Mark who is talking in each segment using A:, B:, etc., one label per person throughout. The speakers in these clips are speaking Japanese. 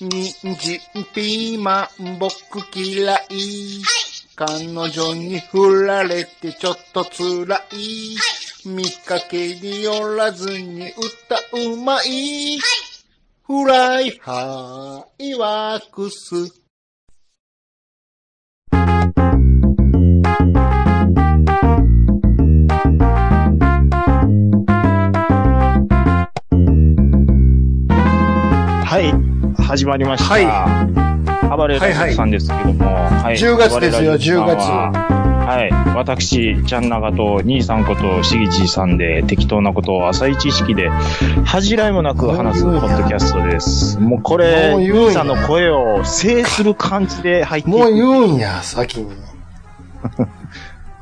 A: にんじん、ピーマン、僕嫌い。彼女に振られてちょっと辛い。見かけによらずに歌うまい。フライハイワークス。
B: はい、始まりました。はい。暴れラジオさんですけども、はい、
A: 10月で
B: 暴
A: すよ
B: れラジオさんは。はい。私、ちゃんながと、兄さんこと、しぎじいさんで、適当なことを浅い知識で、恥じらいもなく話すポッドキャストです。もうこれ、
A: もう言うんや
B: 兄さんの声を制する感じで入ってい
A: もう
B: く
A: 言うんや、先に。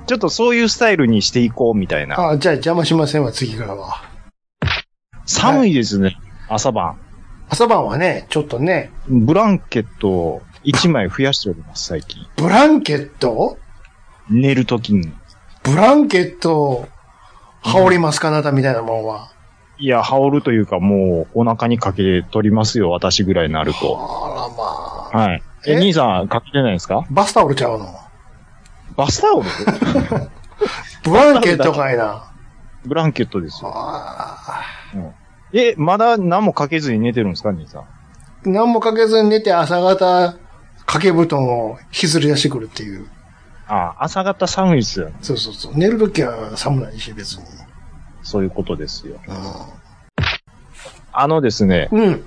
B: ちょっとそういうスタイルにしていこうみたいな。
A: あ、じゃあ邪魔しませんわ、次からは。
B: 寒いですね、朝晩。
A: 朝晩はね、ちょっとね、
B: ブランケットを1枚増やしております、最近。
A: ブランケット
B: 寝るときに。
A: ブランケットを羽織りますか、あなたみたいなもんは。
B: いや、羽織るというか、もう、お腹にかけて取りますよ、私ぐらいになると。
A: あらまあ。
B: はい。え、
A: え
B: 兄さん、かけてないですか
A: バスタオルちゃうの
B: バスタオル
A: ブランケットかいな。
B: ブランケットですよ。
A: あ
B: え、まだ何もかけずに寝てるんですか、兄さん。
A: ー何もかけずに寝て朝方、掛け布団を引きずり出してくるっていう。
B: ああ、朝方寒いですよ。
A: そうそうそう。寝るときは寒ないし、別に。
B: そういうことですよ。あのですね、
A: うん。うん。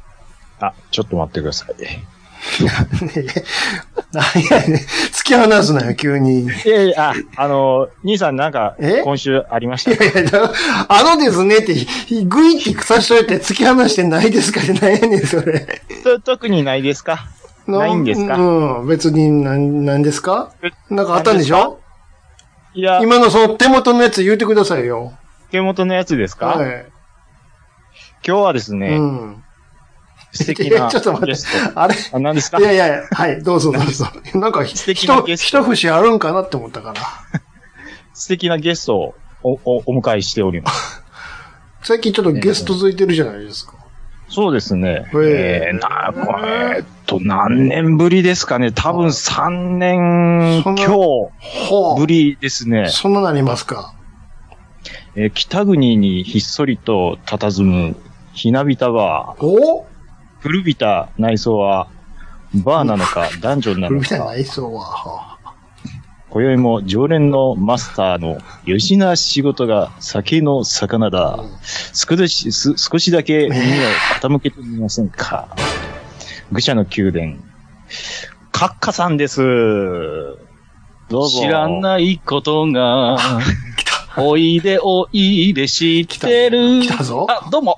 B: あ、ちょっと待ってください。
A: 何やねん突き放すなよ、急に。い
B: いやいや、あ、あの、兄さんなんか
A: え、
B: 今週ありました
A: やいや、だからあのですねって、グイってさしといて突き放してないですかって何やねん、それ。
B: と特にないですか ないんですか
A: うん、別になん、なんですかなんかあったんでしょ
B: いや、
A: 今のその手元のやつ言うてくださいよ。
B: 手元のやつですか、
A: は
B: 今日はです
A: い。
B: ね、
A: うん。
B: 素敵なゲス
A: ちょっと待って
B: ト。
A: あれ
B: あ、何ですか
A: いやいや、はい、どうぞどうぞ。なんか、
B: 素
A: ひ
B: 敵な
A: と、
B: ゲス
A: 一
B: ト
A: 節あるんかなって思ったから。
B: 素敵なゲストをおおお迎えしております。
A: 最近ちょっとゲスト続いてるじゃないですか。
B: そうですね。
A: え
B: えー、な、これ、えーっと、何年ぶりですかね。多分3年
A: そんな
B: 今
A: ほ
B: 日ぶりですね。
A: そんななりますか。
B: えー北国にひっそりと佇む、ひなびたバ
A: お
B: ー。古びた内装は、バーなのか、ダンジョンな
A: 古
B: の
A: びた
B: か、
A: 内装は。
B: 今宵も常連のマスターの、吉な仕事が酒の魚だ。少し、す少しだけ耳を傾けてみませんか。愚者の宮殿。カッカさんです。どうぞ。
C: 知ら
B: い。
C: ないことが、
A: 来た、
C: おいでおいで知ってる。
A: 来たぞ。
C: あ、どうも。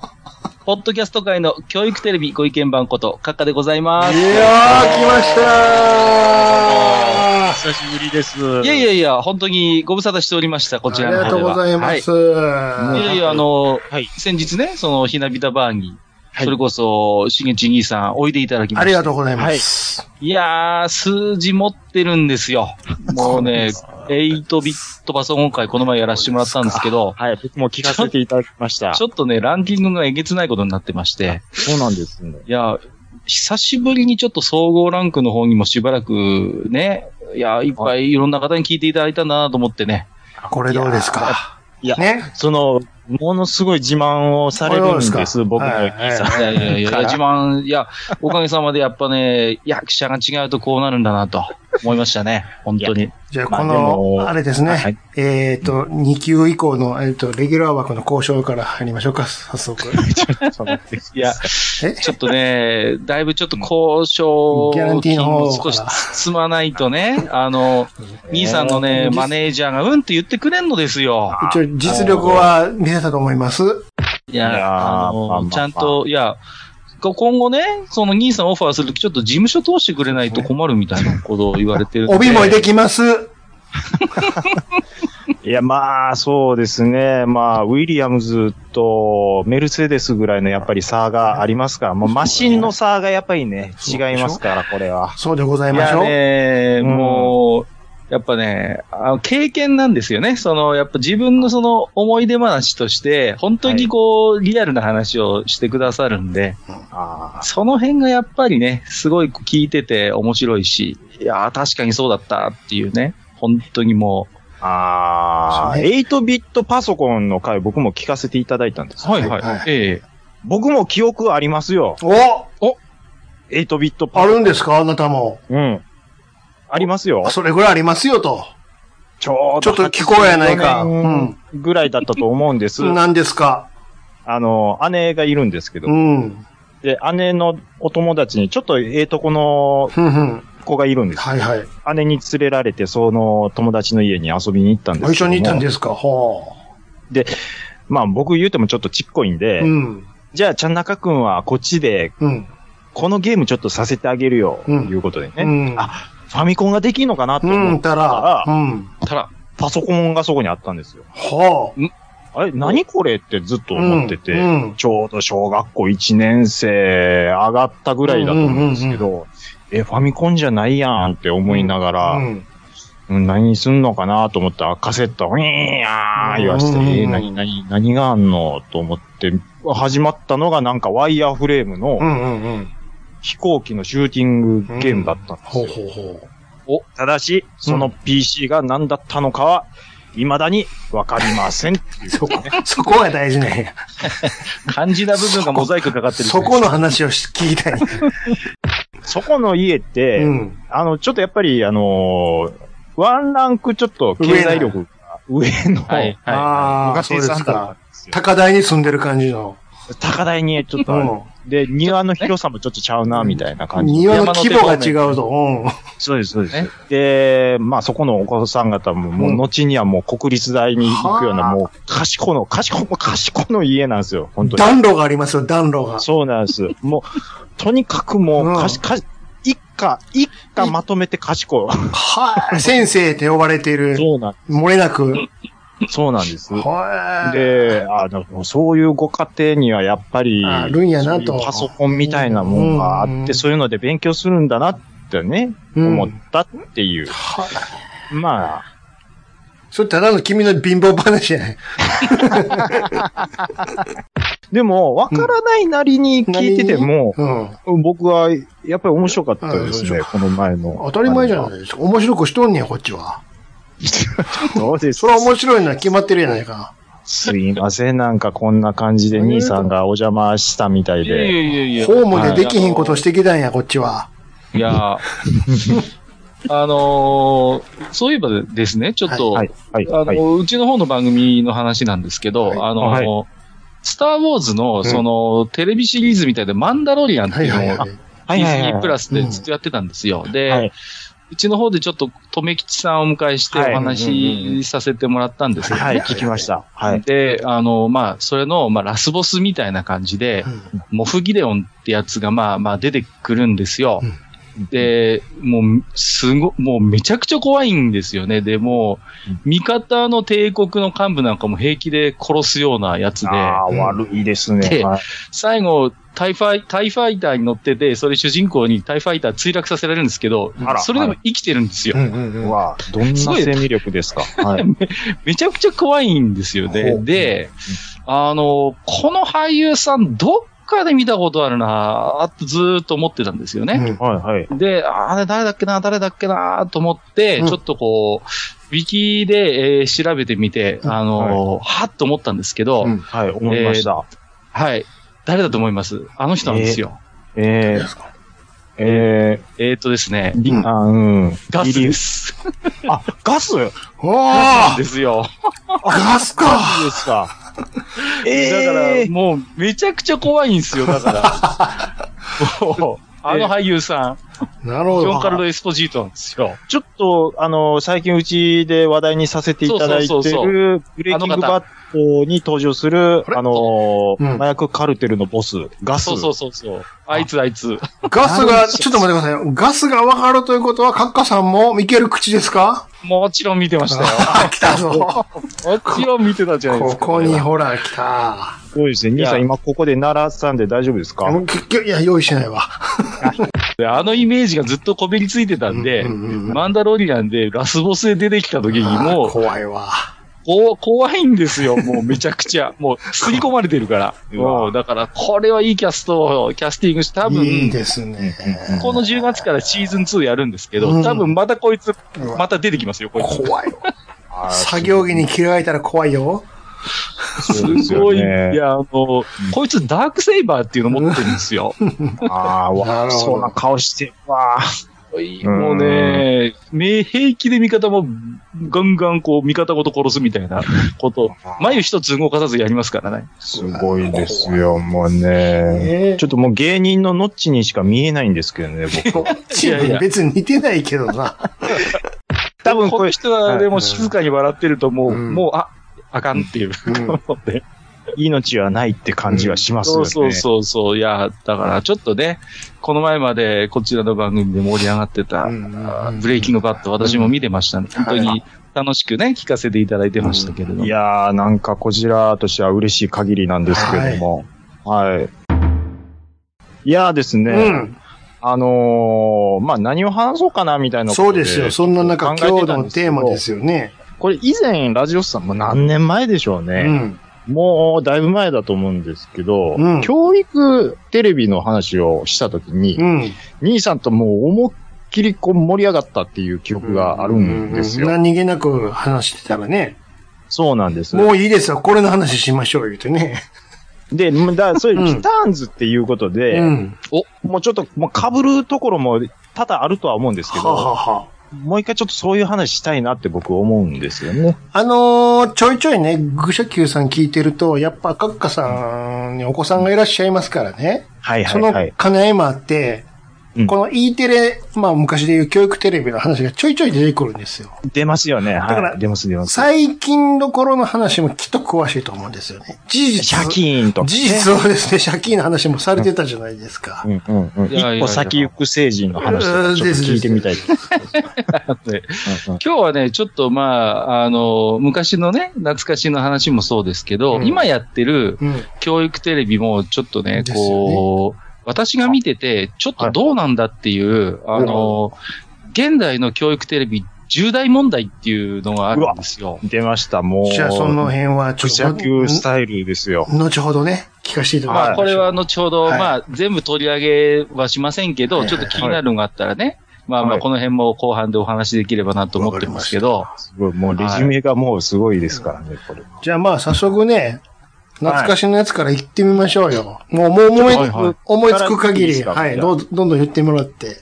C: ポッドキャスト界の教育テレビご意見番こと、カッカでござ
A: い
C: い
A: や
C: ま
A: ー、
C: す。
A: 来ました
B: 久しぶりです。
C: いやいやいや、本当にご無沙汰しておりました、こち
A: ーあ
C: ら
A: り
C: の
A: が
C: 方
A: と
C: で
A: うご
C: は。
A: ざいます。
C: はい。いやいや、あの、先日ね、その、ひなびたバーに、
B: はい
C: それこそ、しげち兄さん、おいでいただきま
A: あ
C: し
A: り
C: た。
A: がとうございます。
C: いやー、数字持ってるんですよ。もうね、8ビットパソコン会この前やらせてもらったんですけど、
B: はい、僕も聞かせていただきました。
C: ちょっとね、ランキングがえげつないことになってまして、
B: そうなんですね。
C: いや、久しぶりにちょっと総合ランクの方にもしばらくね、いや、いっぱいいろんな方に聞いていただいたなと思ってね。
A: これどうですか
B: いや
A: ね。
B: その、ものすごい自慢をされるんです、
A: これですか
B: 僕の
A: はい
B: 兄さん。
C: いやいやいや、 自慢、いや、おかげさまでやっぱね、役者が違うとこうなるんだなと思いましたね。本当に。
A: じゃあ、こ
B: まあでも
A: の、あれです
B: は
A: ね
B: い。
A: えっと、2級以降の、えっと、レギュラー枠の交渉から入りましょうか、早 速。
B: そうなんです
C: いや、
A: え
C: ちょっとね、だいぶちょっと交渉
A: ギャランティーの方
C: を少し進まないとね、あの、兄さんのね、マネージャーがうんって言ってくれんのですよ。
A: 一応、実力は見せたと思います。
C: いや、
B: いやー
C: あ
B: まあま
C: の、
B: あ
C: ちゃんと、いや、こ今後ね、その兄さんオファーするとき、ちょっと事務所通してくれないと困るみたいなことを言われてるんで。
A: 帯もできます。
B: いや、まあ、そうですね。まあ、ウィリアムズとメルセデスぐらいのやっぱり差がありますから、もうマシンの差がやっぱりね、
A: そう
B: 違いますから、これは。
A: そうでござい
C: い
A: まし
C: や
A: ょう。
C: ね、
B: うん
C: もう、やっぱね、あの経験なんですよね。その、やっぱ自分のその思い出話として、本当にこう、リアルな話をしてくださるんで、
B: あ
C: その辺がやっぱりね、すごい聞いてて面白いし、いやー確かにそうだったっていうね、本当にもう。
B: あ。ああ、
A: そう
B: 8ビットパソコンの回僕も聞かせていただいたんです。
C: はい
A: はいはい
C: ええ
B: 僕も記憶ありますよ。
A: お
B: 8ビットパ
A: あ
B: ソコン。
A: るんですかあなたも。
B: うん。ありますよ。
A: それぐらいありますよと。
B: ちょ
A: ちょっと聞こうやないか
B: 84ぐらいだったと思うんです。
A: 何ですか
B: あの、姉がいるんですけど
A: う。ん。
B: で、姉のお友達に、ちょっとええとこの
A: ふんふん。
B: 子がいるんです。
A: はいはい。
B: 姉に連れられて、その友達の家に遊びに行ったんです
A: 一
B: けど
A: 緒
B: も
A: に行ったんですかほ
B: まあ僕言うてもちょっとちっこいんで、
A: う。うん。
B: じゃあ、ちゃんなかくんはこっちで、
A: うん。
B: このゲームちょっとさせてあげるよ、
A: うん
B: いうことでね、
A: うん。
B: あファミコンができんのかなと
A: う
B: 思
A: ん。
B: った
A: ら
B: あ、
A: うん。
C: ただ、
B: パソコンがそこにあったんですよ。
A: は
B: あれ、何これってずっと
A: あ。
B: 思ってて、
A: うんうん。
B: ちょうど小学校1年生上がったぐらいだと思うんですけど、え、ファミコンじゃないやんって思いながら、
A: うん
B: うん何すんのかなと思ったら、カセット、ウィーンやー言わして、
A: うんうんうん
B: えー何、何、何があんのと思って、始まったのがなんかワイヤーフレームの
A: うんうんうん。
B: 飛行機のシューティングゲームだったんです
A: ほ
B: よ。
A: うほうほ。
B: ただし、その PC が何だったのかは、未だにわかりませんっていうう
A: そこ、そこが大事なんや。
C: 肝心な部分がモザイクかかってる、
A: そこの話をし聞きたい。
B: そこの家って、
A: うん。
B: あの、ちょっとやっぱり、あのーワンランクちょっと経済力が上の、
C: はい、は
A: ああ、
B: 昔
A: そうです
B: さんだった
A: か
B: ん。ですよ
A: 高台に住んでる感じの。
B: 高台にちょっとある、で、庭の広さもちょっとちゃうな、みたいな
A: うん
B: 感じ。
A: 庭の規模が違うぞ。うん。
B: そうです、そうです
C: ね
B: で、まあそこのお子さん方も、もう後にはもう国立大に行くよう
A: は
B: な、
A: あ
B: もう賢の、賢の、賢の家なんですよ、本当に。
A: 暖炉がありますよ、暖炉が。
B: そうなんです。もう、とにかくも
A: うん
B: う、かし、かし、一家、一家まとめて賢い。
A: はい。先生って呼ばれている。
B: そうなん、
A: 漏れなく。
B: そうなんです。
A: はい。
B: で、あの、そういうご家庭にはやっぱり、
A: あるんやな
B: そ
A: と
B: ういうパソコンみたいなもんがあって、
A: うん
B: そういうので勉強するんだなってね、
A: うん、
B: 思ったっていう。
A: はい。
B: まあ、
A: それただの君の貧乏話じゃない。
B: でも、わからないなりに聞いてても、
A: うん。
B: 僕は、やっぱり面白かったです
A: あ
B: ね、この前の。
A: 当たり前じゃないですか。面白くしとんねん、こっちは。
B: い。どうです
A: それは面白いのは決まってるやないか。
B: すいません、なんかこんな感じで兄さんがお邪魔したみたい
C: い。いやい
B: で。
C: やいやいや。
A: ホームでできひんことしてきたんや、こっちは。
C: いやーあのーそういえばですね、ちょっと、
B: はい、はい、
C: あの、
B: はい。
C: うちの方の番組の話なんですけど、
A: はい
C: あの、
B: はい
C: スター・ウォーズの、その、テレビシリーズみたいで、マンダロリアンって
A: はいいう
C: のを、
A: はいはい。
B: は
C: Disney プラスで
A: うん
C: ずっとやってたんですよ。で、
B: はいう
C: ちの方でちょっと、とめきちさんをお迎えしてお
B: はいうんうんう
C: 話しさせてもらったんですけどね。
B: はい、聞きました。はい。
C: で、あの、まあ、それの、まあ、ラスボスみたいな感じで、
A: うん
C: モフギデオンってやつが、まあ、まあ、出てくるんですよ。
B: うん、
C: で、もう、すご、もうめちゃくちゃ怖いんですよね。で、も
B: うん
C: う、味方の帝国の幹部なんかも平気で殺すようなやつで、
B: ああ、悪いですね。
C: で
B: はい
C: 最後、タイファイ、タイファイターに乗ってて、それ主人公にタイファイター墜落させられるんですけど
B: あら、
C: それでも生きてるん ですよ。
A: うんうんうん
B: うわどんな
C: すごい
B: 生命力ですか。はい。
C: めちゃくちゃ怖いんですよね。
A: ほう
C: で、あの、この俳優さん、どっかで見たことあるなあとずーっと思ってたんですよね。
A: うん
B: はい、はい。
C: で、ああれ誰だっけな、誰だっけな、と思って、
A: うん
C: ちょっとこう、ウィキで、えー調べてみて、
A: うん
C: あのーはっと思ったんですけど、
A: うん
B: はい、思いました。
C: はい。誰だと思いますあの人なんですよ。
B: え
A: で
B: ー
A: すか
B: え
C: えーっとですね、
B: ー、り、
A: うん
B: あ、うん。
C: ガス
B: リリ
C: で
B: ー
C: す。
B: あ、ガス
A: お
C: なん
A: ー
C: ですよ。
A: ガスか
B: そうですか。
C: だから、もう、めちゃくちゃ怖いんですよ、だから。もうあの俳優さん、
A: なるほ
C: ジ
A: ど。
C: ョン・カルロ・エスポジートなんですよ。
B: ちょっと、あの、最近うちで話題にさせていただいて
C: そうそうそう
B: る、ブレイキングバットに登場する、
A: あれ
B: あの、
A: うん
B: 麻薬カルテルのボス、ガス。
C: そうそうそうそう。あいつあいつ。
A: ガスが、ちょっと待ってくださいよ。ガスが分かるということは、カッカさんも見ける口ですか
C: もちろん見てました
A: あ、来たぞ。
C: よ。もちろん見てたじゃない で
A: こ
C: すか。
A: こにほら来た。
B: そうですね。兄さん、今ここで鳴らしたんで大丈夫ですか
A: もう結局、いや、用意してないわ。
C: であのイメージがずっとこびりついてたんで、
A: うんうんうん
C: マンダロリアンでラスボスで出てきた時に
A: あ
C: も
A: ー怖いわ。
C: こ怖いんですよ、もうめちゃくち ゃ。もう、吸り込まれてるから。
B: うわ
C: もう、だから、これはいいキャストをキャスティングして、多
A: いい
C: 分、
A: ですね。
C: この10月からシーズン2やるんですけ
A: う
C: ど、
A: ん
C: 多分またこいつ、
A: うわ
C: また出てきますよ、こいつ。
A: 怖いわ。作業着に着替えたら怖いよ。
B: そうです
C: す
B: よ
C: ごい。い
B: ね
C: や、あの、こいつダークセイバーっていうの持ってるんですよ。
B: ああ、
A: な
B: わ
A: るほど
B: そうな顔してるわ。
C: もうね、名平気で味方も、ガンガンこう、味方ごと殺すみたいなこと、眉一つ動かさずやりますからね。
B: すごいですよ、もうね。
A: ええ
B: ちょっともう芸人のノッチにしか見えないんですけどね、僕。
A: こっちに別に似てないけど な。
B: 多分
C: こ
B: こ
C: の
B: れ、
C: 人はでも静かに笑ってるともう、
A: うん
C: もう、あ、あかんっていう。で
B: 命はないって感じはしますよ
C: そう
B: ね。
C: そうそうそう。いや、だからちょっとね、この前までこちらの番組で盛り上がってた、あブレイキングバット私も見てましたね。
A: うん
C: 本当に楽しくね、聞かせていただいてましたけれども。
B: いやー、なんかこちらとしては嬉しい限りなんですけれども。はい。い、やーですね、
A: うん。
B: あのー、まあ、何を話そうかなみたいなこと
A: そうですよ。そんな中、
B: 考え
A: 今
B: て
A: 日
B: たん
A: の
B: ですけ
A: テ
B: ど
A: ーマですよね。
B: これ以前、ラジオスさんも何年前でしょう
A: う
B: ね。
A: ん。
B: もう、だいぶ前だと思うんですけど、
A: うん
B: 教育テレビの話をしたときに、
A: うん。
B: 兄さんともう思いっきりこう盛り上がったっていう記憶があるんですよ。
A: うう何気なく話してたらね。
B: そうなんです。
A: もういいですよ。これの話しましょう、言うてね。
B: で、だそういううんリターンズっていうことで、
A: うん。
B: もうちょっと、もう被るところも多々あるとは思うんですけ
A: は
B: ど、
A: あはあはあ。
B: もう一回ちょっとそういう話したいなって僕思うんですよね。
A: あのーちょいちょいね、愚者級さん聞いてると、やっぱ、カッカさんにお子さんがいらっしゃいますからね。
B: はい
A: そ
B: はい
A: の
B: はい。
A: 兼ね合いもあって、
B: うん
A: この E テレ、まあ昔で言う教育テレビの話がちょいちょい出てくるんですよ。
B: 出ますよね。
A: だから
B: はい。出ます出ます。
A: 最近どころの話もきっと詳しいと思うんですよね。事実。
B: シャキーンと。
A: 事実をですね、借金の話もされてたじゃないですか。
B: うんうんうん。
C: いやいやいや
B: 一歩先行く成人の話とかちょっと聞いてみ たい。うんうん
C: 今日はね、ちょっとまあ、あの、昔のね、懐かしの話もそうですけど、
A: うん
C: 今やってる
A: うん。
C: 教育テレビもちょっとね、
A: ですよね
C: こう、私が見てて、ちょっとどうなんだっていう、
A: はい
C: あの、現代の教育テレビ、重大問題っていうのがあるんですよ。
B: 出ました、もう。
A: じゃあその辺はち
B: ク
A: ょっ
B: ジャ
A: と、
B: 級スタイルですよ。
A: 後ほどね、聞かせていただきましょ
C: まあ、
A: う
C: これは、後ほど、
A: はい
C: まあ、全部取り上げはしませんけど、
A: はい
C: ちょっと気になるのがあったらね、まあま
B: は
C: あ、
B: い
C: この辺も後半でお話しできればなと思ってますけど、
B: すごい、もうレジュメがもうすごいですからね、これ。
A: じゃあまあ早速ね、懐かしのやつから行ってみましょうよ。もう、もう思い、
C: はいはい
A: 思いつく限
B: いいで
A: り、
B: すか
A: は
B: じ
A: い、
B: ゃあ
A: どうどんどん言ってもらって。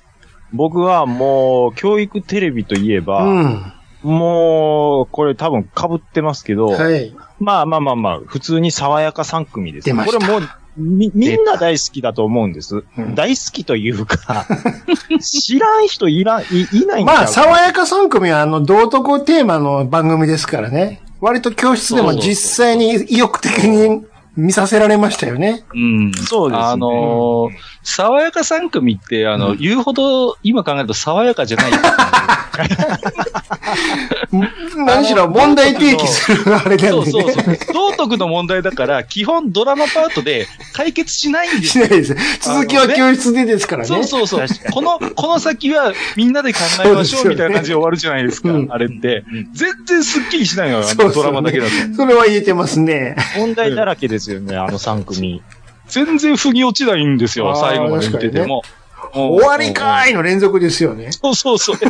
B: 僕はもう、教育テレビといえ
A: う
B: ば、
A: ん。
B: もう、これ多分被ってますけど、
A: はい。
B: まあまあまあまあ、普通に爽やか3組です。
A: 出ました
B: これもう、み、みんな大好きだと思うんです。
A: うん
B: 大好きというか、 知らん人いらん、い、いないんちゃうか
A: まあ、爽やか3組は、あの、道徳テーマの番組ですからね。割と教室でも
C: そう
A: 実際に意欲的に見させられましたよ ね。
C: うん。
B: そうですね
C: あのー爽やか3組って、あの、言うほど、今考えると爽やかじゃない。
A: 何しろ問題提起するあれだ
C: そ
A: よ
C: う
A: ね。
C: そうそう。道徳の問題だから、基本ドラマパートで解決しないんです
A: し
C: よ。
A: ないです。続きは教室でですからね。
C: そうそうそう。この、この先はみんなで考えましょうみたいな感じで終わるじゃないですか、
A: そうですよね
C: あれって。全然スッキリしないのよ、あ
A: そう
C: の
A: ですよ
C: ド
A: ね
C: ラマだけだと。
A: それは言えてますね。
B: 問題だらけですよね、あの3組。
C: 全然腑に落ちないんです
A: あ
C: よ、
A: ー
C: 最後まで見てても。もう
A: 終わりかーいの連続ですよね。
C: そうそうそう。こ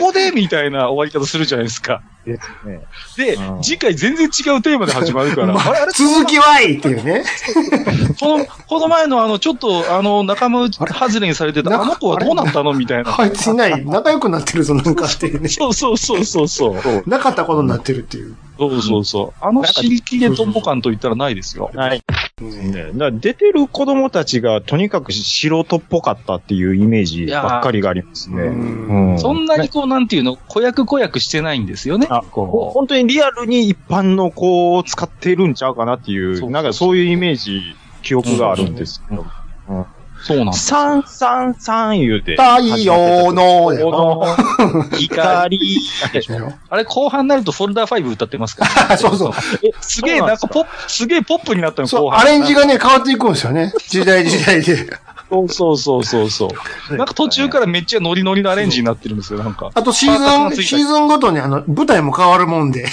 C: こでみたいな終わり方するじゃないですか。
B: ですね。
C: で
B: う、ん
C: 次回全然違うテーマで始まるから。
A: ま
C: あれあれ
A: 続きはいっていうね。
C: この、この前のあの、ちょっと、あの、仲間外れにされてた
A: な
C: あの子はどうなったのみたいな。
A: あいついない。仲良くなってるぞ、なんかっていうね。
C: そうそうそうそうそう。
A: なかったことになってるっていう。
C: そうそうそう。あの尻切れトンボ感と言ったらないですよ。
B: はい。
A: ね
B: ねだから出てる子供たちがとにかく素人っぽかったっていうイメージばっかりがありますね。
A: いやー
B: う
C: そんなにこう、なんていうの、子役子役してないんですよね。
B: あ、こう、本当にリアルに一般の子を使ってるんちゃうかなっていう、
C: そう
B: なんかそういうイメージ、記憶があるんですけど。
C: そうなんです。
B: 三三三言うて。
A: 太陽の、だよ
C: この、 光。
A: な
C: あれ、後半になるとフォルダー5歌ってますから。
A: あそうそう。
C: すげえ、なんかポップ、すげえポップになったの、
A: そう、
C: 後
A: ア
C: 半。
A: レンジがね、変わっていくんですよね。時代時代で。
C: そうそうそうそうそう。なんか途中からめっちゃノリノリのアレンジになってるんですよ、なんか。
A: あとシーズン、シーズンごとにあの、舞台も変わるもんで、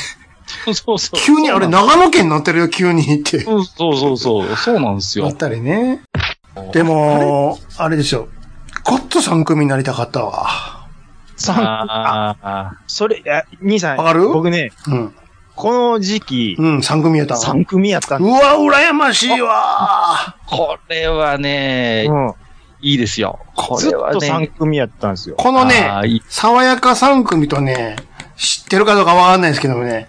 C: そうそうそう。
A: 急にあれ長野県になってるよ、急にって。
C: そうそうそうそう。そうなんです
A: な
C: よ
A: っ。たりね。でも、あれですよ。こっと3組になりたかったわ。
B: さ
C: ああ。
B: それ、あ兄さん、
A: わかる
B: 僕ね、
A: うん。
B: この時期
A: う、ん、3組やったわ
B: 3組やったん
A: う
B: で
A: わ、羨ましいわ。
C: これはね
B: す、うん
C: いいですよ。こ
B: ずっ
C: れは
B: と3
C: ね。
B: 組やったんですよ。
A: このね
C: あ、ーいい
A: 爽やか3組とね、知ってるかどうかわかんないですけどもね、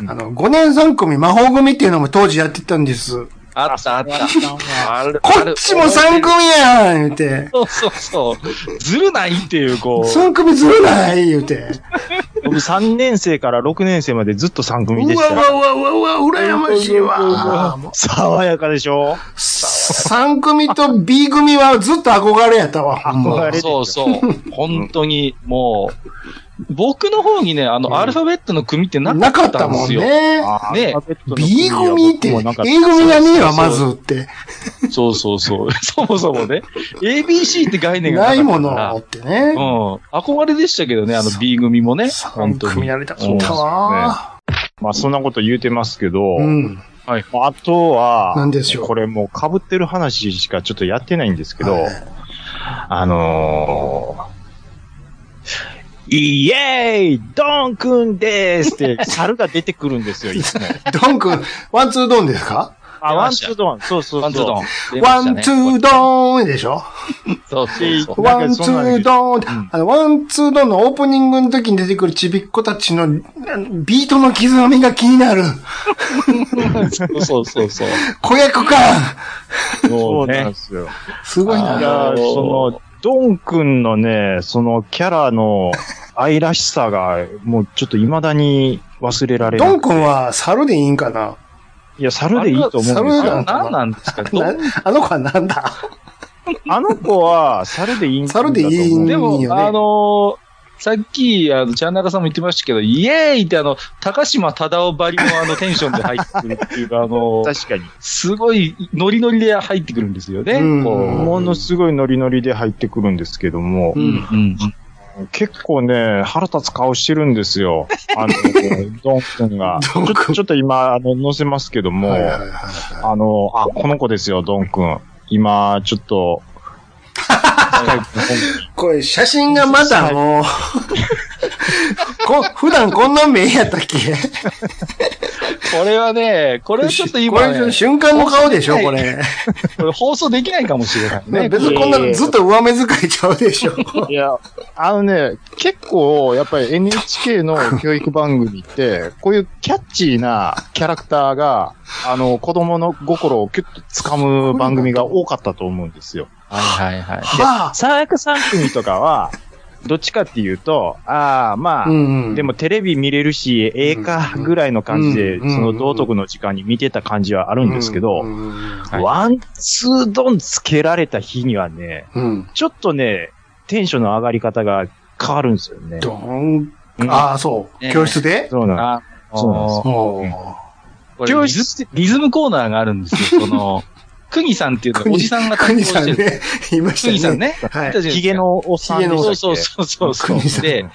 A: あの、5年3組、魔法組っていうのも当時やってたんです。
C: あったあった。あれ
A: こっちも3組やん言うて。
C: そうそうそう。ずるないっていう、こう。
A: 3組ずるない言うて。
B: 僕3年生から6年生までずっと3組で
A: う
B: し
A: わう
B: た。
A: わうわうわうわ、羨ましいわ。もう
B: 爽やかでしょ
A: 3組と B 組はずっと憧れやったわ。ほんま
B: 憧れてる
C: そうそう。本当に、もう、僕の方にね、あの、アルファベットの組ってな
A: な
C: か
A: か
C: っ
A: ったた
C: んで
A: もん
C: すよ。
A: ね。
C: ね
A: B 組って、A
B: もうな
A: 組
B: かった
A: がねえわ、まずって。
C: そうそうそう。 そもそもね、ABC って概念が
A: な
C: か
A: い
C: ったか
A: も
C: ら
A: のってね。
C: うん。憧れでしたけどね、あの B 組もね。
A: 3
C: 本当
A: 組
C: に。
A: やりたかったわ。
B: まあそんなこと言うてますけど、
A: うん。
B: あとは、
A: なんでしょう
B: これもう被ってる話しかちょっとやってないんですけど、
A: はい
B: あのー、イエーイドンくんですって、猿が出てくるん ですよ、いつも。
A: ドンくん、ワンツードンですか
B: あ、ワンツードン、そうそうそう。
C: ワンツードン。
A: ワンツー
C: ン。
A: ドーンでしょ
C: そうそうそう。
A: ワ
B: なん
A: ン
B: か
A: ツ
B: そんなの
A: ードーンって
B: うん
A: あの、ワンツードーンのオープニングの時に出てくるちびっ子たちのあのビートの刻みが気になる。
C: そうそうそうそう。
A: 子役感
B: そうなんですよ。
A: すごい
B: い
A: な。
B: や
C: あのー
B: その、ドンくんのね、そのキャラの愛らしさが、もうちょっと未だに忘れられな
A: ド
B: い。
A: ンくんは猿でいいんかない
B: や、猿でいいと思うんです
A: あれは
B: よ。
A: 猿
C: あ何なんですか
A: なあの子はなんだ
B: あの子は、猿でいいんだと思う
A: 猿でいいん
C: でも、
A: いいよね
C: あのーさっき、あの、チャンナカさんも言ってましたけど、イエーイってあの、高島忠夫ばりのあのテンションで入ってくるっていうか、あのー
B: 確かに。
C: すごいノリノリで入ってくるんですよね。
A: うん
C: こ
B: ものすごいノリノリで入ってくるんですけども
C: う、うんうん。
B: 結構ね、腹立つ顔してるんです よ。あの、ドン君が。
A: ドンくん
B: ちょっと今、あの、載せますけども、
A: はいはいは
B: あ
A: いはい
B: の、あ、この子ですよ、ドン君。今、ちょっと、スカイプの本
A: これ写真がまた もう、こ普段こんな目やったっけ
C: これはね、これはちょっと
A: こ
C: 今、
A: れ
C: ね、
A: 瞬間の顔でしょ、これ。
C: これ放送できないかもしれないね。
A: 別にこんなのずっと上目遣いちゃうでしょ。
B: いや、あのね、結構、やっぱり NHK の教育番組 って、こういうキャッチーなキャラクターが、あの、子供の心をキュッと掴む番組が多かったと思うんですよ。
C: はいはいはい。
A: は
B: 最悪3組とかは、どっちかっていうと、ああ、ま
A: あ。
B: あ、
A: ん
B: でも、テレビ見れるし、ええか、ぐらいの感じで、
A: う
B: そ
A: ん
B: の道徳の時間に見てた感じはあるんですけ
A: う
B: ど、
A: んうん
C: うん
B: ワン、ツー、ドンつけられた日にはね、
A: うん。
B: ちょっとね、テンションの上がり方が変わるんですよね。
A: ドーン。
B: うん
A: ああ、そう。
C: ね
A: 教室で
B: そうなん
C: あ
B: そうなんです
A: お
B: うん
A: ー
C: これリズリズムコーナーがあるんですよ。その、くにさんっていうのおじさんが
A: く
C: 担当
A: に
C: し
A: さん
C: てる。
A: ね、いました
C: く
A: ね。
C: にさん。ね。
A: はい
C: いた。じゃないですか
B: ヒゲのおっさんでしたっけ。
C: そうそうそうそう
A: 国
C: そ
A: さ
C: う。
A: ん
C: で、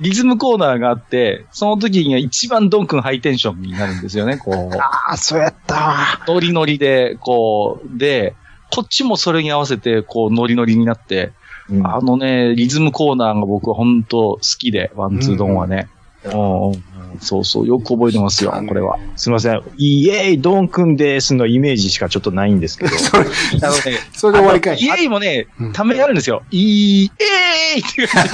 C: リズムコーナーがあって、その時には一番ドン君ハイテンションになるんですよね、こう。
B: ああ、そうやったわ。
C: ノリノリで、こう、で、こっちもそれに合わせて、こう、ノリノリになって、
B: うん
C: あのね、リズムコーナーが僕は本当好きで、ワンツードンはね。うんうんそうそう、よく覚えてますよ、これは。
B: すいません。イエーイ、ドンくんですのイメージしかちょっとないんですけど。
A: それ、
C: あのね、
A: それで終わりかい。
C: イエイもね
A: うん、
C: ためがあるんですよ。イエーイっていう感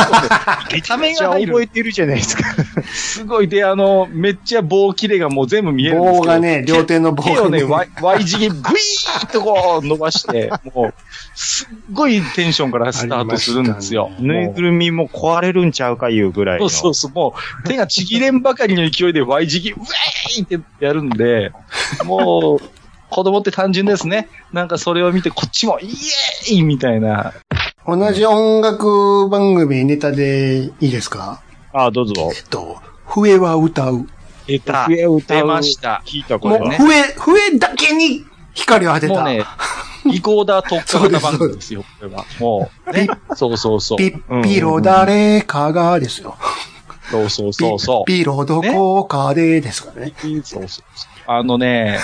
C: じで。ため
B: じゃ
C: が
B: あ
C: 入
B: 覚
C: る。
B: えてるじゃないですか。
C: すごい。で、あの、めっちゃ棒切れがもう全部見えるんですけど。
A: 棒がね、両手の棒
C: 手を
A: が
C: ね、
A: ね。
C: Y, y 字にグイーッとこう伸ばして、もう、すっごいテンションからスタートするんですよ。
B: ぬいぐるみも壊れるんちゃうかいうぐらい
C: そ
B: の。
C: うそうそう、もう手がちぎれんばかりの勢いで Y 字にウェーイってやるんで、もう、子供って単純ですね。なんかそれを見て、こっちも、イエーイみたいな。
A: 同じ音楽番組ネタでいいですか
B: ああ、どうぞ。
A: えっと、笛は歌う。
B: えっと
C: た
B: 笛を歌う。
C: 出ました
B: 聞いたこ
A: も
B: れ
A: う
B: ね。
A: 笛、笛だけに光を当て
C: もう
A: た。
C: ね、リコーダー特化型番組ですよ、これは。もう、ね。そうそうそう。
A: ピ
C: うん
A: ッピロ誰かがですよ。
C: そうそうそうそ
A: ピッピロどこかでですからね。
C: う。そうそうそう。あのね、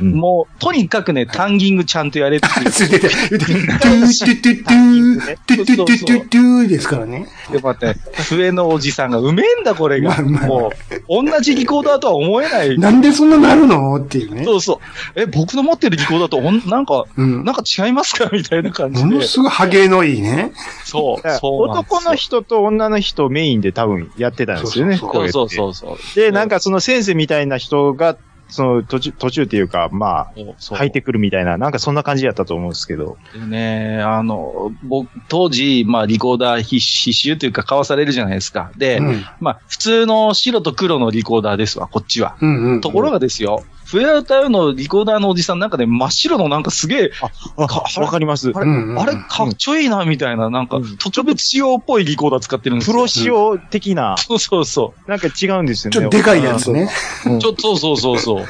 B: うんうん
C: もう、とにかくね、タンギングちゃんとやれってい う。
A: つ いてて、 言って、トゥートゥトゥトゥー、トゥトゥトゥトゥトゥーですからね。
C: で、また、笛のおじさんが、うめえんだ、これが。
A: うまいうまい
C: もう、同じリコーダーとは思えない。
A: なんでそんななるのっていうね。
C: そうそう。え、僕の持ってるリコーダーとおん、なんか、
A: うん。も
C: なんか違いますかみたいな感じ
A: の
C: で。
A: すごいハゲのいいね。
C: そう、そうなんですよ。
B: 男の人と女の人メインで多分やってたんですよね、
A: そう
B: こ
C: そうう
B: やって
C: そうそうそう。
B: で、なんかその先生みたいな人が、その途中、途中っていうか、まあ、
C: そう、
B: 入ってくるみたいな、なんかそんな感じやったと思うんですけど。
C: ね、あの、僕、当時、まあ、リコーダー必必修というか、買わされるじゃないですか。で、
A: うん。
C: まあ、普通の白と黒のリコーダーですわ、こっちは。
A: うんうん。
C: ところがですよ、笛を歌うのリコーダーのおじさんなんかね、真っ白のなんかすげえ、
B: あわかります。
C: あ
A: う
C: れ、
A: んうん
C: あれかっちょいいな、みたいな、なんか
B: うん、
C: 特別仕様っぽいリコーダー使ってるんです
B: プ
C: よ。
B: ロ仕様的な、
C: そうそうそ
B: なんか違うんですよね。
A: ちょっとでかいやつね。
C: う。ちょっと、そうそうそうそう。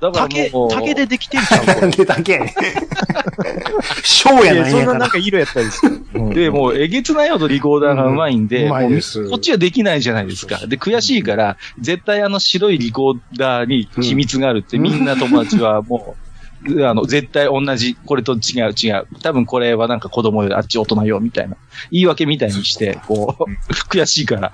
C: だから
B: 竹、
C: もう、
B: 竹でできてるじゃん、こ
A: なんでだけ。ショー
B: れ。
A: や
B: い
A: な
B: や
A: い
B: そ
A: や
B: ん
A: か
B: ななん
A: ら。
B: か色やったりする。
C: で、もう、えげつないほどリコーダーがうまいんで、
A: うまい
C: もう
A: です。
C: こっちはできないじゃないですか。で、悔しいから、絶対あの白いリコーダーに秘密があるって、
A: うん
C: みんな友達はもう、あの、絶対同じ、これと違う違う。多分これはなんか子供よ、あっち大人よ、みたいな。言い訳みたいにして、こう、 悔しいから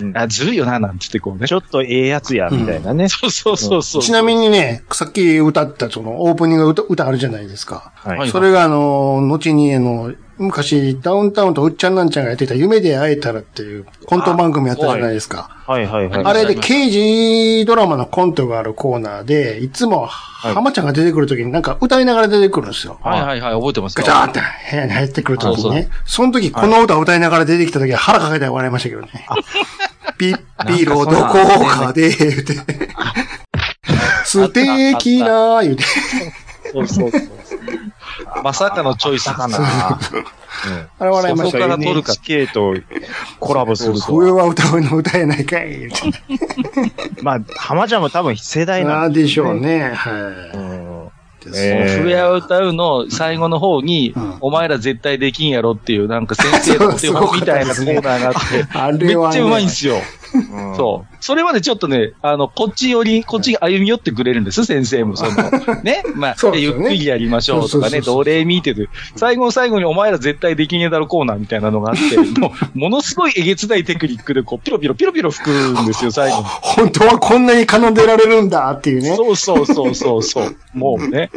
B: う。ん
C: あ、ずるいよな、なんつってこうね
B: ち。ょっとええやつや、みたいなね。
C: そうそうそうそう。
A: ちなみ
C: に、
A: にね、さっき歌ったそのオープニングの歌歌あるじゃないですか。
B: はい。
A: それがあの、後にあの、昔ダウンタウンとうっちゃんなんちゃんがやってた夢で会えたらっていうコント番組やったじゃないですか。
B: はいはいはい。
A: あれで
C: はい
A: 刑事ドラマのコントがあるコーナーで、いつも浜ちゃんが出てくるときになんか歌いながら出てくるんですよ。
C: はいはいはい、覚えてます
A: ガ
C: よ
A: チャーって部屋に入ってくるときに
C: は
A: ね。その時この歌を歌いながら出てきたときは腹抱えて笑いましたけどね。ピッピロどこかで、言うて。素敵な、言うて。
B: そうそうそう。
C: まさかのチョイス
B: か
C: か
B: な
C: な。
A: あれ笑いま
C: そ
A: し
C: こ
A: たけど
C: から
A: ね
C: 撮るか。
B: NHK とコラボする
A: それ
B: と。
A: は歌うの歌えないかい。言うて
B: まあ、浜ちゃんも多分世代
A: な
B: なんん
A: でしょうね。は
B: うん
A: い。
B: えー
C: 笛を歌うの最後の方に、
A: うん
C: お前ら絶対できんやろっていう、なんか先生のお手本みたいなコーナーがあって、
A: あ
C: め
A: れ
C: っ
A: は
C: ち
A: ね
C: ゃうまいんですよ。
B: うん
C: そう。それまでちょっとね、あの、こっちより、こっちに歩み寄ってくれるんです、先生も。その、 ね。まあ、
A: そうです
C: ゆっ
A: よね
C: くりやりましょ
A: そ
C: うと
A: うそう
C: か
A: そう
C: ね、
A: そう
C: 奴隷見てて、最後の最後にお前ら絶対できんやだろコーナーみたいなのがあって、もう、ものすごいえげつないテクニックで、こう、ピロピロピロピロ吹く んですよ、最後に。
A: 本当はこんなに奏でられるんだっていうね。
C: そうそうそうそうそう。もうね。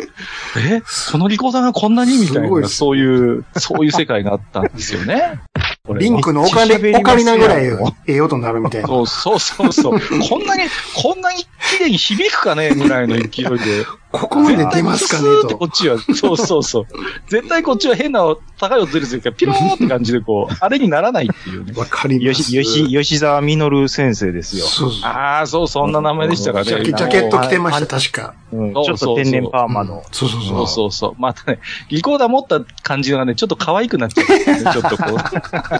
C: えこのリコーダーがこんなにみた
A: す
C: い
A: ごい
C: な、
A: です
C: そういう、そういう世界があったんですよね。これ
A: リンクのオカリオカリナぐらいええ音になるみたいな。
C: そうそうそうそう。こんなに、こんなに綺麗に響くかねぐらいの勢いで。
A: ここまで出ますかね。
C: スーッてことっちは、そうそうそう。絶対こっちは変な高い音出るというか、ピローって感じでこう、あれにならないっていうね。
A: わかり
B: よ
A: ます。
B: し、よし、吉沢実先生ですよ。
A: そうそう。
C: ああ、そう、そんな名前でしたかね。
A: ジャケジャケット着てました、確か。
B: うん
C: そう
B: ちょっと天然パーマの。
A: そうそう
C: そ
A: そうう。
C: そうそう。またね、リコーダー持った感じがね、ちょっと可愛くなっちゃうんですよね、ちょっとこう。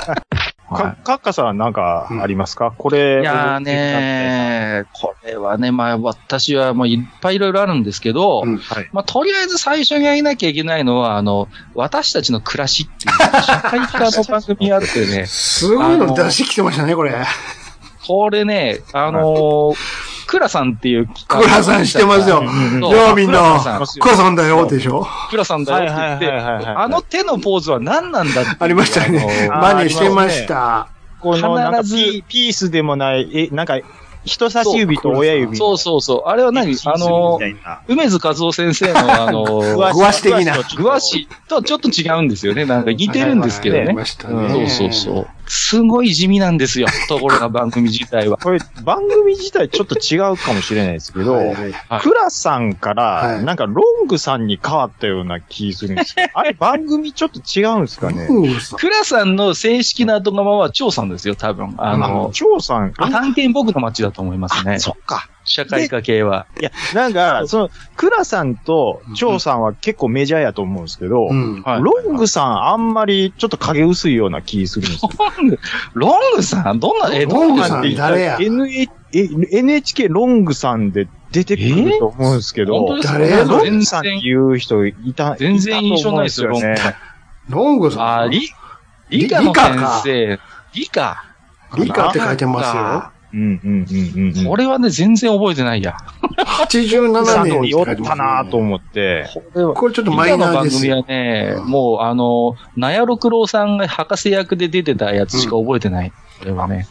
B: か、カッカさんなんかありますかこれ。
C: いやーねー、これはね、まあ私はもういっぱいいろいろあるんですけど、
A: うん
B: はい
C: まあとりあえず最初にやりなきゃいけないのは、あの、私たちの暮らしっていう、社会科の番組あってね、
A: すごいの出してきてましたね、これ。
C: これね、あのー、クラさんっていう。
A: クラさんしてますよ。
C: そう。
A: ようみんな
C: クラさん、
A: クラさんだよ、でしょ
C: クラさんだよって
B: はいはいはい
C: 言
B: は
C: っ
B: い
C: て、
B: はい
C: あの手のポーズは何なんだっていう
A: ありましたね
C: あの
A: 真
C: ー
A: 似してました。
B: このなんか
C: 必ず
B: ピピースでもない、え、なんか、人差し指と親指。
C: そうそうそう。あれは何あのー、
B: ー、
C: 梅津和夫先生のあ のー、
A: 具足的な
C: グワシとはちょっと違うんですよね。なんか似てるんですけど
A: あり
C: ね。
A: ました
B: うん
A: ね。
C: そうそうそう。すごい地味なんです よ。ところが番組自体は。
B: これ、番組自体ちょっと違うかもしれないですけど、
A: はいはい
C: はい
B: クラさんから、
A: はい
B: なんかロングさんに変わったような気するんです けど、あれ番組ちょっと違うんですかね
A: うんそう
C: クラさんの正式な後釜は張さんですよ、多分。あの、
B: 張さん、あ
C: 探検僕の街だと思いますね。
B: そっか。
C: 社会科系は。
B: いや、なんか、その、クラさんと張さんは結構メジャーやと思うんですけど、
A: うん。
C: はい
B: ロングさんあんまりちょっと影薄いような気するんですよ。
C: ロング、ロングさんどんな、え、
A: ロングさ
C: ど
A: ん
C: なって言った
A: 誰や
B: NH- え NHK ロングさんで
D: 出てくると思うんですけ
C: 本当
D: ど
C: で、すか
A: 誰
D: ロ
C: 全
D: ンさんって
C: 然、
D: いう人いた、
C: 全然印象ないですよ
D: いたと思うん
A: ロング
C: あ
A: さ
C: ー、
A: ん。
C: 理、理科の先生。理科。
A: 理科って書いてますよ。
D: うんうんうんうんうん。
C: これはね、全然覚えてないや。
A: 87
D: さ
A: 年
D: ん
A: に
D: におったなぁと思って。
C: これは。
A: これちょっとマイ
C: 今の
A: ナー
C: 番
A: です
C: 組
A: よ。
C: はね、もうあの、納屋六郎さんが博士役で出てたやつしか覚えてない。これはね。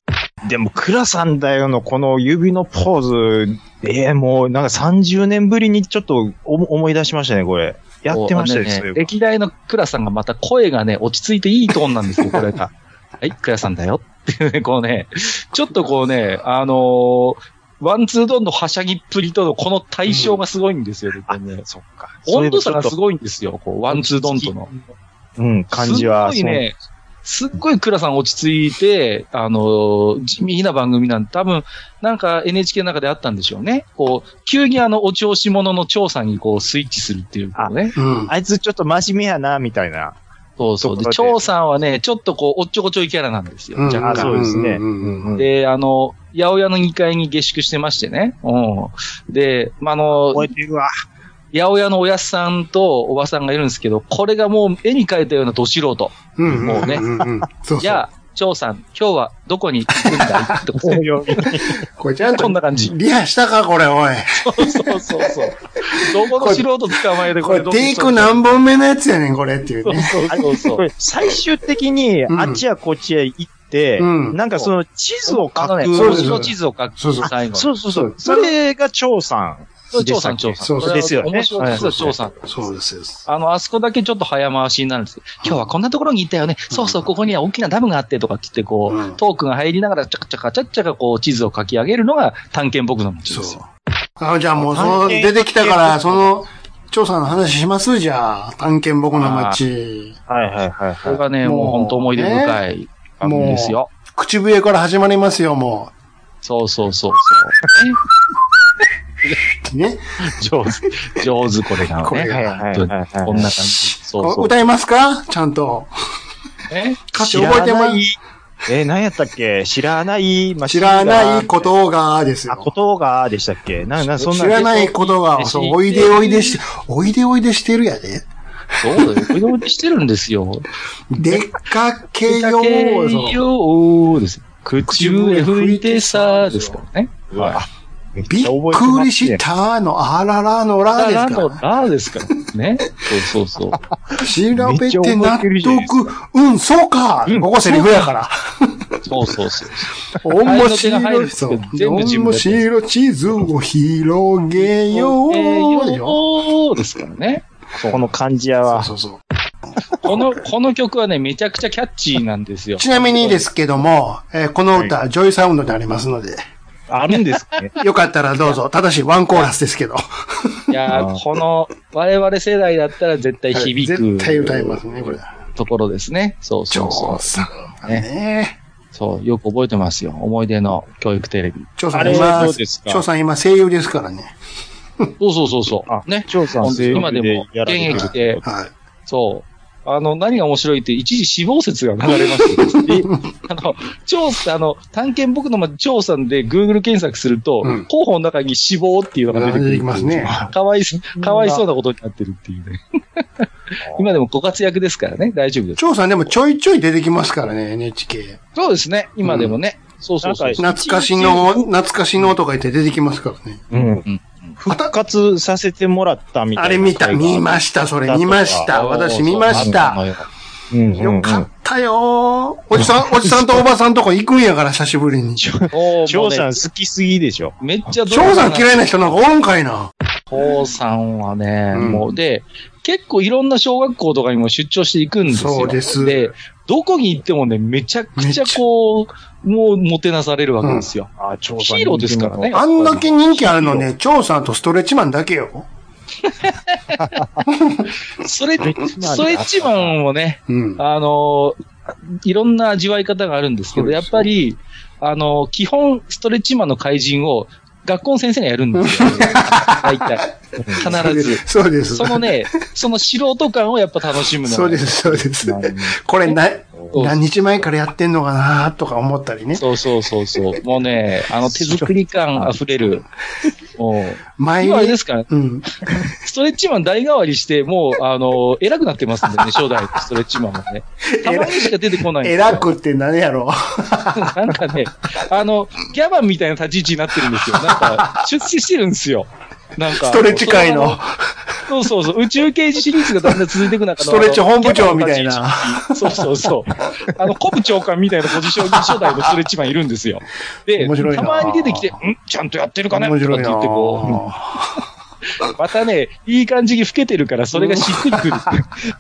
D: でも、倉さんだよのこの指のポーズ、えー、もうなんか30年ぶりにちょっと思思い出しましたね、これ。やってましたね
C: こうあ
D: そう
C: の
D: い
C: ね。
D: えば。
C: 歴代の倉さんがまた声がね、落ち着いていいトーンなん ですよ、これが。はい、倉さんだよっていうね、こうね、ちょっとこうね、あのーワンツードンのはしゃぎっぷりとのこの対象がすごいんですよね、これね
D: そっか。
C: 温度差がす
D: そう
C: ごいんですよ、こう、ワンツードンとの。
D: いううん、感じは。
C: すっごいね、すっごい倉さん落ち着いて、あのー、地味な番組なんて多分、なんか NHK の中であったんでしょうね。こう、急にあの、お調子者の調査にこう、スイッチするっていうことね。
A: うん。
D: あいつちょっと真面目やな、みたいな。
C: そうそう。で
D: ところで
C: 調査はね、ちょっとこう、おっちょこちょいキャラなんですよ。
A: うん
C: 若
D: あ
C: 干。
D: そうですね。
A: うんうんうん
C: で、あの、八百屋の2階に下宿してましてね。うん。で、まあ、あの、
D: 覚えてるわ。
C: 八百屋のおやっさんとおばさんがいるんですけど、これがもう絵に描いたようなど素人。
A: うん。
C: もうね
A: んんん。そう
C: じ
A: そ
C: ゃ
A: う。
C: あ、張さん、今日はどこに行くんだい ってことね
A: これちゃん
C: ことんな感じ。
A: リハしたかこれ、おい。
C: そうそうそう。どこの素人捕まえて
A: これ
C: どう
A: テイク何本目のやつやねん、これっていう
C: そう
A: ね。
C: そうそうそ
D: こ
C: う。
D: れ最終的に、
A: うん
D: あっちやこっちへ行って、
A: うん
D: なんかその地図を書
C: あのね、
A: そう
D: く。
A: です
C: 星の地図を書く。
A: そうそう。
C: 最後に。
D: そうそうそう。
A: そ
D: それが張さん。
C: 張さん、張さん。
A: そうそう
D: ですよね
C: 面白いです
D: は
C: よ、
D: い
C: 張さん。
A: そうですよ。
C: あの、あそこだけちょっと早回しになるんですよ今日はこんなところに行ったよね。そうそう、ここには大きなダムがあってとかって言って、こ
A: うん
C: う、トークが入りながら、ちゃかちゃかちゃっちゃかこう、地図を書き上げるのが探検僕の持ち
A: そ
C: で
A: う
C: すよ。。
A: あ、じゃあもう、その、出てきたから、その、調査の話しますじゃあ、探検僕の街。
D: はいはいはい
C: これ
D: は
C: がね、
A: もう
C: もう本当思い出深い番組ですよ。
A: 口笛から始まりますよ、も
C: そうそうそうそう。
A: う。ね。
C: 上手、上手、これがね。
A: これ
D: い。はいはいはいはい
C: こんな感じ。そう
A: こ
C: そう。
A: 歌いますかちゃんと。
C: ね
A: 歌詞覚えてま
D: えー、何やったっけ知らない、まあ
A: 知らないこ。とがです
D: あ、
A: よ
D: こ。とがでしたっけな、な、そん
A: 知
D: な。
A: らないことが、
C: 別
A: そう
C: に、
A: おいでおいでして、おいでおいでしてるやで。
C: そうだよ。これをしてるんですよ。
A: 出かけよう、その、
C: ようです。口笛吹いてさ、ですからね。
D: うわびっ
A: びっくりしたの、あららのら
C: ラ
A: です
C: ラ
A: か
C: のラですからね。そうそうそう。
A: ら。調べて
D: めっちゃ
A: 納
D: 覚えてるじゃないです
A: 得。うん、そうか。ここセリフやから。
C: そうそうそう。
A: 面
C: あれの手が入
A: 白
C: るん
A: い。
C: です
A: そ
C: け
A: う
C: ど全部自分
A: 面
C: でや
A: 白い地図を広げよう。でしょ
C: ようですからね。
D: この感じやわ。
A: そうそうそう。
C: この、この曲はね、めちゃくちゃキャッチーなんですよ。
A: ちなみにですけども、えーこの歌、ジョイサウンドでありますので、
D: あるん ですね。
A: よかったらどうぞ。ただし、ワンコーラスですけど。
C: いやーこの、我々世代だったら絶対響く。
A: 絶対歌いますね、これ。
C: ところですね。そうそうそう。
A: さん。ね
C: そう、よく覚えてますよ。思い出の教育テレビ。
A: 調査
D: あれは
A: 今
D: どう、ですか
A: 調査今声優ですからね。
C: そうそうそうそう。
D: あ
C: ね。
D: 張さん、
C: 今でも現役で、
A: はい。
C: そう。あの、何が面白いって、一時死亡説が流れ ました。あの、調査、あの、探検僕のま調査で Google 検索すると、
A: うん
C: 候補の中に死亡っていうのが出てく
A: 出
C: る。
A: てきますね。
C: かわいそう、かわいそうなことになってるっていうね。今でもご活躍ですからね、大丈夫です。
A: 調査でもちょいちょい出てきますからね、NHK。
C: そうですね、今でもね。そうそうそう。
A: 懐かしの、懐かしのとか言って出てきますからね。
D: うん。復活させてもらったみたいな。
A: あれ見た、見
D: し
A: ました、それ見ました。私見ました。
D: た。うんうんう
A: よ
D: ん。
A: かったよーおじさん、おじさんとおばさんとこ行くんやから、久しぶり に。翔
C: おーも
D: 張
C: うね
D: さん好きすぎでしょ。
C: めっちゃドラマ
A: さ
C: が
A: ん嫌いな人なんかおるんかい な。
C: 父さんはね、
A: うん
C: もうで、結構いろんな小学校とかにも出張していくんですよ。
A: そうです
C: で、どこに行ってもね、めちゃく
A: めっ
C: ち
A: ち
C: ゃ
A: ゃ
C: こう、もうもてなされるわけですよ。
D: あ、張
C: ヒーローですからね。。
A: あんだけ人気あるのね、長さんとストレッチマンだけよ。
C: それ、
D: マン
C: ストレッチマンもね、
A: うん。
C: あのー、いろんな味わい方があるんですけ
A: そ
C: ど、
A: う
C: や
A: です
C: っぱり、あのー、基本、ストレッチマンの怪人を学校の先生がやるんで すよ。大体。必ず。
A: そうです。
C: そのね、その素人感をやっぱ楽しむのが
A: そうです、そうです。これな、何日前からやってんのかなとか思ったりね。
C: そうそうそうそう。もうね、あの手作り感あふれる、もう、
A: 前に
C: 今あれですから、
A: うん。
C: ストレッチマン代替わりして、もう、あの、偉くなっ てますんでね、初代ストレッチマンもね。たまにしか出てこないんですよ
A: 偉くって何やろ
C: なんかね、あの、ギャバンみたいな立ち位置になってるんですよ。なんか、出世してるんですよ。なんか、
A: ストレッチ界の。
C: そうそうそう、宇宙刑事シリーズがだんだん続いていく中の
A: ストレッチ本部長みたいな。
C: あのそうそうそう。あの、古部長官みたいなポジションに初代のストレッチマンいるんですよ。で、
A: 面白いな
C: たまに出てきて、んちゃんとやってるかねと
A: 面
C: かっ
A: 白い
C: て
A: な
C: 言ってこう、またね、いい感じに老けてるから、それがしっくりくる。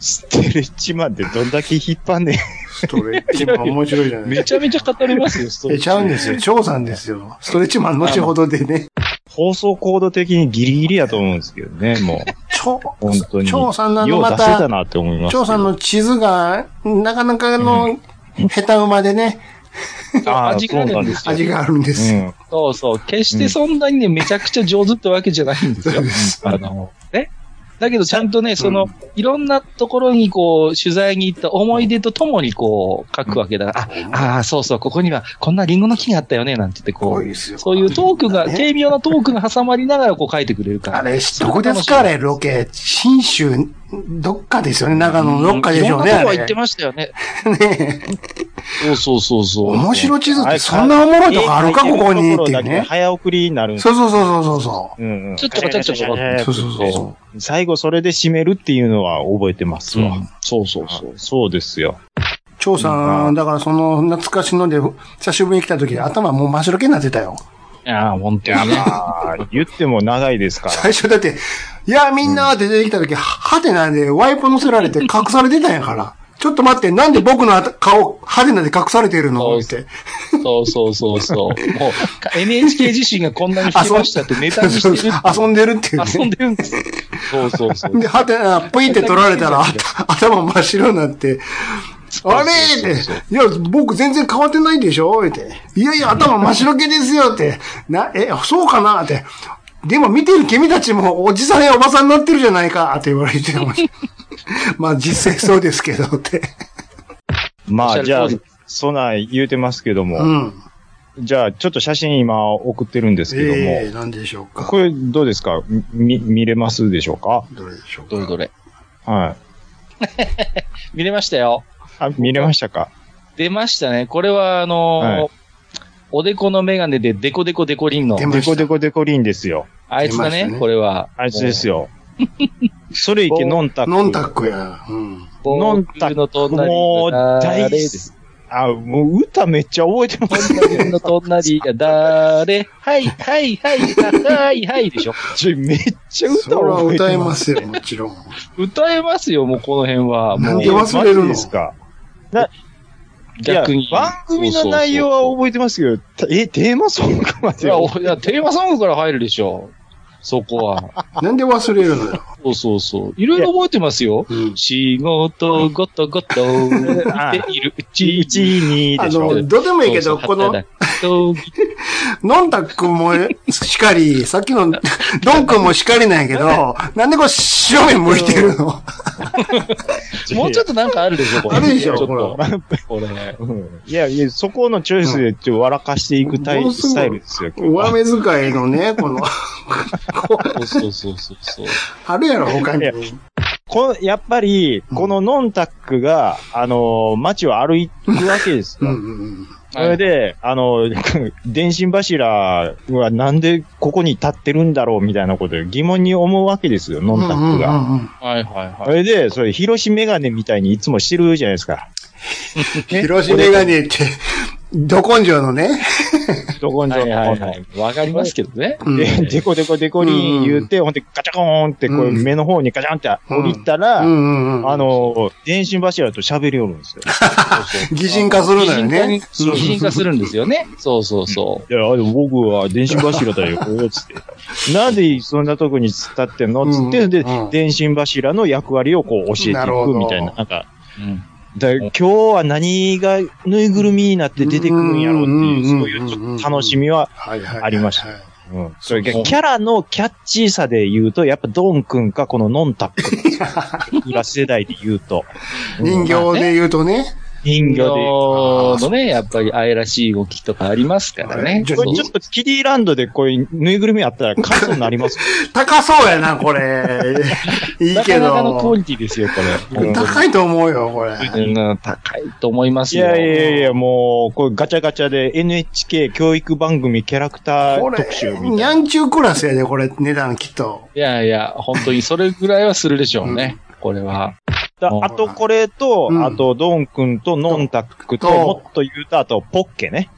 B: ストレッチマンってどんだけ引っ張んね
A: ストレッチマン面白いじゃない
C: めちゃめちゃ語れますよ、ストレ
A: え
C: ッチ
A: ちゃうんですよ。長さんですよ。ストレッチマン後ほどでね。
B: 放送コード的にギリギリやと思うんですけどね、も
A: 長
B: う。本当に。
A: 長さん
B: よ
A: なの
B: う出
A: ま
B: せた
A: た、
B: なって思います。
A: 長さんの地図が、なかなかの、下手馬でね、
C: マン。味があるんですよ。
A: 味があるんですよ。
C: そうそう。決してそんなにね、めちゃくちゃ上手ってわけじゃないんですよ。あの、ね。だけどちゃんとね、その、いろんなところにこう、取材に行った思い出とともにこう、書くわけだから、あ、ああ、そうそう、ここにはこんなリンゴの木があったよね、なんて言って
A: す
C: こ、
A: ごいうですよ。
C: そういうトークが、
A: ね
C: 軽妙なトークが挟まりながらこう書いてくれるから。
A: あれ、どこですかあれ、ロケ。信州、どっかですよね。長野のどっかでしょうね。
C: いろんな
A: あ
C: とこは行っ
A: れ
C: てましたよね。そうそうそうそう。
A: 面白地図ってそんなおもろいとこあるか、ここにっていうね。
B: 早送りになるんです
A: そうそうそうそうそ
B: うんうん
C: ちょっとちょっとちょっ
A: う。そうそうそうそ
B: 最後それで締めるっていうのは覚えてますわ。
C: うんそうそうそう。
B: そうそうですよ。
A: う。長さん、だからその懐かしので、久しぶりに来た時、頭もう真っ白けになってたよ。
C: いやー、本当
B: ま
C: にね。
B: あ、言っても長いです から。
A: 最初だって、いや、みんなって出てきた時、ハテナでワイプ乗せられて隠されてたんやから。ちょっと待って、なんで僕の顔、ハテナで隠されてるのって。
C: そうそうそう そう。もう、NHK 自身がこんなにしてましたってネタにして るって
A: 遊んでるっていうね。
C: 遊んでるんですよ。そうそうそう。
A: で、はてな、ぷいって取られたら、あた頭真っ白になって、あれって、いや、僕全然変わってないでしょって。いやいや、頭真っ白けですよって。な、え、そうかなって。でも見てる君たちもおじさんやおばさんになってるじゃないかって言われてました。 まあ実際そうですけどって。
B: まあ、じゃ
C: お
B: あ
C: っしゃる通、
B: そない言うてますけど
A: う
B: も。
A: ん。
B: じゃあ、ちょっと写真今送ってるんですけど
A: ええ
B: も。
A: なんでしょうか
B: こ。れどうですかみ、見れますでしょうか
A: どれでしょう
C: どれ
A: か。
C: どれ。
B: はい。
C: 見れましたよ。
B: あ、見れましたか
C: 出ましたね。これは、あのー
B: はい
C: おでこのメガネでデコデコデコリンの
A: 出。ま
B: デ
A: した
B: コデコデコリンですよ。
C: あいつ
A: 出ま
C: だ
A: し
C: ね、
A: たね
C: これは。
B: あいつですよ。それいけノンタック。
A: ノンタックや。うん。
C: ノンタの隣
B: もう大好
C: 誰
B: きあ、もう歌めっちゃ覚えてますね。
C: の隣が誰はい、はい、はい、はい、はいでしょ。
B: ち ょめっちゃ
A: それ
B: 歌
A: は
B: 覚え
A: 歌え
B: て
A: ま
B: ます。
A: すよ、もちろん。
C: 歌えますよ、もうこの辺は。
A: な
C: も
A: ん
C: う
A: で忘れるの
B: マジですかな
C: 逆に
B: いや番組の内容は覚えてますけど、たえ、テーマソングま
C: い
B: で
C: や、おいや、テーマソングから入るでしょ。そこは。
A: なんで忘れるのよ。
C: そうそうそう。いろいろ覚えてますよ。
A: うん。
C: 仕事ごと ごと、っているうち
B: 1
C: に。
B: 位、2
A: あ
B: でしょ。
A: の、どうでもいいけど、この、
C: そうそう、
A: ノンタックもしかり、さっきのドン君もしかりなんやけど、なんでこう白目向いてるの
C: 働くもうちょっとなんかあるでしょ、これ。
A: あるでしょ
C: ちょっ
A: ほ
C: と。これ。
B: うんいやいや、そこのチョイスでちょっと笑かしていくタイ
A: どうす
B: ス
A: んの
B: タイルですよ。今日
A: 上
B: は
A: 目遣いのね、この、
C: そうそうそうそう。
A: あるやろ、他
B: い
A: に
B: や。このやっぱり、このノンタックが、あのー、街を歩いてるわけです
A: うん
B: よ。
A: うん
B: それで、あの、 電信柱はなんでここに立ってるんだろうみたいなことを疑問に思うわけですよ、
A: う
B: ノ
A: ん。
B: ンタック
A: う
B: が。
A: んうんうん
C: はいはいは
B: それで、それ、広しメガネみたいにいつもしてるじゃないですか。
A: 広島メガネって、ど根性のね。
B: どこ
C: い。
B: に
C: は
B: で
C: い
B: も
C: はいはい。わかりますけどね。
A: うん
B: で、デコデコデコリン言って、ほんで、ガチャコーンって、こう、
A: うん
B: 目の方にガチャンって降りたら、
A: うんうんうん。
B: あ、の、電信柱と喋りおるんですよ。
A: 擬人化するのよね。
C: 擬人化するんですよね。そうそうそう。
B: いや、あれ僕は電信柱だよ、つって。なんでそんなとこに突っ立ってんのつって、
A: うん
B: で
A: うん、
B: 電信柱の役割をこう教えていくみたいな。
A: なるほど
B: なんか、
C: うん
B: だ今日は何がぬいぐるみになって出てくるんやろうっていう、
A: うん
B: そういうちょっと楽しみは、
A: はいはいはいはい。
B: ありましうん。それがキャラのキャッチーさで言うと、やっぱドン君かこのノンタック。裏世代で言うと。
A: 人形で言うとね。
B: 人魚で。
C: ののね、やっぱり愛らしい動きとかありますから
A: あれ
C: ね。
A: じゃあ
B: これち
C: そう
B: ょっとキディランドでこういうぬいぐるみあったら感想になります。
A: 高そうやな、これ。いい
C: な
A: け
C: かなかのクオ
A: ど。
C: リティですよ、これ。うん
A: 高いと思うよ、これ。
C: うん高いと思いま
B: い
C: すよ。
B: やいやいや、もう、これガチャガチャで NHK 教育番組キャラクタ
A: こ
B: ー
A: れ
B: 特集み、たい
A: にゃ
B: な。
A: んちゅうクラスやで、これ、値段きっと。
C: いやいや、本当にそれぐらいはするでしょうね。これは。
B: だあとこれと、
A: うん
B: あとドン君とノンタックと、
A: と
B: もっと言うと、あとポッケね。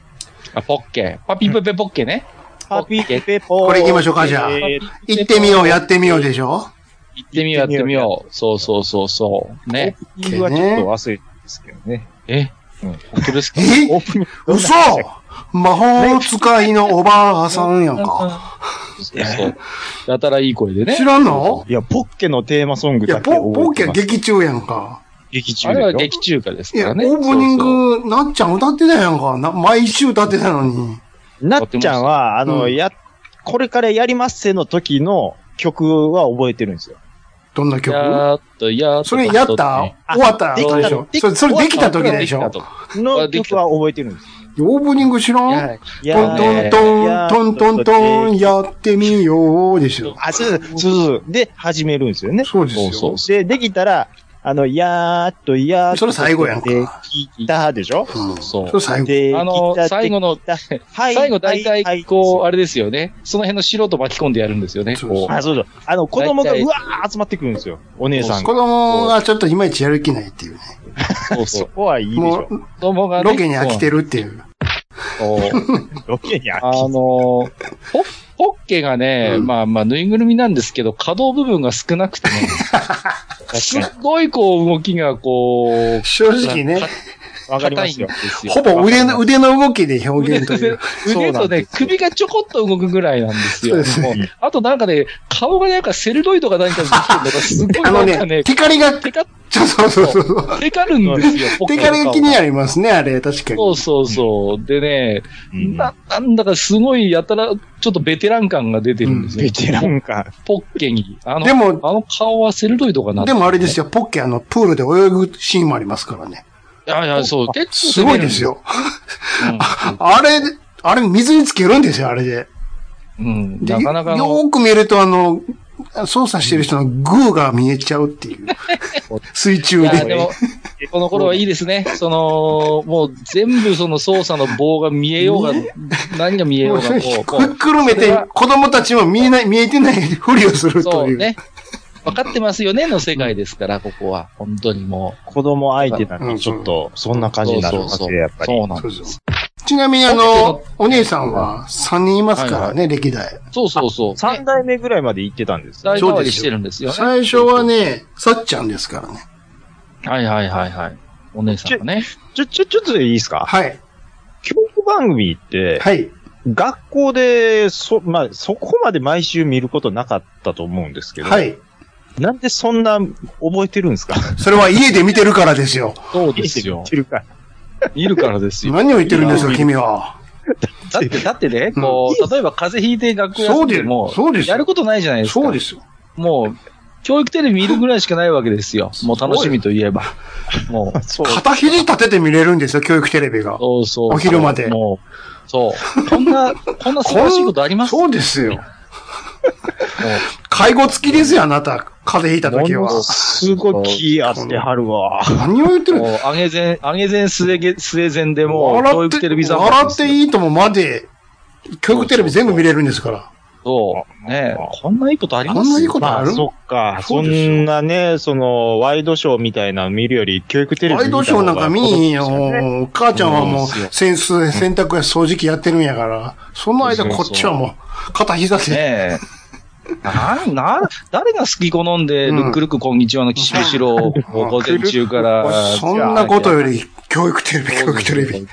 C: あ、ポッケ。パピプペポッケね。
B: ハピーペポ
A: これ行きましょうかじゃあ
B: えー
A: 行ってみよう、やってみようでしょ
C: 行ってみよう、やってみよう。そうそうそうそう。ね。
B: オープニングはちょっと忘れてですけどね。
C: え、うん、本当ですか
A: え
B: オープニング。
A: 嘘魔法使いのおばあさんやんか。
C: そうそう。やたらいい声でね
A: 知。らんの
B: いや、ポッケのテーマソング
A: い
B: だ
A: や、
B: け
A: ポ
B: 覚えてます。
A: ポッケは劇中やんか。
B: 劇中
C: あ
B: で
C: れ
B: よ
C: は劇中歌です
A: い
C: か
A: や、オ
C: ら
A: ー
C: ね。
A: プニン
C: そう
A: グ、なっちゃん歌ってたやんか。な毎週歌ってたのに。
B: なっちゃんは、あの、
A: うん
B: や、これからやりますせの時の曲は覚えてるんですよ。
A: どんな
C: そう
A: 曲
C: やーっと、やーっと。
A: それやった
B: あ
A: 終わった
B: でき
C: た
A: でしょ
B: でき
A: それ、それできた時
C: で
A: で
C: き
A: しょ
C: たと。
B: の曲は覚えてるんです。
A: オープニング知ら
C: い
A: ん
C: や
B: い
A: トントントン、トントントン、
B: や。
A: やってみようですよ。
B: あ、そうそうそう。で、始めるんですよね。
A: そうです
C: そうそ
A: よ
C: う。
B: で、できたら、あの、やーっと、やーっと。
A: それ最後やんか
B: できたでしょ
A: うん
C: そう
A: それ最後。
B: で、
C: あの最後の
B: できた、はい
C: 最後大
B: はいはい
C: 体、こう、あれですよね。その辺の素人巻き込んでやるんですよね。
A: そうそう
C: こう
B: あ、そうそう。あの、子供が
C: 大体
B: うわー集まってくるんですよ。お姉さん
A: 子
B: が。
A: 供がちょっといまいちやる気ないっていうね。
C: そうそ。
B: そうこはいいでし
A: も
B: ょ。
A: う、
C: 子供がね
A: ロケに飽きてるっていう。
C: そう
B: ロケに飽き
C: あ のー、ポポッケがね、
A: うん
C: まあまあ、ぬいぐるみなんですけど、可動部分が少なくてね、 すっごいこう、動きがこう、
A: 正直ね、
B: わかり
C: 硬
B: ま
C: いん
B: すよ
C: で。すよ。
A: ほぼ腕
C: わ
A: の、
C: か
A: 腕の動きで表現と
C: り
A: い
C: ま
A: う。
C: す、腕
B: そうな
C: と
B: んで
C: ね、
B: すよ
C: 首がちょこっと動くぐらいなんですよ。
A: そうですね
C: もうあとなんかね、顔がなんか鋭いとか何かにできてるのが、すごい
A: あの
C: なんかね
A: ね、、テカリが、
C: テカ、
A: そうそうそうそう。
C: テカるんですよ、ポッケ
A: テ
C: の
A: カ
C: 顔
A: リが気になりますね、あれ、確かに。
C: そうそうそう。でね、
B: うん
C: な、なんだかすごい、やたら、ちょっとベテラン感が出てるんですね。
B: ベテランか。
C: ポッケに。あの、
A: でも、
C: あの顔は鋭いとかなって
A: でもあれですよ、ポッケあの、プールで泳ぐシーンもありますからね。
C: いやいや、そう、結構
A: すごいです。よ。
C: う
A: あれ、あれ水につけるんですよ、あれで。
C: ん。うん
A: で
C: なかなか
A: よ
C: の、
A: ーく見ると、あの、操作してる人のグーが見えちゃうって いう。水中
C: い
A: で。
C: や、でも、この頃はいいですね。その、もう全部その操作の棒が見えようが、何が見えよ
A: も
C: う
A: う
C: が、
A: それひ
C: こ
A: っ
C: う、こ
A: くるめ
C: それ
A: て
C: は、
A: 子供たちも見えない、見えてないふりをす
C: う、
A: る
C: そ
A: というう。
C: ね。分かってますよねの世界ですから、ここは。本当にも
B: 子供相手なんで、ちょっと、そんな
C: う。
B: 感じ
C: そう
B: にな
C: そ
B: る
C: う
B: わ
C: そ
B: け
C: う。
B: で、やっぱり。
C: そうなん
A: そう
C: です。
A: そうちなみにあの、お姉さんは3人いますから
C: はい
A: ね、歴代。
C: そうそうそう。
B: 三代目ぐらいまで行ってたんですよ。
C: 大変わりしてるんですよね。
A: 最初は。ね、さっちゃんですからね。
C: はいはいはいはい。お姉さんがね。
B: ちょ、ちょ、ちょっといいですか
A: はい。
B: 教育番組って、
A: はい。
B: 学校で、そ、まあ、そこまで毎週見ることなかったと思うんですけど、
A: はい。
B: なんでそんな覚えてるんですか
A: それは家で見てるからですよ。
C: そうです よ
B: 見。てるから
C: 見るからですよ。
A: 何を言ってるんです
B: い
A: よ、
B: や
A: 君は。
C: だって、だってね、
A: うん
C: こう、例えば風邪ひいて学校休んでも、
A: そうですよ
C: やることないじゃないですか。
A: そうですよ。
C: もう、教育テレビ見るぐらいしかないわけですよ。もう楽しみといえば。もう、
B: そう。
A: 片肘立てて見れるんですよ、教育テレビが。
C: そうそう。
A: お昼まで
C: もう、そう。こんな、こんな素晴らしいことあります
A: そうですよ。 介護付きですよ、あなた。風邪ひいた時
B: もの
A: は。
B: すごい気合ってはるわ。
A: 何を言ってる
C: もう、もうあげぜん、あげぜんすえげ、すえぜんでもう、教
A: 笑っ
C: 育
A: て、
C: テレビざ
A: 笑っていいともまで、教育テレビ全部見れるんですから。
C: そう。ねこんないいことあります
A: こんないいことある
B: そっか。
A: そ
B: そう
A: ですよ
B: んなね、その、ワイドショーみたいなの見るより、教育テレビ
A: ワイドショーなんか見に
B: 見た方が子供ですよね
A: よ。母ちゃんはもう
C: そうですよ、
A: センス、洗濯や掃除機やってるんやから。その間
C: そう
A: こ
C: そう
A: っちはもう、片膝で。
C: ねえ。な、な、誰が好き好んで、
A: うん
C: ルックルックこんにちはの岸辺四郎を午前中から。
A: そんなことより、教育テレビ、教育テレビ。。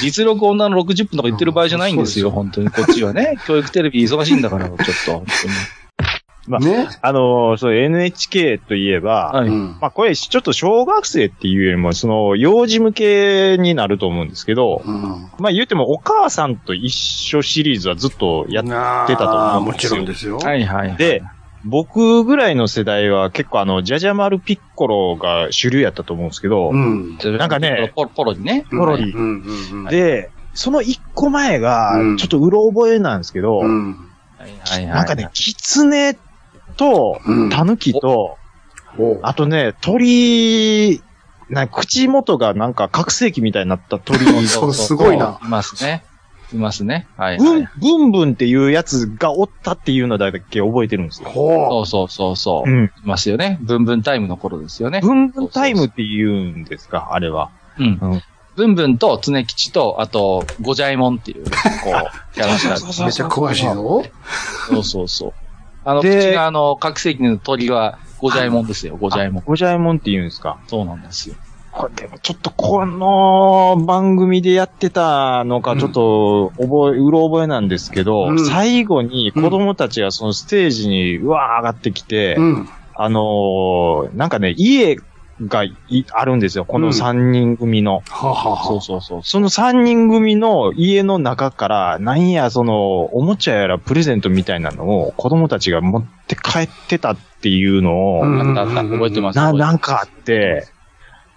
C: 実力女の60分とか言ってる場合じゃないんですよ、
A: うん
C: 本当に。こっち はね。教育テレビ忙しいんだから、ちょっと。本
B: まあ
A: ね。
B: あの、そう、NHK といえば、
C: 当
A: う
C: にはい。
A: ん
B: まあこれ、ちょっと小学生っていうよりも、その、幼児向けになると思うんですけど、
A: うん
B: まあ言っても、お母さんと一緒シリーズはずっとやっ
A: なあ
B: てたと思うん
A: も
B: で
A: ち
B: すよ
A: ろんですよ。
C: はいはい。
B: て、僕ぐらいの世代は結構あの、ジャジャマルピッコロが主流やったと思うんですけど、
A: うん。
B: なんかね、
C: ポロポロにね。
B: ポロリ
A: うんうんうん。
B: で、その一個前が
A: うん、
B: ちょっとうろ覚えなんですけど、
A: うん。
C: はいはいはい。
B: なんかね、キツネと
A: うん、
B: タヌキと、
A: おう、
B: あとね、鳥、なんか口元がなんか拡声器みたいになった鳥の
A: そうすごいな。
C: いますね。いますね。はいは
B: ブ
C: い
B: ン。、ブンブンっていうやつがおったっていうのだけ覚えてるんですよ。
A: ほ。
C: そううそうそうそうう。い
B: ん。
C: ますよね。ブンブンタイムの頃ですよね。
B: ブンブンタイムって言うんですか、あれは。
C: うん
B: うん。
C: ブンブンと常吉と、あと、ゴジャイモンっ ていう、こう、キャラクターです
A: めっちゃ詳しいぞ。
C: そうそうそう。あの、
B: で
C: 口があの、覚醒器の鳥は、ゴジャイモンですよ、ゴジャイモン。
B: ゴジャイモンって言うんですか。
C: そうなんですよ。
B: これでもちょっとこの番組でやってたのか、ちょっと覚え、うろ覚えなんですけど、
A: うん
B: 最後に子供たちがそのステージにうわー上がってきて、
A: うん。
B: あのーなんかね、家がいあるんですよ、こ
A: う
B: の
A: ん
B: 3人組の。
A: はあはあ
C: そ
A: は
C: うそうそう。
B: その3人組の家の中から、なんや、その、おもちゃやらプレゼントみたいなのを子供たちが持って帰ってたっていうのを、
A: うん
C: あったあった、覚えてます。
B: な、なん
C: か、
B: かあって、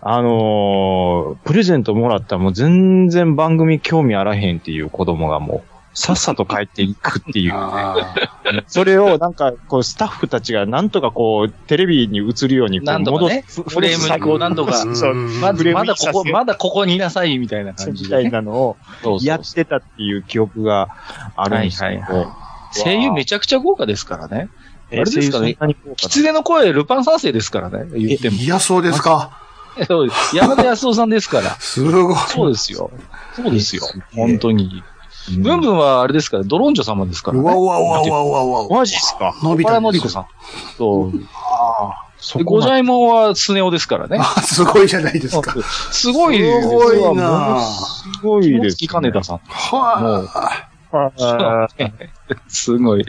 B: あのープレゼントもらったらもう全然番組興味あらへんっていう子供がもう、さっさと帰っていくって いう。
A: あー
B: それをなんか、こう、スタッフたちがなんとかこう、テレビに映るようにこう
C: なんとかね
B: 戻す
C: フレーム
B: 最高
C: になんとか、
A: うん
B: そう
A: うん
C: ま
B: フレーム
C: まだここ、
B: 印刷
C: まだここにいなさい、みたいな感
B: み
C: じ
B: た
C: で
B: い
C: ね。
B: なのを
C: そうそうそう
B: やってたっていう記憶があるんですけど。
C: はいはい声優めちゃくちゃ豪華ですからね。
B: えー
C: あれですかね
B: 声優そんなに豪華な
C: 狐の声、ルパン三世ですからね。言っても。
A: いや、そうですか。
C: そうです山田康夫さんですから。
A: すごい。
C: そうですよ。そうですよ
B: すげ。え
C: 本当に。
B: うん
C: ブンブンはあれですから、ドロンジョ様ですから
A: う
C: ね。
A: わうわうわうわうわうわ。
B: マジっすか
A: 伸び
C: 小
A: た
C: 原
A: ん
C: の
A: で
C: り
A: す
C: こ
A: よ。
C: さん。そう。
B: ああ、そ
C: で、ゴジ
B: い
C: ャイモンはスネ夫ですからね。
A: あ、すごいじゃないですか。
C: すごいです
A: す
C: よ。
A: ごいな
B: すごいです、
C: 木金田さん。
A: は
B: あー
C: すごい。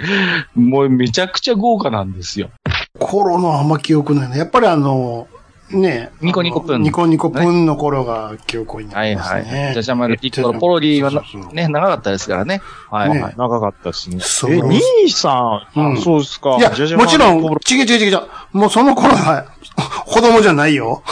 C: もうめちゃくちゃ豪華なんですよ。
A: あ。頃のあんま記憶ないな。やっぱりあの、ね
C: ニコニコプン
A: ニコニコプンの頃が記憶にな
C: は
A: り
C: い
A: ます
C: は
A: ね。
C: い。じゃじゃ丸ピッコロ、ポロリはなね、長かったですからね。はいはい。
A: ね
B: 長かったですね。
A: そう
B: え、兄さん、
A: うん
B: そうですか。
A: いや
B: ジャジ、ャマ
A: も
B: ン
A: ちろん、違う違う違う違う。もうその頃は、子供じゃないよ。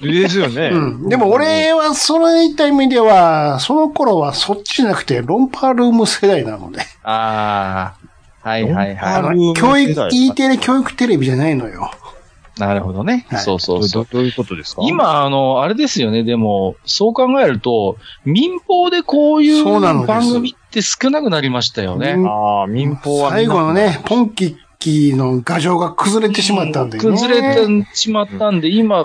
B: ですよね。
A: うん。でも、俺は、それ言った意味では、その頃はそっちじゃなくて、ロンパールーム世代なので。
C: ああ。はいはい
B: ロンパ
A: あ
B: ー
C: は
A: の、教育
B: ロンパールーム世、代
A: E テレ教育テレビじゃないのよ。
C: い。なるほどね
A: は。い
C: そうそ
B: ど
C: う
B: う
C: そ
B: ど
C: う。
B: どういうことですか、
C: 今、あの、あれですよね。でも、そう考えると、民放でこういう
A: そうなのです
C: 番組って少なくなりましたよね。
B: ああ、民放は
A: 最
B: みんな
A: 後のね、ポンキッキーの牙城が崩れてしまったんだよね。
C: 崩れてしまったんで、今、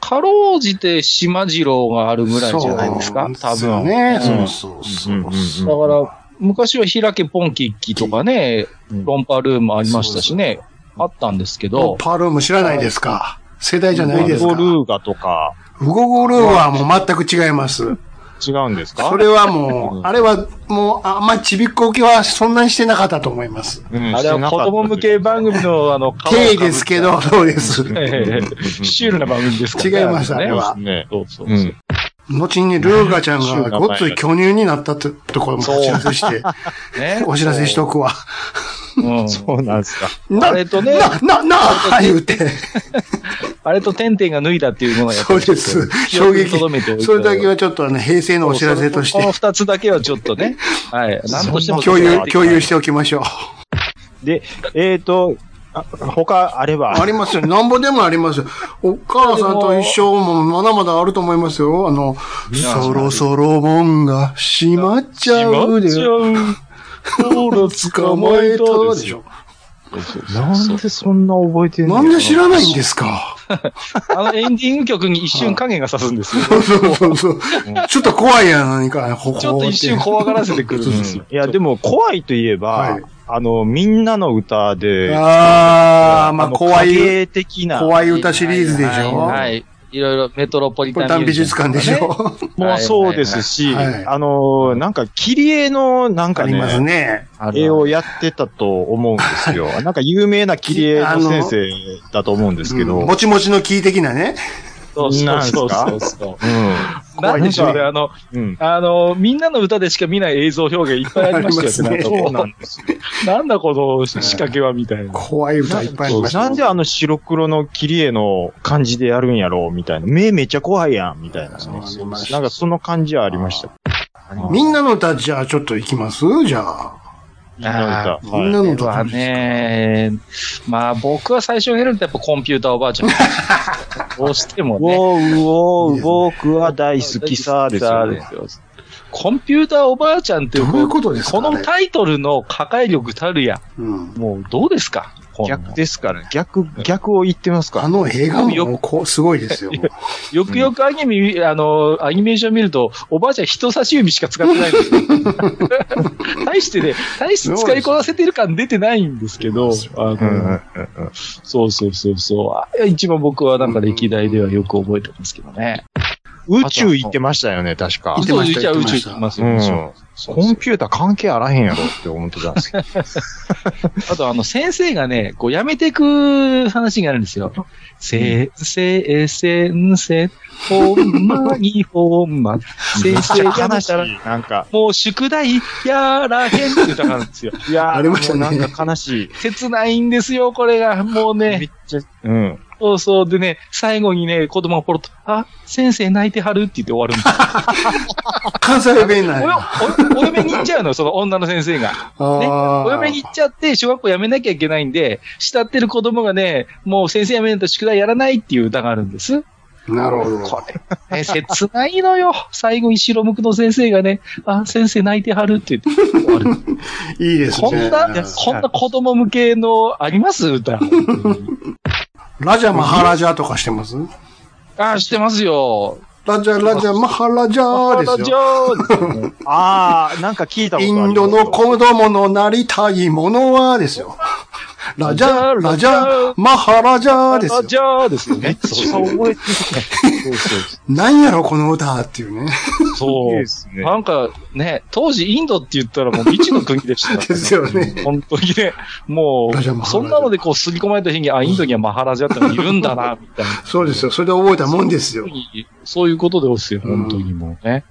C: かろうじて島次郎があるぐらいじゃないですか、
A: そ
C: 多
A: うですよ
C: 分。
A: ね。
B: うん
A: そう
B: う
A: そ
B: んうん
A: う
B: うん
A: そう。
C: だから、昔は開けポンキッキとかね、
B: うん
C: ロンパルームありましたしね、あったんですけ
A: ロン
C: ど、
A: パールーム知らないですか世代じゃないですか
B: ゴル
A: ウ
B: ーガとか、
A: ゴゴルーはもう全く違います。
B: 違うんですか
A: それはもう、あれはもう、あんまちびっこ受けはそんなにしてなかったと思います。
B: うん
C: あれは子供向け番組の、あの、皮を
A: 経緯ですけど、そうです。
C: かぶった。ええシュールな番組ですから
A: 違いました、あれ
C: ね。
A: は。
B: ね。
C: そうそう
B: う
C: そ
B: ん
C: う。。
A: 後にルーガちゃんがごっつい巨乳になったってところもお知らせして、
C: ね
A: お知らせしとくわ。
C: うん
B: そうなんですか。
A: な、
C: あ
A: な
C: れとね、、
A: な、な、言うて。
C: あれとテンテンが脱いだっていうのがやっぱ
A: そ
C: り
A: う
C: ちょ
A: で
C: っと
A: す。
C: 記
A: 衝
C: 憶に
A: 撃。
C: 留めておいて
A: それだけはちょっとあの、平成のお知らせとし
C: この
A: て、
C: 二つだけはちょっ とね、はい。なんとしても
A: 共有、共有しておきましょう。
B: で、えっ、ー、と、あ他あれば。
A: ありますよ。なんぼでもありますよ。お母さんと一緒もまだまだあると思いますよ。あの、そろそろ門が閉まっちゃうで。ほら、捕まえたでしょ。
B: なんでそんな覚えてんの
A: なんで知らないんですか
C: あのエンディング曲に一瞬影が差す んですよ。
A: そうそうそうそう。ちょっと怖いやん、何か。ここ
C: ちょっと一瞬怖がらせてくるんですよ。
B: いや、でも怖いといえば、
A: はい
B: あの、みんなの歌で、
A: ああ、まあ
B: の
A: 怖い、
B: 影的な、
A: 怖い歌シリーズでしょ。
C: はいはい。いろいろメトロポリ
A: こ
C: タ
A: れ
C: ン
A: 単美術館でしょ。
B: もそうですし、
A: はいはいはい
B: あの、なんか、切り絵の、なん
A: あ
B: か
A: ります
B: ね、
A: ね。
B: 絵をやってたと思うんですよ。 なんか有名な切り絵の先生だと思うんですけど、
A: もちもちの木的なね。
C: そうそうそうそう。
B: うん
A: 怖いでし
C: なん
A: ょ
C: で。あの、
B: うん。
C: あの、みんなの歌でしか見ない映像表現いっぱいありましたよね。
A: ありますね
B: そうな
C: な
B: ん
C: か
B: んですよ。
C: こうなんだこの仕掛けはみたいな。
A: 怖い歌いっぱいありました。
B: なんであの白黒の切り絵の感じでやるんやろうみたいな。目めっちゃ怖いやんみたいなね。
A: そうありました
B: なんかその感じはありました。
A: みんなの歌じゃあちょっと行きますじゃあ。
B: みんなの歌。
A: みんな
B: はい
A: の
C: で
A: 歌。
C: はね、まあ僕は最初にやるのってやっぱコンピューターおばあ ちゃん。どうしても
B: ウ
C: ね。
B: ォーウォー僕は大好きさですよね。
C: ですよコンピューターおばあちゃんっていう
A: どういうことですか
C: この
A: ね
C: タイトルの破壊力たるや、
A: うん。
C: もうどうですかこんな
B: 逆ですから、逆、逆を言ってますか
A: あ
B: ら。
A: の映画もこうすごいですよ。
C: よくよくアニメ、あの、アニメーション見ると、おばあちゃん人差し指しか使ってないんです よ。大してね、大して使いこなせてる感出てないんですけど、あの
B: うんうんうんうん
C: そうそうそうそうあれが一番僕はなんか歴代ではよく覚えてますけどね。
B: 宇宙行ってましたよね、確か
A: 行。ってました
C: 宇宙
A: 行ってま
C: 行
A: した
C: きます
B: う
C: よ。
B: ん。
C: そう
B: コンピューター関係あらへんやろって思ってたんです けど。
C: あと、あの、先生がね、こう、やめてく話があるんですよ。先生、先生、ほんまにほんま、
B: め
C: 先
B: っち
C: 生
B: ゃ
C: やめ
B: 悲した
C: ら、
B: い。なんか、
C: もう宿題やらへんって歌があるんですよ。
B: いやー
A: ありましたね
B: もうなんか悲しい。
C: 切ないんですよ、これが。もう
B: め
C: ね。
B: っちゃ、うん。
C: そうそう。でね、最後にね、子供がポロッと、あ、先生泣いてはるって言って終わるんですよ。
A: 関西弁内。あ
C: およおお嫁に行っちゃうの、その女の先生が。
A: あ
C: お嫁に行っちゃって、小学校辞めなきゃいけないんで、慕ってる子供がね、もう先生辞めると宿題やらないっていう歌があるんです。
A: なるほど
C: こ。れ、ね、切ないのよ。最後に白向くの先生がね、あ、先生泣いてはるって言って終わる。
A: いいです
C: こん
A: ね。
C: な、こんな子供向けのあります歌。本当に
A: ラジャマハラジャとかしてます
C: あ、知ってますよ。
A: ラジャラジャマハラジャですよ。
C: よ。
B: あー、なんか聞いたことあ
A: イ
B: る
A: ンドの子供のなりたいものはですよ。ラジャ、ラジャ、マハラジャですよ。
C: じゃあですよね。そう
B: 覚えてそうそうそ
A: なんやろ、この歌っていうね。
B: う。いい
C: そう
B: で。すね。
C: なんかね、当時インドって言ったらもう未知の国でしたからね。
A: ですよね。
C: 本当にね、も
A: ラジャマ
C: う、
A: ハラ
C: そ
A: ジャ
C: んなのでこう、すり込まれた日に、あ、インドにはマハラジャってのがいるんだな、みたいな。
A: そうですよ。それで覚えたもんですよ。
C: そういうことですよ、本当にもうね。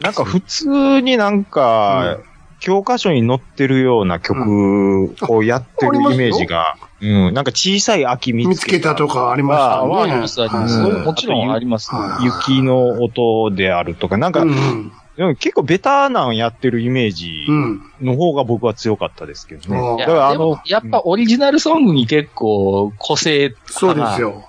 B: なんか普通になんか、教科書に載ってるような曲をやってるイメージが、うん、なんか小さい秋見
A: 見
B: つ
A: つ
B: け
A: け
B: た
A: た
B: とか、
A: とかありましたね。
C: あります、あります。
A: はい
B: うん
C: もちろんあります。
A: はい
B: 雪の音であるとか、なんか、
A: うん
B: でも結構ベターなんやってるイメージ
A: うん。
B: の方が僕は強かったですけどね。
A: うん
C: い
B: だ
C: や
B: からあ
C: でも
B: の、
C: やっぱオリジナルソングに結構個性
A: そうですよ。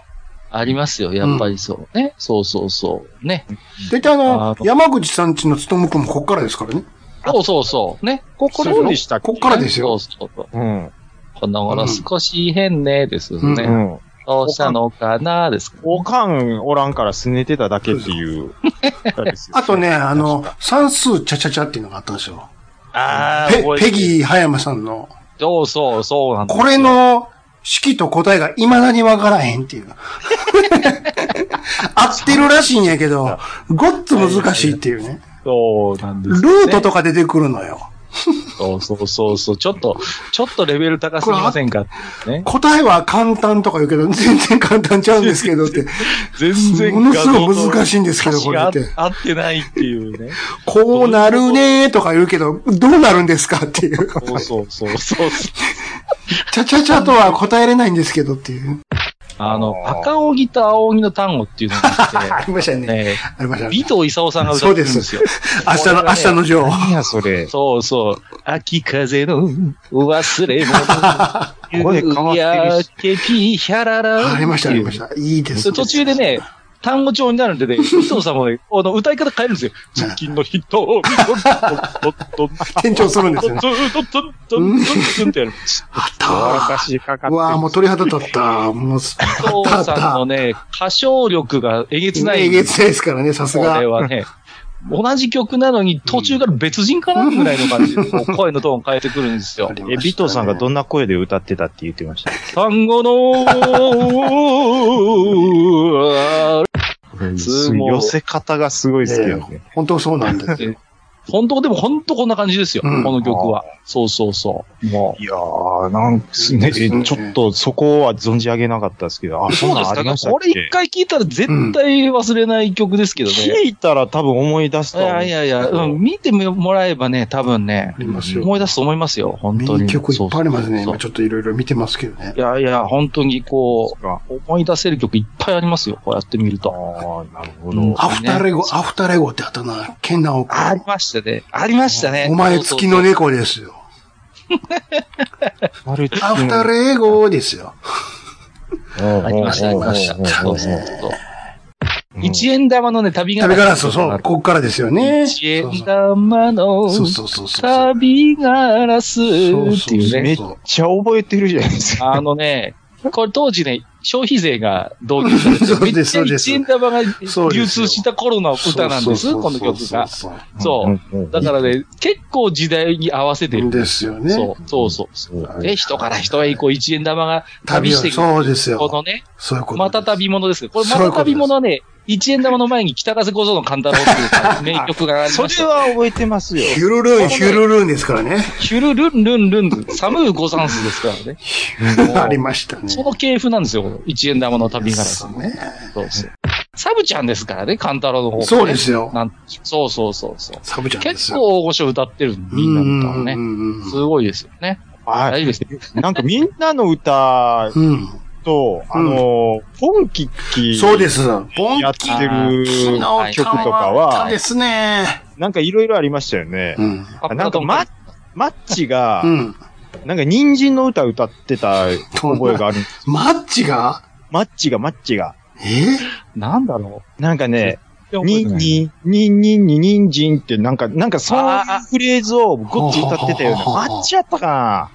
C: ありますよ、やっぱりそうね。そうそうそう。ね。
A: 大体あ
C: あ
A: の、
C: ー
A: 山口さんちのつとむくんもこっからですからね。
C: そうそうそう。ね。ここ
B: そうでしたっけ
A: こっからです
C: そ
A: よ
C: う。そうそう。
B: うん。
C: この頃少し変ねですよ
B: う
C: ね。
B: ん。
C: どうしたのかなですからね
B: おかんおらんからすねてただけっていう。
A: あとね、あの、算数ちゃちゃちゃっていうのがあったんですよ。
C: あ
A: ペ
C: 覚えて
A: ペ
C: る
A: ギー葉山さんの、
C: そうそう、そうなんですよ
A: これの式と答えが未だにわからへんっていう。合ってるらしいんやけど、ごっつ難しいっていうね。
C: そうなんですよね
A: ルートとか出てくるのよ。
C: そうそうそうそう。ちょっと、ちょっとレベル高すぎませんかね。
A: 答えは簡単とか言うけど、全然簡単ちゃうんですけどって。
C: 全然
A: ものすごい難しいんですけど、これ
C: が
A: って。
C: 合ってないっていうね。
A: こうなるねーとか言うけど、どうなるんですかっていう。
C: そうそうそうそう。
A: ちゃちゃちゃとは答えれないんですけどっていう。
C: あの、
B: あー
C: 赤鬼と青鬼の単語っていうのがあ
A: ありました
C: って、
A: ね。
C: ね、
A: ありました
C: 尾
A: ね。
C: 藤勲さんが歌ってるんですよ。
A: 明日の、明日の女王。
B: 何やそれ。
C: そうそう。秋風の忘れ物。
B: 声変わってるし
C: 夕焼けピーヒャララ。
A: ありました、ありました。いいです
C: そ
A: ね。
C: れ途中でね、単語帳になるんでね、伊藤さんもね、あの、歌い方変えるんですよ。
A: うん
C: 月の人、どんどんどんどんどん
A: 転調するん ですよね。
C: どんどんどんってやるんです。
A: あっ
B: やらか
A: た
B: しかかって
A: ー。う
B: る
A: わーもう鳥肌立った。もう、
C: 伊
A: あ
C: 藤
A: った
C: さん
A: あ
C: の
A: っ
C: ね、歌唱力がえげつ
A: た。
C: ない
A: え
C: んで
A: げ
C: す
A: つないですからね、さす
C: こ
A: が
C: れ。はね、同じ曲なのに途中から別人かなぐらいの感じで、こう声のトーン変えてくるんですよ
A: あ。りま
B: え、
A: したね
B: ビトさんがどんな声で歌ってたって言ってました。
C: 単語の、
B: 寄せ方がすごいですけどね。
A: 本当そうなんですよ。
C: 本当、でも本当こんな感じですよ、
A: うん
C: この曲は。そうそうそう。も
B: いやー、なんすね、
A: ですね
B: えちょっとそこは存じ上げなかったですけど、あ、
C: う。
B: そん
C: そう
B: なん
C: です
B: あ
C: か
B: りましたっ
C: これ
B: け
C: 一回聞いたら絶対忘れない曲ですけどね。
B: 聞いたら多分思い出すと
C: い
B: 思う。
C: やいやいや、うん、見てもらえばね、多分ね
A: あ、りますよ。
C: 思い出すと思いますよ、本当に。
A: 名曲いっぱいありますね。
C: そう
A: 今
C: そう
A: ちょっといろいろ見てますけどね。
C: そういやいや、本当にこ
B: そうか
C: う、思い出せる曲いっぱいありますよ、こうやって見る
B: あ
C: と。
B: あ、なるほ
C: うん
B: ど。
A: アフターレゴ、アフターレゴってあったな。ケンナオ
C: ありましたね。ありましたね。
A: お前月の猫ですよ。
B: アフ
A: アフターレゴですよ。
C: ありました、ありました。そうそうそう。一円玉のね、旅が。
A: 旅ガラス、そう、こっからですよね。
C: 一円玉の
A: そうそうそうそう。
C: 旅ガラスっていう
A: そうそ
B: め
A: う
C: ね
B: っ。ちゃ覚えてるじゃないですか。
C: あのね、これ当時ね、消費税が導入されて、
A: そうです
C: めっちゃ
A: そうです
C: 一円玉が
A: そうで
C: 流
A: すよ
C: 通した頃の歌なんです、この曲
A: そ
C: が。
A: うそう
C: そう。
B: うん。
C: だからね、結構時代に合わせて
A: そう
C: る。
A: ですよね。
C: そう、そうそう
B: そう
C: そう。で、人から人へこう一円玉が旅
A: 旅を
C: していく。
A: そうです
C: こ
A: よ。
C: のね、
A: そういうこと。
C: また。旅物ですけど、これま
A: そうい
C: た
A: うことです
C: 旅物はね、一円玉の前に北風小僧の勘太郎って いう名曲があり
B: そ
C: ま
B: れ
C: した。
B: は覚えてますよ。
A: ヒュルルン、ヒュルルンですからね。
C: ヒュルルンルンルン、サムーゴサンスで すからね。
A: ありましたね。
C: その系譜なんですよ、この一円玉の旅ガラス
A: そ。うね。
C: そうですサブちゃんですからね、勘太郎の方、ね。
A: そうですよ。
C: なんそうそうそうそう。
A: サブちゃんです
C: 結
A: よ。
C: 構大御所歌ってるみんなの歌をね
A: う。ん
C: すごいですよね。
B: は
C: 大
B: い。
C: 丈夫ですよ。
B: なんかみんなの歌
A: うんうん。
B: と、あの、ポンキッキ
A: そう
B: ー
A: です。ボン
B: やっ
A: キ
B: てる
A: ーの
B: 曲とか
A: 歌
B: は
A: で、すね。
B: なんかいろいろありましたよね
A: う。ん。
C: あ
B: なんかマッ、マッチが
A: う、ん。
B: なんか人参の歌歌ってた覚えがある。
A: マッチが
B: マッチが、マッチが。
A: え
C: なんだろ
B: なんかね、
C: う。
B: に、に、に、に、に、にんじんって、なんか、なんかその
C: あーあ
B: フレーズをごっつ歌ってたような。
A: ほうほうほうほう
B: あっちやったか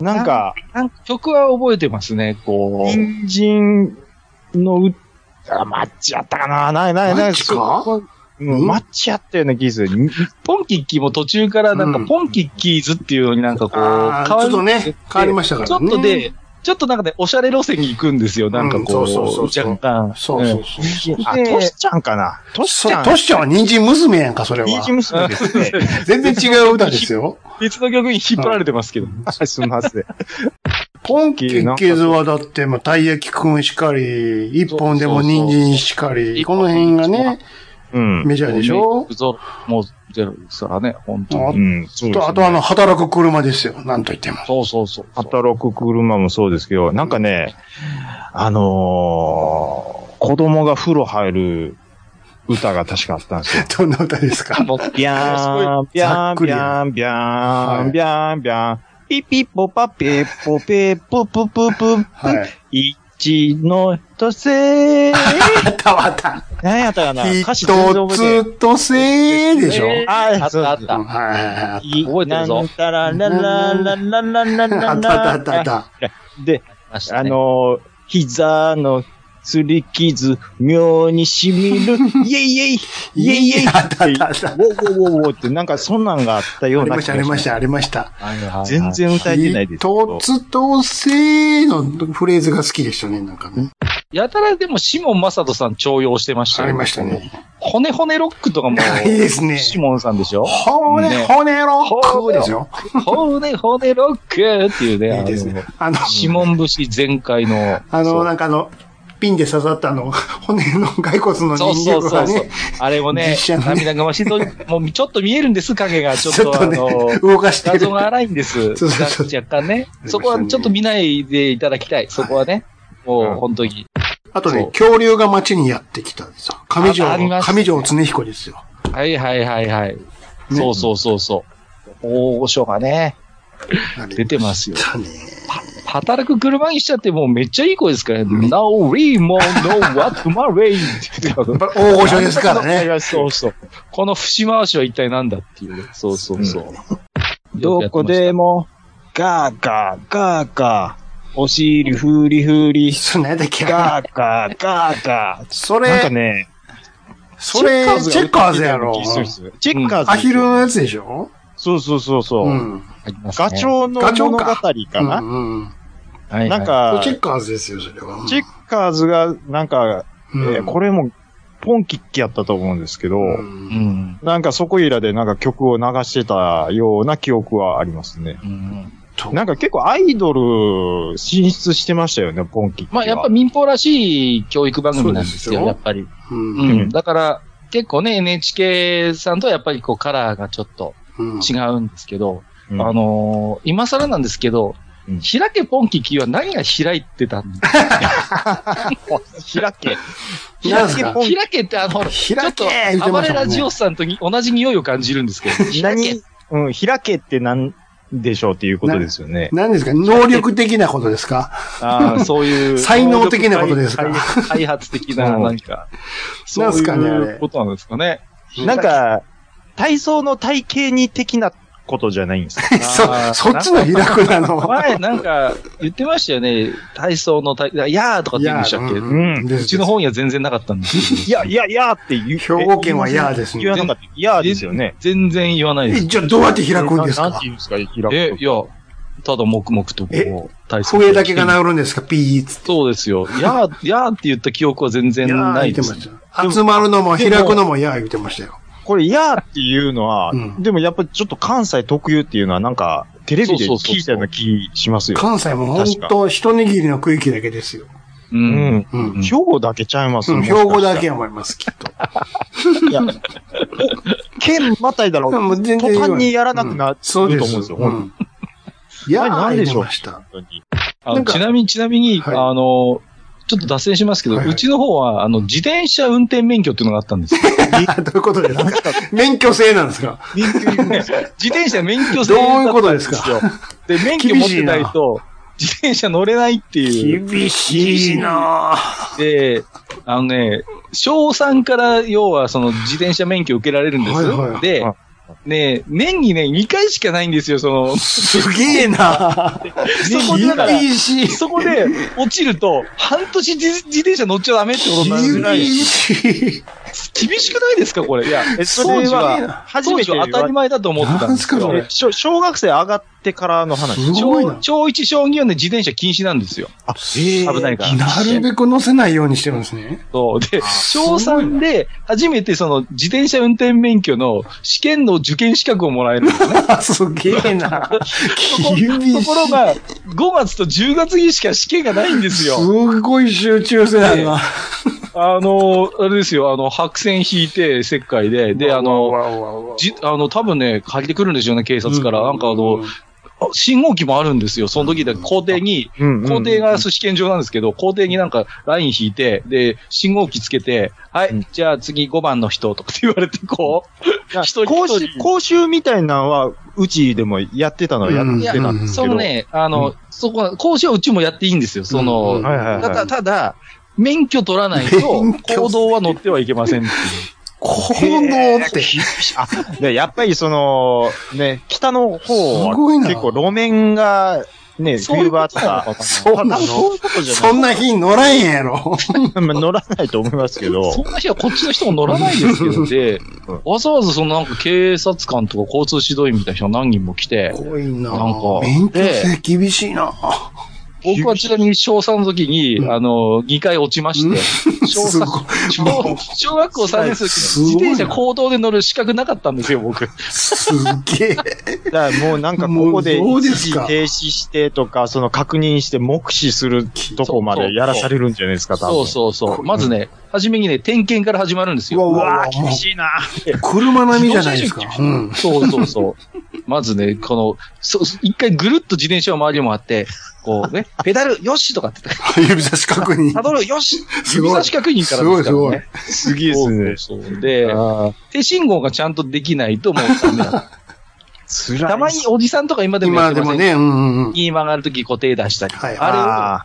B: ななんか、
C: なんか曲は覚えてますね、こう。
B: 人参のう、あ、マッチやったかなないないない。
A: マッチか
B: そうん、マッチやったような気がする。に
C: ポンキッキーも途中からなん
A: う
C: か
A: ん
C: ポンキッキーズっていうのになんかこう、
A: あーちょっとね、変わりましたから
C: ちょ
A: ね。
C: っとで、ちょっとなんかね、おしゃれ路線に行くんですよ、なんかこ
A: うんそう
C: う
A: そうそう、そう
C: 若干。
A: そうそうそう。
B: あ、
C: で
B: トシちゃんかなトシちゃ
A: そ
B: ん。
A: うトシちゃんは人参娘やんか、それ
B: イージ
A: は。
B: 娘ですね。
A: 全然違う歌ですよ。
C: 別の曲に引っ張られてますけど。
B: あすみません。
A: ポンキッキーズはだって、まあ、たい焼きくんしかり、一本でも人参しかり、この辺がね、
B: うん。
A: メジャーでしょ
C: ゾもうゼロですからね、本当
A: あ
C: に。
B: うん。そうですね
A: とあとあの、働く車ですよ。なんと言っても。
C: そうそうそう。
B: 働く車もそうですけど、なんかね、あのー、子供が風呂入る歌が確かあったんですよ。
A: どんな歌ですか
C: もう
B: ビャーン、ビャーン、ビャーン、ビャーン、ビャーン、ビャーン、ピピポパペポペポプププ
A: はい。
B: 一のとせー。
A: あったわあった。
B: 何やったかな歌詞
A: 一
B: 全然覚えて
A: つとせ ーでしょ
C: えー
B: あ
C: あったあっ
A: うん
C: た。
A: はいはいはい。
B: ない。
C: 覚えてるぞ
B: なんたららららららららら
A: あったあったあったあ っ
B: で、
C: ました
B: あ
C: ね
B: のー、膝の擦り傷、妙にしみ る、イェイイェイ
A: た。
B: イェイイェイ
A: あったあったあった。
B: ウォーウォーウォーウォーって、なんかそんなんがあったよ
A: あ
B: う
A: り
B: な
A: まし
B: 気
A: た、
B: が
A: ありまし、
B: した
A: ありました。
C: はいはいはい
B: 全然歌えてないですけど。
A: 一つとせーのフレーズが好きでしたね、なんかね。
C: やたらでも、シモン・マサトさん重用してました
A: あ
C: よ
A: りました。ね。
C: 骨骨ロックと かも、
A: いいですね。
C: シモンさんでしょ
A: 骨、
C: ね
A: 骨ロックですよ。
C: 骨骨ロックっていうね、
A: いいですね。あの
C: あの、シモン節全開の。
A: あ
C: そ
A: の、
C: う
A: なんかあの、ピンで刺さったあの、骨の骸骨の
C: そう
A: 人
C: そ
A: 形
C: うそ
A: が
C: うそう
A: ね、。
C: あれもね
A: 実写、のね
C: 涙がましと、もうちょっと見えるんです、影が。 ちょっ
A: ちょっ
C: とあ
A: とね
C: の、、
A: 動かして
C: 画
A: る。
C: 像が荒いんです。
A: そうそうそう
C: 若干ね。そこはちょっと見ないでいただきたい。そこはね。もう本当に。
A: あと
C: そ
A: ね、
C: う
A: 恐竜が街にやってきたんですよ。上条
C: あありま
A: の、
C: す
A: 上条常彦ですよ。
C: はいはいはいはい。そうそうそうそう。大御所がね、出てますよ。
A: たね。
C: 働く車にしちゃってもうめっちゃいい声ですからね。No remo, no what my way! って言って
A: やっぱり大御所ですからね。
C: そうそう。この節回しは一体なんだっていうね。そうそうそう。
B: どこでも、ガーガー、ガーガー、お尻ふりふり、
A: それ何だっけ
B: ガーガー、ガーガー。
A: そ
B: なんか
A: れ、
B: ね、
A: それ、チェッカーズやろ。
B: チェッカーズ。
A: アヒルのやつでしょ
B: そうそうそうそうう。
A: ん。
C: ありますね
B: ガチョウの物語か
A: う
B: なん
A: うん
C: はいはい
B: なんか
A: チェ、ッカーズですよ、それは。
B: チェッカーズが、なんか、
A: うん
B: えーこれも本キッキやったと思うんですけど、
A: うん
C: うん。
B: なんかそこいらでなんか曲を流してたような記憶はありますね。
C: うん
B: なんか結構アイドル進出してましたよね、ポンキッキは。
C: まあ、やっぱ民放らしい教育番組なんです
A: そうです
C: よ、
A: よ
C: やっぱり。
A: うん
C: う。
B: うんん
C: だから、結構ね、NHK さんとはやっぱりこうカラーがちょっと
A: うん
C: 違うんですけど、
B: うん
C: あのー今更なんですけど、
B: うん
C: 開けポンキキは何が開いてたんですか
B: 開け。
A: なんすか
B: ポンキ
C: 開けってあの、ちょ
A: 開
C: っと
A: け言って
C: 暴
A: ました
C: れ
A: も
C: ラ
A: んね
C: ジオスさんとに同じ匂いを感じるんです けど、開け
B: 何、うん、開けってなんでしょうっていうことですよね。
A: 何ですか能力的なことですか
B: あ あ、そういう。
A: 才能的なことですか
C: 開 開発的な、なんか、そう
A: なんすかねあれ
C: いうことなんですかね。
B: なんか、体操の体型に的なことじゃないんですか
A: そ、 そっちの開くなの。
C: 前、なんか、言ってましたよね。体操の体、いやーとかって言うんでしたっけ
A: う
C: うん
B: うん
A: です
C: ちの本屋全然なかったんですけど
B: いや、いや、いやって言う。
A: 兵庫県は嫌ですね
B: 言わなかった。いやですよね。
C: 全然言わないで
A: え
C: す。
A: じゃあどうやって開くんです
B: なな
A: か
B: て言うんですか、開
C: え、
B: く
C: いや、ただ黙々と
A: え
C: こう、体
A: 笛だけが治るんですかピーッつって。
C: そうですよ。や ー、やーって言った記憶は全然
A: いやー
C: な
A: 言
C: い
A: って
C: で。
A: ますしたよ。集まるのも開くのもいやー言ってましたよ。
B: これ、いやっていうのは
A: うん、
B: でもやっぱりちょっと関西特有っていうのはなんか、テレビで
C: そうそうそうそう
B: 聞いたような気しますよ。
A: 関西も本当一握りの区域だけですよ。
C: う。
B: うんん。
A: うん。
B: 兵庫だけちゃいます
A: う
B: も
A: ん、
B: し
A: 兵
B: かした
A: 庫
B: ら
A: だけ思います、きっと。
B: いや、県またいだろ
A: もう
B: う。
A: 全然
B: 途端にやらなくなると
A: そう
B: 思うんで
A: で。
B: すすよ、
A: う
B: 本
A: んいやー、
B: あれなんでしょう
A: 言ってました。
B: 当に。
C: あ
A: なん
C: の
A: か
C: ちなみに、ちなみに、
A: はい
C: あの、ちょっと脱線しますけど、
A: はいはいう
C: ちの方は、あの、自転車運転免許っていうのがあったんで すよ。
A: どういうことですか免許制なんですか
C: 自転車免許制
A: どういうこと
C: だ
A: です
C: ったん
A: か
C: ですよ。で、免許持ってないと、自転車乗れないっていう。
A: 厳しいなぁ
C: で、あのね、小3から要はその自転車免許受けられるんです。
A: はいはい
C: で
B: は、
C: ね、年にね、2回しかないんですよ、そ の。
A: すげえなぁ
C: そこでだから
A: 厳しい。
C: そこで落ちると、半年自自転車乗っちゃダメってことになるぐらい
A: 厳、しい。
C: 厳しくないですか、これ。いや、
B: え、それは、初
C: 当
B: め
C: 時
B: て
C: は当たり前だと思ってたんですけ
A: なんすかそ
C: ど
A: れ、
B: え小小学生上がってからの話。
A: すごい
C: 小
A: な。
C: 小一小二はね、自転車禁止なんですよ。
B: あ、え
C: 危ないから。
A: なるべく乗せないようにしてるんですね。
C: そう。で、小
A: すごいな
C: 3で、初めてその自転車運転免許の試験の受験資格をもらえるんですね。
A: すげえな厳しい。
C: ところが、5月と10月にしか試験がないんですよ。
A: すごい集中性あるな。
C: あの、あれですよ、あの、白線引いて、石灰で、で、あの、
A: の
C: じ、あの、多分ね、借りてくるんですよね、警察から。なんかあの、あ信号機もあるんですよ。その時で、校庭に、
B: うんうん
C: 校庭が寿司券場なんですけど、校庭になんかライン引いて、で、信号機つけて、はい、
B: うん
C: じゃあ次5番の人とかって言われて、こう、一人
B: 講
C: 一
B: 習、
C: 人。
B: 講習みたいなのは、うちでもやってたのはや
A: うん
B: ってたんですけ
C: そ
B: ど。
C: のね、あの、そこは、講師はうちもやっていいんですよ。その、
A: うん
B: はいはい
C: た
B: は
C: だ、
B: い。
C: ただ、免許取らないと
A: 免、許
C: 行動は乗ってはいけませんっていう。
A: 行動って。
B: あ、で、やっぱりその、ね、北の方
A: すごい
B: は
A: な
B: 結構路面が、ね、
C: そうい
B: 冬
C: うこ
B: 場あっ
C: となの
B: た。
C: かな
A: そうな
B: 多分そう
A: の
B: いうことじゃ
A: そんな日に乗らんやろ。
B: ない。乗らないと思いますけど。
C: そんな日はこっちの人も乗らないですけどで、わざわざそのなんか警察官とか交通指導員みたいな人が何人も来て、
A: 多いな
C: なんか
A: 免許制厳しいな
C: 僕はちなみに小3の時に、あの、2回落ちまして、小
A: すごい
C: 3、小小学校3年生の時に自転車公道で乗る資格なかったんですよ、僕。
A: すげえ。
B: だからもうなんかここで
A: もうどうで
B: 一
A: す
B: 時
A: か
B: 停止してとか、その確認して目視するとこまでやらされるんじゃないですか、多分。
C: そうそうそう。まずね、初めにね、点検から始まるんですよ。
A: うわうわ
B: あ厳しいな。
A: 車並みじゃないですか。
C: 自動車
A: う
C: 出
A: ん。
C: そうそうそう。まずね、この、そう、一回ぐるっと自転車を周りに回って、こう ね、ペダル、よしとかって、
A: 指差し確認。
C: たどる、よし
A: すご
C: 指
A: い
C: 差し確認からです
A: す
C: から
A: ごい
C: ね。
B: すげえです
C: そう
B: ね。
C: そうそう。で、
B: あー
C: 手信号がちゃんとできないともうダメだ。
B: 辛い
C: たまにおじさんとか今でも
A: 今
C: やって
A: でも
C: ませんね。
A: ね、うんうんうん。
C: 右に曲がるとき固定出したり。
A: はい
C: あ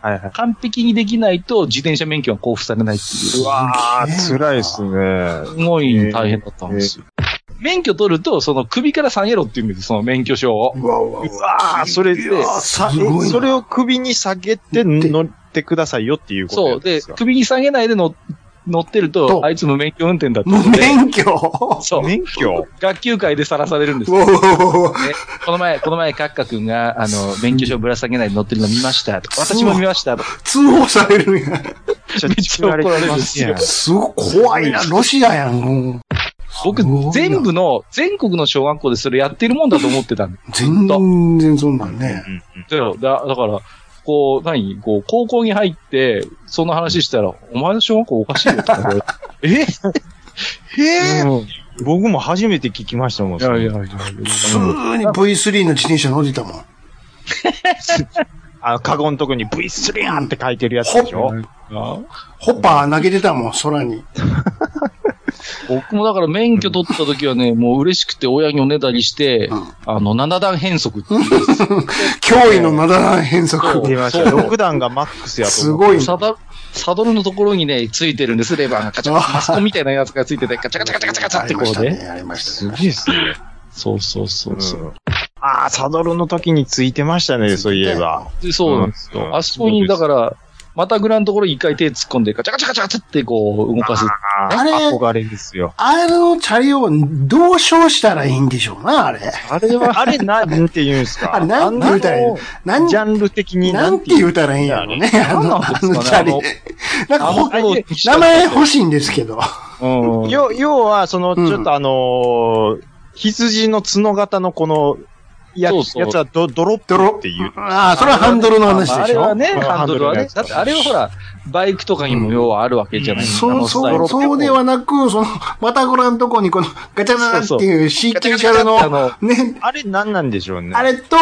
B: あーはいはい
C: れを完璧にできないと自転車免許が交付されないっていう。
B: うわー、
A: すげえ
B: 辛いですね。
C: すごい大変だったんですよ。免許取ると、その首から下げろって言うんです、その免許証を。
A: うわうわう
B: うわー、それで、
A: わ。
B: さ
A: すごいな。
B: それを首に下げて乗ってくださいよっていうこと
C: そう。
B: で
C: で、
B: すか。
C: 首に下げないでの乗ってる
A: と
C: と、あいつ無免許運転だって
A: 無
C: ことで。
A: 免 許
C: そう。
B: 免許
C: 学級会でさらされるんです
A: うわうわうわ
C: ねこの前、この前、カッカ君が、あの、免許証ぶら下げないで乗ってるの見ましたとか。私も見ましたとか。
A: 通報されるんや。
B: ちゃ
C: めっちゃ怒られるし。
A: すごい怖いな、ロシアやん。うん
C: 僕
A: すごいな、
C: 全部の、全国の小学校でそれやってるもんだと思ってたんで
A: 全然そんなんね。
C: だよだだから、こう、何こう、高校に入って、その話したら、お前の小学校おかしいよとか言われてええ
B: うん僕も初めて聞きましたもん。
C: いやいやいや
A: 普
C: い
A: 通に V3 の自転車乗ってたもん。
B: あの、カゴのとこに V3 アンって書いてるやつでしょ
C: や。
A: ホッパー投げてたもん、空に。
C: 僕もだから免許取った時はね、もう嬉しくて親におねだりして、
A: うん
C: あの、七段変則っていう、
A: 驚異のなだら変則。
C: そう
B: 出ました。6段がマックスやと
A: す
B: 思う。
A: ごいな。
C: サドル、サドルのところにね、ついてるんです、レバーが。カチャカチャ、マスコンみたいなやつがついてて、カチャカチャカチャカチャカチャってこうね。
A: ありました
B: す
A: ね。
B: げえっすね。
C: そうそうそうそう。
B: うんああ、サドルの時についてましたね、そういえば。
C: でそうなんです
B: う
C: よ。
B: ん
C: あそこに、だから、またぐらのところに一回手突っ込んで、ガチャガチャガチャガチャってこう、動かす。
B: あ
A: あれ
B: ー憧れですよ。
A: あのチャリをどう称したらいいんでしょうな、あれ。
B: あれは、あれなんて言うんですか
A: あれ、なんて言うたらいい
B: あ
A: の
B: の
A: 何、
B: ジャンル的に
A: な
B: なんん
A: て
B: て言
A: 言
B: う
A: うたらいいんやろね。あ
C: 何な
A: の、
C: ん
A: あ
C: ですかね
A: のチャリ
C: あの。
A: なんかほ、
C: あの
A: 名前欲しいんですけど。
C: うん。
B: 要要は、その、
A: うん
B: ちょっとあのー羊の角型のこの、や
C: そうそう
B: やつはドドロッ
A: ドロ
B: プっていう。
A: ああ、それはハンドルの話
C: あ
A: で
C: れ
A: しょ
C: はね、ハンドルは
B: ハンドルの
C: ね
B: や。つ
C: だってあれはほら、バイクとかにも要はあるわけじゃないですか。あ
A: そう、
C: のスタイ
A: そ
C: ル
A: う、そうではなく、その、またごらんとこにこの、ガチャガチャっていうシーケンシャルの
C: ガチャガチャっ、
A: ね、
B: あれ何なんでしょうね。
A: あれと、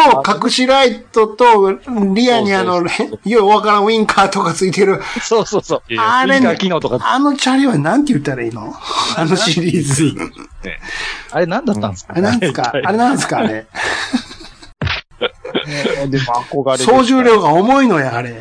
A: 隠しライトと、リアにあの、ようわからんウィンカーとかついてる。
C: そうそうそう。
A: あれ
C: ウィンカー機能とか、
A: あのチャリはなんて言ったらいいのあのシリーズ。
C: あれ何だったんですか
A: あれなんですかあれなんですかあれ。
B: でも憧れです
A: 総重量が重いのや、あれ。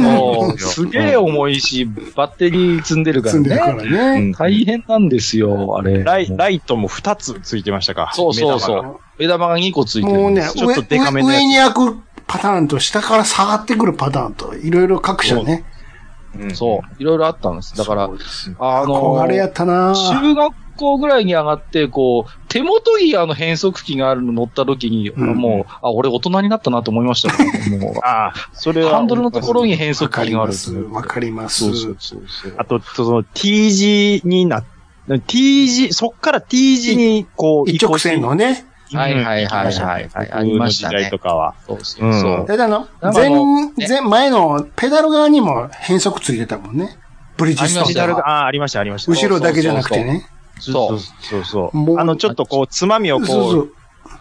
C: もう、すげえ重いし、バッテリー積んでるか
A: 積んでるからら
C: ね。
A: ね。
B: うん
C: 大変なんですよ、あれ。
B: ライライトも2つついてましたか。
C: そうそうそ
B: 目
C: う。目玉が2個ついてる。
A: もうね、
B: ちょっと
A: 上
B: デカめのやつ
A: 上に開くパターンと下から下がってくるパターンと、いろいろ各社ね。
B: 玉が。うん
C: そう。いろいろあったんです。だから
A: そう、ですよ、
C: あの
A: 憧れやったなぁ
C: 中学校ぐらいに上がって、こう、手元にあの変速機があるの乗った時に、
A: うん
C: もう、あ、俺大人になったなと思いましたも んも
B: ああ、それ
C: う、
B: は。
C: ハンドルのところに変
A: わ
C: 速
A: か
C: 機
A: り
C: があ
A: ま
C: る。
A: す。わかります。
C: そうそうそうそう。
B: あと、その T 字にな、T 字、そっから T 字に、こう、
A: 一直線のね。
B: うん。
C: はいはいはいはいはい
B: 僕の
C: ありましたね
B: 時代とかは。
C: そうそうそうう。
A: だってあの
C: なん、かあ
A: 前
C: の、
A: 前、前のペダル側にも変速ついてたもんね。ブリヂス
C: あ
A: ト
C: り
A: ン
C: ましたよ
A: が。
B: ああ、ありました、ありました。
A: 後ろだけじゃなくてね。
C: そ
B: そ
C: う
B: うそうそう
A: もう
B: あの、ちょっとこう、つまみを
A: そうそ
B: こう、
A: う。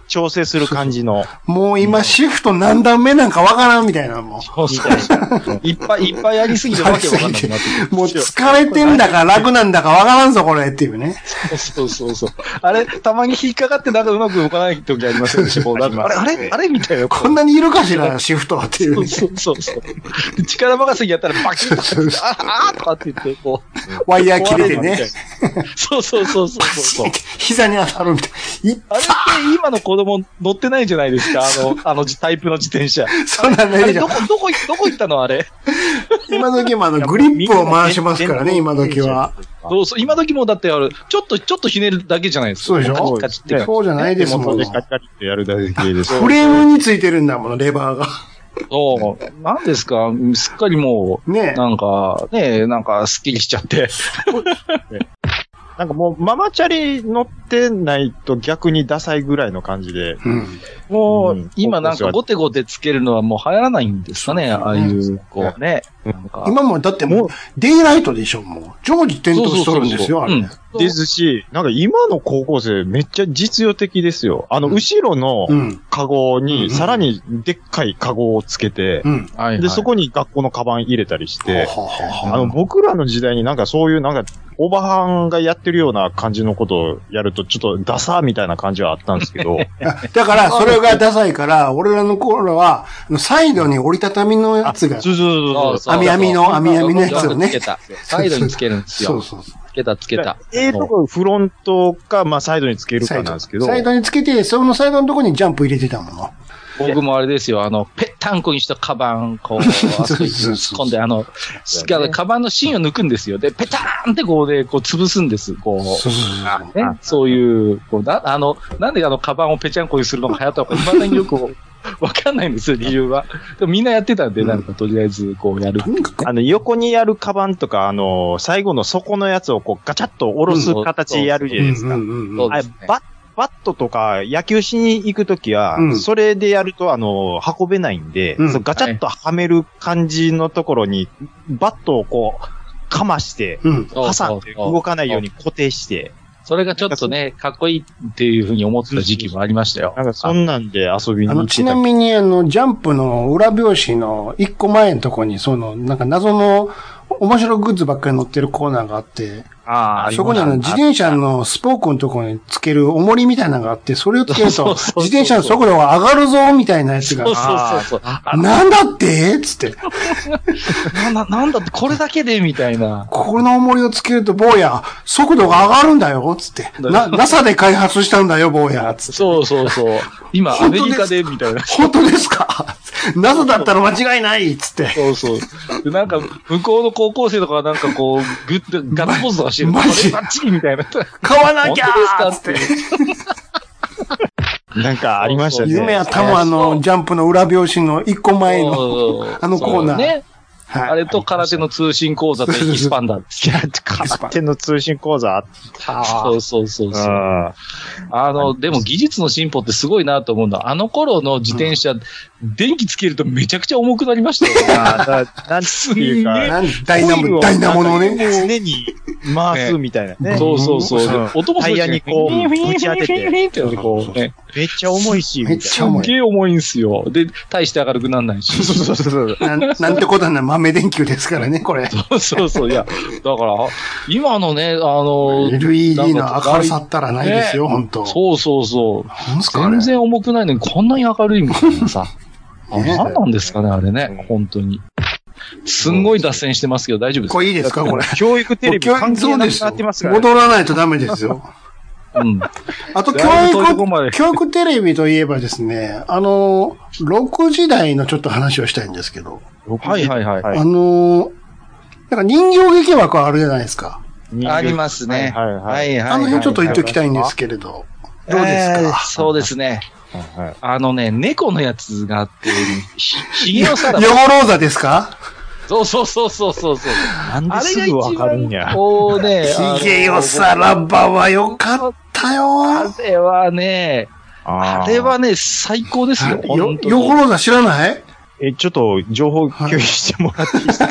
B: 調整する感じの。
A: もう今シフト何段目なんかわからんみたいな、も
C: そうそう。いっぱいいっぱいやりすぎてわけわかんなくなって
A: う。もう疲れてんだか楽なんだかわからんぞ、これっていうね。
C: くる。そうそうそう。あれ、たまに引っかかってなんかうまく動かない時あり ますよね。もうなんかあれ、あれあれみたいな。
A: こんなにいるかしら、シフトっていう
C: そう
A: ね。
C: そうそうそう。力任せにやったらバキッとかって、ああーとかって言って、こう。
A: ワイヤー切れてね。
C: そうそうそうそうそう。
A: 膝に当たるみたい。い
C: あれって今の子供乗ってないじゃないですか、あの、 あのタイプの自転車。
A: そんなん
C: あ
A: ない
C: れ、
A: じゃん
C: どこ。、どこ、どこ行ったのあれ。
A: 今時もあの、グリップを回しますからね、今時は。。
C: どうそう、今時もだってあれ、ちょっと、ちょっとひねるだけじゃないですか。
A: そうでしょ
C: カチカチって
A: そうじゃない
B: で
A: ですも
B: 元
A: ん。
B: で
A: フ
B: カチカチってやるだけです。
A: レームについてるんだもん、レバー が。
C: そう。なんですか、すっかりもう、
A: ねえ
C: なんか、ねえ、なんか、スッキリしちゃって。
B: なんかもう、ママチャリ乗ってないと逆にダサいぐらいの感じで。
A: うん。
C: もう、
B: うん
C: 今なんか、ゴテゴテつけるのはもう流行らないんですかね、ああいう、こうね。なんか
A: 今もだってもう、デイライトでしょ、もう。常時点灯しとるんですよ、あ
C: う
A: れ。
C: ん
A: う
B: ですし、なんか今の高校生めっちゃ実用的ですよ。あの、後ろの
A: ん。
B: カゴ
A: うん
B: に、さらにでっかいカゴをつけて
A: う、ん。
C: はいはい
B: で、そこに学校のカバン入れたりして、
A: ほうほうほう
B: あの、僕らの時代になんかそういうなんか、オーバーハンがやってるような感じのことをやると、ちょっとダサーみたいな感じはあったんですけど、
A: だから、それがダサいから、俺らの頃は、あのサイドに折りたたみのやつが、
B: そうそうそうそう。
A: 網網の網網のやつをね
C: つけた。サイドにつけるんです
A: そう
C: よ。
A: そうそ
C: つけた、つけた。
B: ええとこ、フロントか、まあ、サイドにつけ
A: う。
B: る
A: サ
B: か
A: イ
B: なん
A: ド
B: ですけど、
A: サイドにつけて、そのサイドのとこにジャンプ入れてたもの。
C: 僕もあれですよ、あの、ぺったんこにしたカバン、こう、あそこに突っ込んで、あの、しかもカバンの芯を抜くんですよ。で、ぺたーんってこうで、こう潰すんです、こう。
A: そうそうそう。
C: ね、そういう、こうな、あの、なんであの、カバンをぺちゃんこにするのが流行ったのか、未だによくわかんないんですよ、理由は。でもみんなやってたんで、なんかとりあえずこうやる。
A: とにかく、
B: あの、横にやるカバンとか、あの、最後の底のやつをこうガチャッと下ろす形やるじゃないですか。
A: ん
C: そう
B: あれ
C: ですね
B: バッバットとか野球しに行くときは、
A: うん
B: それでやると、あの、運べないんで、
A: うん
B: そうガチャッとはめる感じのところに、バットをこう、かまして、
A: うん。
C: そうそうそ
B: 挟
C: うん
B: で動かないように固定して、
C: それがちょっとね、かっこいいっていうふうに思ってた時期もありましたよ。
B: なんかそんなんで遊びに
A: あ
B: 行っ
A: の、
B: て
A: ち
B: た
A: な
B: けど。
A: みに、あの、ジャンプの裏表紙の一個前のとこに、その、なんか謎の、面白いグッズばっかり載ってるコーナーがあって、
C: ああ、
A: そこにあの、自転車のスポークのところにつける重りみたいなのがあって、それをつけると、自転車の速度が上がるぞ、みたいなやつが
C: そう、そうそうそう。あ
A: なんだってつって、
C: なななんだって、これだけでみたいな。
A: ここの重りをつけると、坊や、速度が上がるんだよ、つって。な、NASA で開発したんだよ、坊や、つって。
C: そうそうそう。今、ア
A: 本
C: メ
A: 当
C: リ
A: です
C: カでみたいな。
A: 本当ですか ?NASA だったら間違いないつって。
C: そうそう。でなんか、向こうの高校生とかはなんかこう、グッ、ガッツポーズとかしてる。
A: マジ
C: これバッチリみたいな。
A: 買わなきゃー
C: 本
A: つっ
C: 当で
A: て。
C: す
B: なんかありましたね。
A: 夢あったもんあの、ジャンプの裏表紙の一個前の。
C: の
A: あのコーナー
C: ね。あ
A: はい。
C: れと空手の通信講座とエキスパンダーです。
B: いや、空手の通信講座あっ
C: そうそうそう
B: た。
C: そ
B: う
C: う。
B: ん
C: あの、でも技術の進歩ってすごいなと思うのは、あの頃の自転車、電気つけるとめちゃくちゃ重くなりましたよね。
B: あーだなんていう
C: すんげえ
B: か、
A: なんダイナ
B: コイル
A: モ、
B: を
A: ダイナモのね。
B: 常に回すみたいなね。
C: そうそうそう。
B: うん
C: で音もすごいし
B: タイヤにこう
C: フィンフィンフィン
B: ぶち当てて
C: フィンフィンってやってこうね。
B: めっちゃ重いし、
A: めっ
B: みたい
A: ち
B: な
A: ゃ
C: す
A: 重
C: っ
A: い。
C: げえ重いんすよ。で、大して明るくならない し。
B: そうそうそうそう。
A: なんなんてことな豆電球ですからね、これ。
C: そうそう。いや、だから、今のね、あの、
A: LED の明るさったらないですよ、
C: ね
A: 本当
C: そうそうそう。
A: なんすかあれ
C: 全然重くないのにこんなに明るいみたい なさ。あ
A: ね
C: 何なんですかね、あれね。本当に。すんごい脱線してますけど大丈夫です
A: これいいですか、これ。
B: 教育テレビ関係なくなってますからね。
A: 戻らないとダメです よ。
C: かうん。
A: あと、教
C: だいぶ遠いとこまで
A: 育、教育テレビといえばですね、あの、6時台のちょっと話をしたいんですけど、
C: はいはいはい。
B: はい
A: あの、なんか人形劇枠あるじゃないですか。
C: ありますね。
B: はいはいい
C: はい
A: あの辺ちょっと言っときたいんで
C: は
A: すけれど、
C: い
A: どうですか
C: えーそうですね。
B: はいはい。
C: あのね、猫のやつがあって、ひ、ひげをさら
A: ヨゴローザですか
C: そうそうそうそうそうそう。
B: なんですぐわかるんや。
C: こう ね。
A: ヒゲよさらばはよかったよ
C: あ。れはね、あれはね、最高ですよ。
A: よ
C: 本当に
A: ヨゴローザ知らない
B: え、ちょっと情報共有してもらっていいですか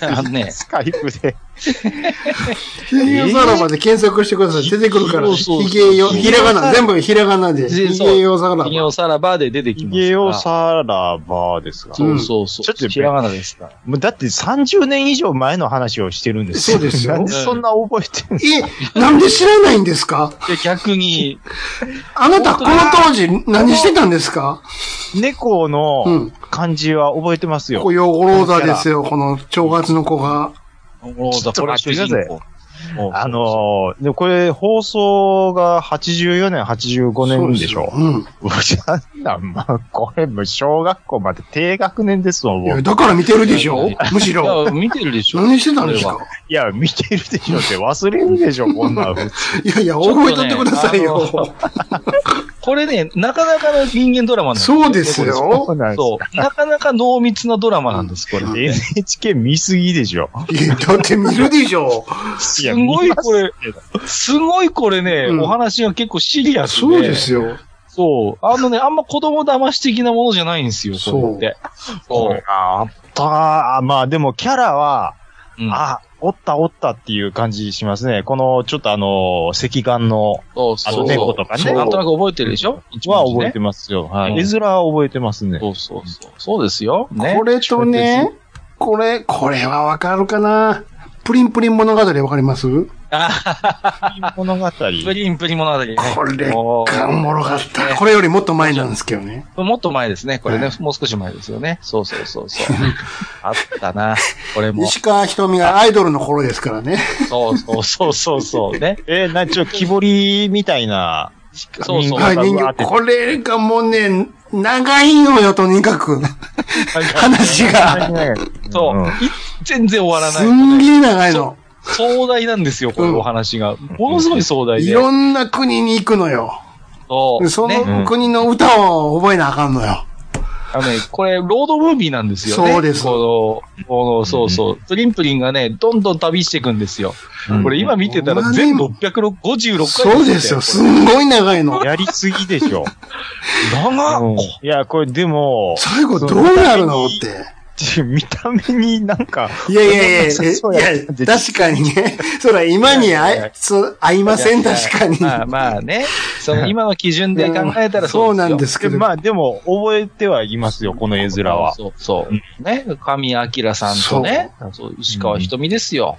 C: あのね、
B: スカイプで。
A: ヒゲよさらばで検索してください。出てくるから。
C: そうそうそう
A: ヒゲよ、ひらがな、全部ひらがなで。
C: で
A: ヒ
C: そう
A: ゲよさらば
C: ひ。げをさらばで出てき
B: ヒ
C: ます。
B: ゲをさらばです か
C: そうそうそう。
B: ちょっと
C: ひらがなですから。
B: もうだって30年以上前の話をしてるんです
A: そうです よ
B: なんでそんな覚えてんの
A: え、なんで知らないんですか
C: で、逆に、
A: あなた、この当時、何してたんですか
B: 猫
A: う
B: の
A: ん
B: 漢字は覚えてますよ
A: こ。ヨゴローザですよ、この正月の子が。
C: おー
B: ちょっと待ってください
C: こ
B: あのー、でもこれ放送が84年、85年でしょ
A: そう。ですよ
B: うわそん なん、まあ、これもう小学校まで低学年ですもん、
A: うん。
B: も
A: いや、
B: う。
A: だから見てるでしょむし
C: れ主人公
A: ろ。
C: いや、見てるでしょ。
A: 何してたんですか
B: いや、見てるでしょって忘れるでしょ、こんなん。
A: いやいや、
C: ょっとね
A: 覚えとってくださいよ。
C: これね、なかなかの人間ドラマなんです
A: そうです
B: そう
A: よ。
B: なんです
C: そう。なかなか濃密なドラマなんです、これ。
A: うん
B: NHK 見すぎでしょ。
A: いや、だって見るでし ょ。
B: す
C: すごいこれ、すごいこれね、
A: うん
C: お話が結構シリアスで。
A: そうですよ。
C: そう。あのね、あんま子供騙し的なものじゃないんですよ、
A: そう
C: これって。
B: こ
C: そう
B: れ。があった。あまあでもキャラは、
C: うん
B: あ、おったおったっていう感じしますね。この、ちょっとあの、赤眼の、
C: そうそ
B: あ
C: う
B: の猫とかね。
C: なんと
B: は
C: なく覚えてるでしょ一番
B: 覚え
C: ね
B: てますよ。は
C: う
B: い。
C: ん
B: 絵面は覚えてますね。
C: そうそうそう。そうですよ。ね。
A: これとね、これ、これはわかるかなプリンプリン物語わかります
B: 物語。
C: プリンプリン物語ね。
A: これ
C: も
A: がおもろかっ
C: ね
A: た。これよりもっと前なんですけどね。
C: うもっと前ですね。これね
A: ね、
C: もう少し前ですよね。そうそうそうそう。 あったな。これも。
A: 石川ひとみがアイドルの頃ですからね。
C: そうそうそうそうそう。ね。
B: えー、な、ちょ、木彫りみたいな。
C: そうそう。
A: はい、人形。これがもうね、長いのよ、とにかく。話が。
C: そう、
B: うん
C: い全然終わら
A: す
C: ない。
A: んげえ長いの。
C: 壮大なんですよ、こ
A: う
C: の
A: ん
C: お話が。ものすごい壮大で。
A: いろんな国に行くのよ。
C: そう
A: そ
C: ね
A: の国の歌を覚えなあかんのよ。
C: あのね、これ、ロードムービーなんですよね。
A: そうです
C: この、この、そうそう。プリンプリンがね、どんどん旅していくんですよ。
B: うん
C: これ今見てたら
A: うん
C: 全656回
A: そうですよ。す
C: こ
A: んごい長いの。
B: やりすぎでしょ。
C: れ長っ
B: うんいや、これでも、
A: 最後どうなるのって。
B: 見た目になんか、
A: いやいやいや、
B: そうそうや
A: えいや、確かにね。そら、今にあい、そう、合いません、確かに。
C: まあまあね。その今の基準で考えたら
A: そうなんですすけど。
B: まあでも、覚えてはいますよ、この絵面
C: よ。
B: は。
C: そうそう。ね。神明さんとね、そう石川ひとみですよ。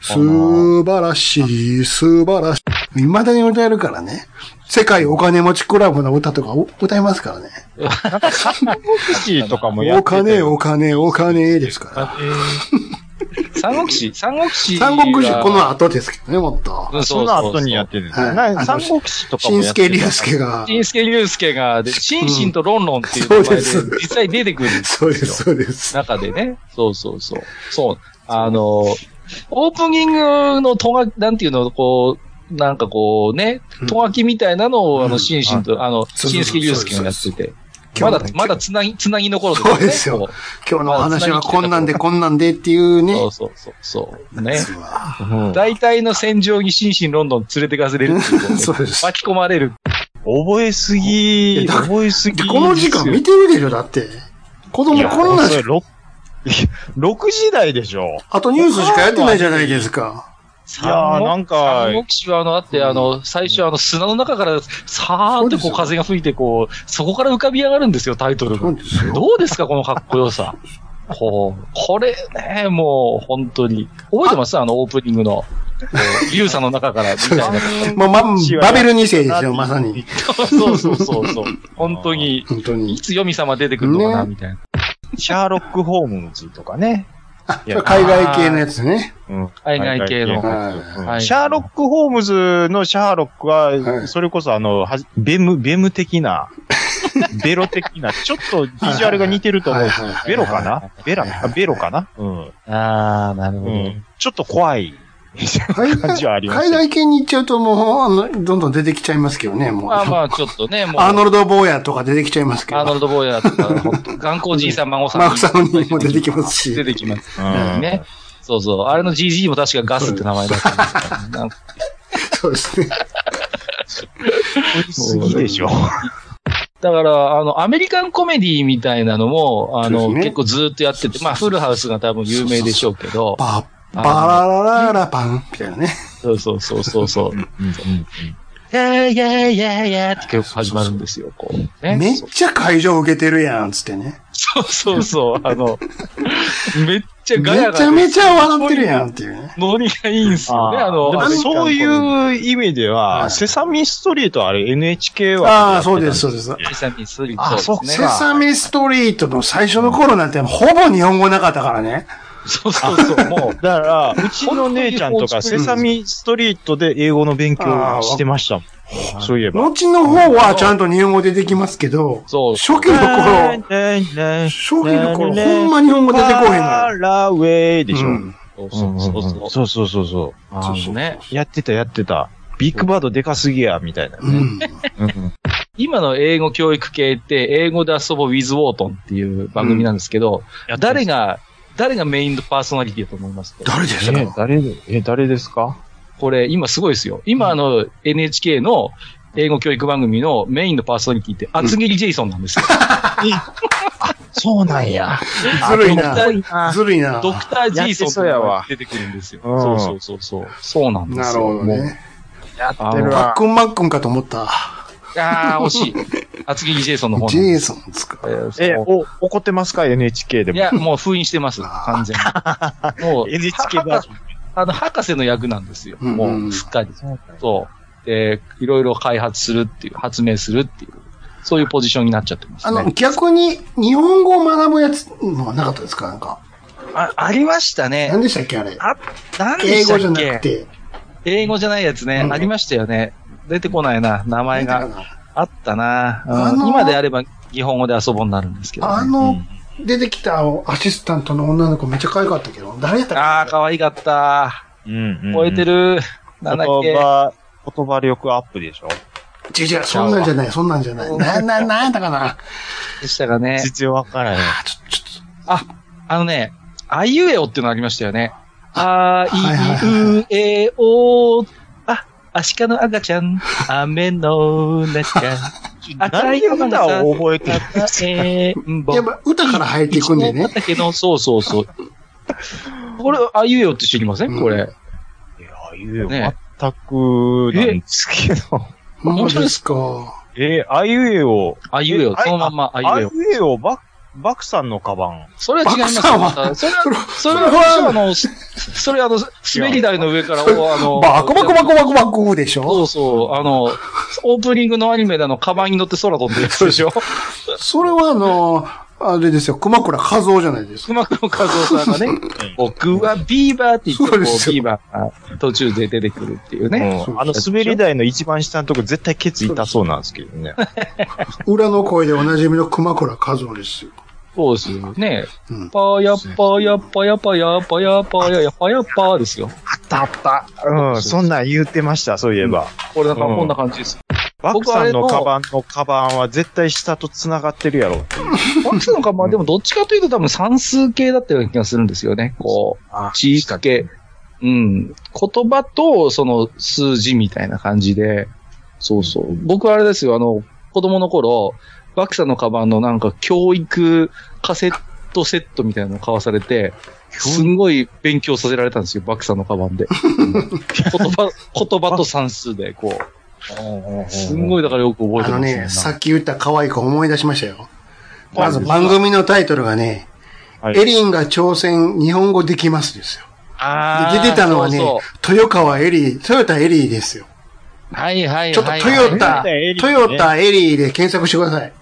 A: 素晴らしい、素晴らしい。未だに歌えるからね。世界お金持ちクラブの歌とかお歌いますからね。
B: ピシーとかもやっ
A: お
B: てた
A: 金、
B: よ
A: お金、お金ですから。
C: 三国志三国志は。
A: 三国志、この後ですけどね、もっと。
C: うん、
B: その後にやってるんです
A: は
B: よ。
A: い
B: な
A: あの
B: 三国志とかも
A: 新
B: やって
A: 助
B: た
A: 竜介が。
C: 新助竜介が、で、シンシンとロンロンっていう名前で、
A: うんそうで
C: 実際出てくるんです
A: そ
C: よ
A: うです、そうです。
C: 中でね。そうそうそう。そう。あの、オープニングのとが、なんていうの、こう、なんかこうね
A: うん、
C: とがきみたいなのを、あ
A: う
C: の、
A: ん
C: シンシンと、あの、
A: そうそうそう
C: シンスケリュウスケがやってて。
A: そ
C: ま
A: うそう
C: だ
A: そう、
C: まだつなぎ、つなぎの頃とか
A: そうですよ
C: こ
A: 今日のお話はこんなんで、こんなんでっていう
C: う
A: ね。
C: そうそうそうそう。ね。
A: うわ
B: うん覚
C: 大体の戦場にシンシンロンドン連れてかせれるっていうこうね
A: そうです
C: 巻き込まれる。
B: えす
A: い
B: ぎ、
A: やだ
B: 覚えすぎ
A: で、
B: ですよ。
A: この時間見てるでしょ、だって。子供
B: いや
A: こんなん
B: そ
A: し
B: れろ6時台でしょ。
A: あとニュースしかやってないじゃないですか。
B: いやー、なんか
C: 三、国志はあの、だってあの、最初あの砂の中からさーってこう風が吹いてこう、そこから浮かび上がるんですよ、タイトル
A: そ
C: が
A: う。ですよ。
C: どうですか、このかっこよさ。こう、これね、もう本当に。覚えてますあのオープニングの。竜さんの中か ら、みたいな。
A: もう、ま、バベル2世ですよ、まさに。
C: そうそうそうそう。本当に。
A: 本当
C: い
A: に。
C: つ読み様出てくるのかな、
A: ね
C: みたいな。
B: シャーロック・ホームズとかね。
A: あ、それ海外系のやつね。
B: うん
C: 海外系の。
A: は
C: はい
B: シャーロック・ホームズのシャーロック
A: は
B: は、
A: い
B: それこそあの、はじベム、ベム的 な、ベロ的な、ちょっとビジュアルが似てると思う
A: はいはいはいはい。
B: ベロかなベラあベロかなうん。
C: あー、なるほ
B: う
C: ど。
B: ん。ちょっと怖い。
A: い。
B: 感じはあります
A: 海
B: よ。
A: 外系に行っちゃうともう、あの、どんどん出てきちゃいますけどね、もう。
C: まあまあ、ちょっとね、もう。
A: アーノルド・ボーヤとか出てきちゃいますけ
C: アーノ
A: ど。
C: ルド・ボーイだと か、ほんと頑固じいさん、孫さん。
A: 孫さんにも出てきますし
C: 出てきます。
B: うん
C: ね。そうそう。あれの GG も確かガスって名前だったんですから なんか
A: そうですね。
B: すぎでしょ。
C: だから、あの、アメリカンコメディみたいなのも、あ
A: そう
C: の、
A: ですね
C: 結構ずっとやってて、まあ、フルハウスが多分有名でしょうけど、
A: バ、バララララパン、みたいなね。
C: そうそうそうそうそう。
B: うん
C: やいやいやいやって曲始まるんですよ、こう。ね。
A: めっちゃ会場受けてるやん、つってね。
C: そうそうそう。あの、めっちゃ
A: め
C: ガヤ
A: ちゃ
C: が、
A: めちゃ笑ってるやん、っていうね。
C: ノリがいいんですよね、あ
B: あ
C: の
B: の、で、も
C: あの
B: そういう意味で
A: は
B: は、
A: い
B: セサミストリートあれ NHK は。
A: ああ、そうです、そうです。
C: 久々にそうですね
B: あそうか
A: セサミストリートの最初の頃なんてほぼ日本語なかったからね。
C: そうそうそう、もう。
B: だから、うちの姉ちゃんとかセサミストリートで英語の勉強してましたもん。そういえば。
A: 後の方はちゃんと日本語出てきますけど、
C: そう
A: 初期の頃、初期の頃ほんま日本語出てこへんのよ。
B: ラウェイでしょ。
A: うん
C: そう
B: う
C: そ
B: ん
C: う
B: うん
C: そううんそう。
B: そうそうそうそ
C: あのね、
B: う。やってたやってた。ビッグバードでかすぎや、みたいな。
A: うん。
B: うん
C: 今の英語教育系って、英語で遊ぼう with Wharton っていう番組なんですけど、誰が、誰がメインのパーソナリティだと思います
A: 誰です
B: え
A: か、
B: 誰で、え、誰ですか
C: これ、今すごいですよ。今、あの、NHK の英語教育番組のメインのパーソナリティって、厚切りジェイソンなんですよ。
B: そうなんや。
A: ずるい
C: ドク
A: な。
C: ター
A: ずるいな。
C: ドクタージェイソンっていうのが出てくるんですよ。
B: うん
C: そうそうそうそう。そうなんで
A: な
C: す
A: る
C: よ。
A: ほどね。
C: やっ
B: る
A: パッ
B: わ
A: クンマックンかと思った。
C: ああ、惜しい。厚切りジェイソンの方なん
A: ジ
C: で
A: ェイ
C: す。
A: ソンですか。
C: えー
B: え、
C: そう
B: お、怒ってますか ?NHK で
C: い
B: も。
C: や、もう封印してます。完全に。もう、
B: NHK バージョン。
C: あの、博士の役なんですよ。
A: うんうん
C: もう、すっかり。そう。で、いろいろ開発するっていう、発明するっていう、そういうポジションになっちゃってます
A: あ
C: ね。
A: の、逆に日本語を学ぶやつのはなかったですかなんか。
C: あありましたね。
A: 何でしたっけあれ。
C: あ、なんで
A: 英
C: した
A: 語じゃ
C: っ
A: なく
C: け
A: て。
C: 英語じゃないやつね、
A: うん
C: ありましたよね。出てこないな。名前
A: なん
C: が
A: ていうかな
C: あったな。うん
A: あの
C: 今であれば日本語で遊ぼうになるんですけど、
A: あ
C: ね。
A: の、出てきたアシスタントの女の子めっちゃ可愛かったけど、誰やったっけ
C: ああ、可愛かった。
B: うんうんうん
C: 超えてる。なんだっけ
B: 言。葉、言葉力アップでしょ
A: 違う違う、そんなんじゃない、そんなんじゃない。な、な、なんやったかな。
C: でしたがね。
B: 実用わからへん。
A: あちょ、ちょっと、
C: あのね、あいうえおっていうのありましたよね。あ
A: はい
C: いうえお、あ、アシカの赤ちゃ ん、雨の中、赤い
B: なんで歌を覚えてる
C: えんぼ
A: やっ。ぱ歌から入っていくんでね。
C: だけど、そうそうそう。これ、あいうえおって知りませんこれ。
B: いうよ
C: ね
B: 全くなんですけど。
A: ほんまですか。
B: え、あいうえを、
C: あいうえお、そのまんまあ
B: あ
C: い
B: い
C: うえお。
B: うえを、バク、バクさんのカバン。
C: それは違いますよ。
A: バックさんは
C: それは
A: それ、
C: それは、あの、すそれあの、滑り台の上から、おあの、
A: バコバコバコバコバコでし
C: そ
A: ょ
C: うそう、あの、オープニングのアニメだの、カバンに乗って空飛んでるやつでしょ
A: それはあの、あれですよ、熊倉和夫じゃないですか。
C: 熊黒和夫さんがね、僕はビーバーって言って、こ
A: そう
C: う
A: ですよ
C: ビーバーが途中で出てくるっていうね。
B: うんあの滑り台の一番下のとこ絶対ケツ痛そうなんですけどね。
A: 裏の声でおなじみの熊倉和夫ですよ。
C: そうですよね
A: うん。
C: パーやっぱやっぱやっぱやっぱやっぱややっぱやっぱですよ。
B: あったあった。うん、そんなん言ってました、そういえば。
C: これなんか
B: うん
C: こんな感じです。
B: バク
C: 僕
B: さ
C: あ
B: ん
C: れの
B: のカバンのカバンは絶対下と繋がってるやろ。
C: ワンツーのカバンでもどっちかというと多分算数系だったような気がするんですよね。こ
B: あ
C: う、地域系。うん。言葉とその数字みたいな感じで。そうそう。僕はあれですよ、あの、子供の頃、バクさんのカバンのなんか教育カセットセットみたいなの買わされて、すんごい勉強させられたんですよ、バクさんのカバンで。うん言 葉、言葉と算数で、こう。すんごいだからよく覚え
A: あ
C: て
A: の
C: ます
A: ね、さっき言った可愛い子思い出しましたよ。
B: あ
A: まず番組のタイトルがね、
B: はい
A: エリンが挑戦日本語できますですよ。
C: あ
A: で
C: ー
A: 出てたのはね
C: そうそう、
A: 豊川エリー、トヨタエリーですよ。
C: はいはいはいはい。
A: ちょっとトヨタ、
B: トヨタエリーね
A: トヨタエリーで検索してください。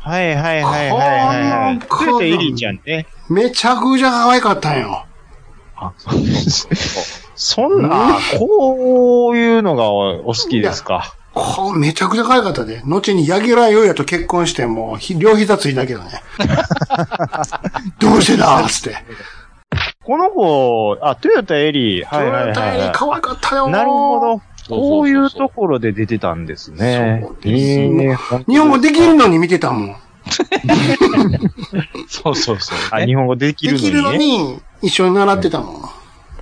B: はいはいはいはいはい。
A: こ
B: こ
A: の
B: れでエリーちゃんね。
A: めちゃくちゃ可愛かったんよ。
B: そんな、こういうのがお好きですか。
A: こうめちゃくちゃ可愛かったで。後に柳楽優弥と結婚して、もうひ、両膝ついたけど ね。どうしてだっつって。
B: この子、あ、トヨタエリー。はいはい
A: トヨタ
B: はい
A: エリ
B: は
A: ー
B: い。
A: 可愛かったよ。
B: なるほど。
C: そうそう
B: こういうところで出てたんですね
A: そう。です
B: ええ
A: 日本語できるのに見てたもん。
C: そうそうそう。
B: あ、日本語でき
A: で
B: る
A: きる
B: の
A: の
B: にね。
A: に、一緒に習ってたもん。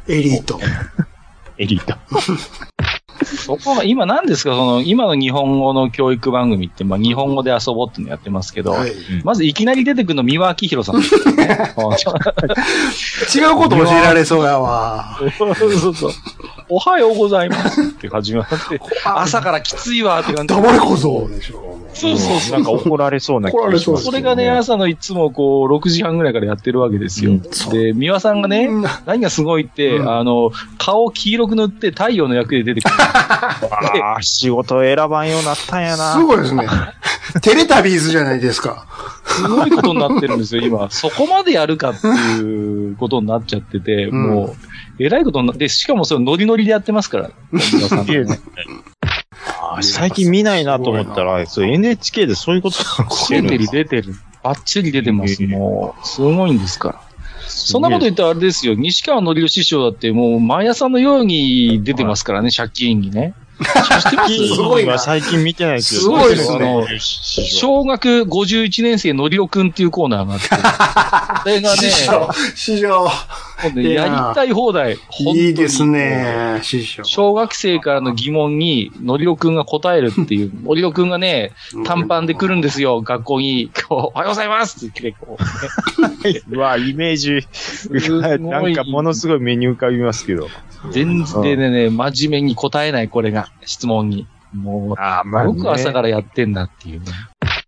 A: エリーと。
B: エリーだ。
C: そこが、今何ですかその、今の日本語の教育番組って、まあ、日本語で遊ぼうっていうのやってますけど、
A: はい
C: まずいきなり出てくるの三輪明宏さんですよね。
A: 違うこと教えられそうやわ。
C: そうそうそう。おはようございますって感じにな って、朝からきついわって感じ。
A: 黙れ小僧でしょ。
C: そうそうそう。
B: なんか怒られそうな気
A: 怒
B: が
A: られ
B: し
A: そう
B: ま。
A: ですす
C: それがね、朝のいつもこう、6時半ぐらいからやってるわけですよ。
B: うん
C: で、三輪さんがね、
A: うん
C: 何がすごいって、
A: うん
C: あの、顔黄色く塗って太陽の役で出てくる。
B: ああ、仕事選ばんようになったんやな。
A: すごいです ね。テレタビーズじゃないですか。
C: すごいことになってるんですよ、 今。そこまでやるかっていうことになっちゃってて、
A: うん
C: もう、えらいことになって、しかもそれノリノリでやってますから、皆さ
B: い
C: ん
B: えあー最近見ないなと思ったら、そう NHK でそういうことなのか
C: 出てる、出てる。バッチリ出てます、もう。すごいんですから。そんなこと言ったらあれですよ、西川のりお師匠だってもう毎朝のように出てますからね、借金にね。知ってます
B: す
A: ご
B: ご
A: い
B: い
A: な
B: な。最近見てないですよ。
A: すごいですね
B: あの
C: 小学51年生のりおくんっていうコーナーがあって。これがね
A: 師、匠、師匠。
C: もうねやりたい放題。本当に
A: いいですね、師匠。
C: 小学生からの疑問に、のりおくんが答えるっていう、 のりおくんがね、短パンで来るんですよ、学校に。こう、おはようございますって言って、こう。
B: うわ、イメージ、なんかものすごい目に浮かびますけど。
C: 全然ね、ね真面目に答えない、これが、質問に。も
B: ああ、
C: う、
B: ま。
C: よく朝かららやってんだっていうね。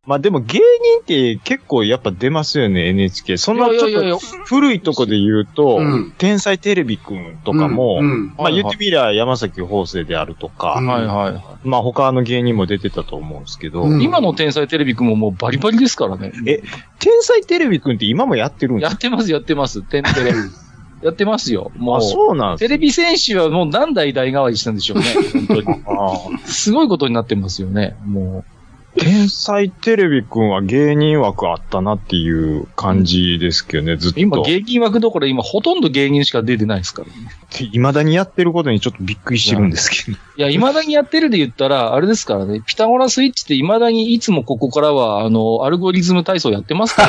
B: まあでも芸人って結構やっぱ出ますよね、NHK。そんなち
C: いやいやいや
B: ょっと古いとこで言うと
A: うん、
B: 天才テレビくんと
A: と
B: かも、まあ
C: はいはい
B: 言ってみりゃ山崎法政であるとか、
A: うん
C: は
B: まあ他の芸人も出てたと思うんですけど、
A: うん
C: 今の天才テレビくんももうバリバリですからね。
B: え天才テレビくんって今もやってるんで
C: や
B: すか
C: ってます、やってます。天テ レ。やってますよ。も
B: あ、
C: う。
B: そうなんで
C: テ
B: す
C: レビ戦士はも う何代代替わりしたんでしょうね。本当に。
B: か。あー
C: すごいことになってますよね。もう。
B: 天才テレビくんは芸人枠あったなっていう感じですけどね、ずっと。
C: 今、芸人枠どころ、今、ほとんど芸人しか出てないですから。
B: 未だにやってることにちょっとびっくりしてるんですけ ど。
C: いや、未だにやってるで言ったら、あれですからね、ピタゴラスイッチって未だにいつもここからは、あの、アルゴリズム体操やってますか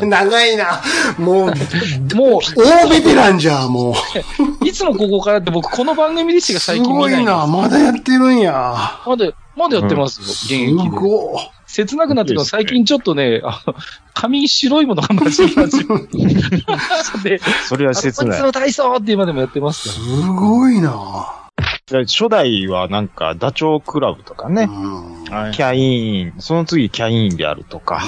C: ね
A: 長いな。もう、
C: も
A: 大ベテランじゃん、もう。
C: う、いつもここからって僕、この番組でしか
A: す
C: 最近見
A: ご
C: ない
A: い
C: んです
A: な。まだやってるんや。
C: まだ、まだやってますよ、
A: す
C: 現役で。
A: ごい。
C: 切なくなってくる。最近ちょっとね、あの髪に白いものが混じりますよ。 で、
B: それは
C: アル
B: 切
C: ゴリ
B: な
C: ズ
B: い。
C: ム体操って今でもやってますから。
A: すごいな。
B: 初代はなんか、ダチョウ倶楽部とか
A: う
B: ね、
A: ん。うん。
D: はい
B: キャイン、その次キャインであるとか、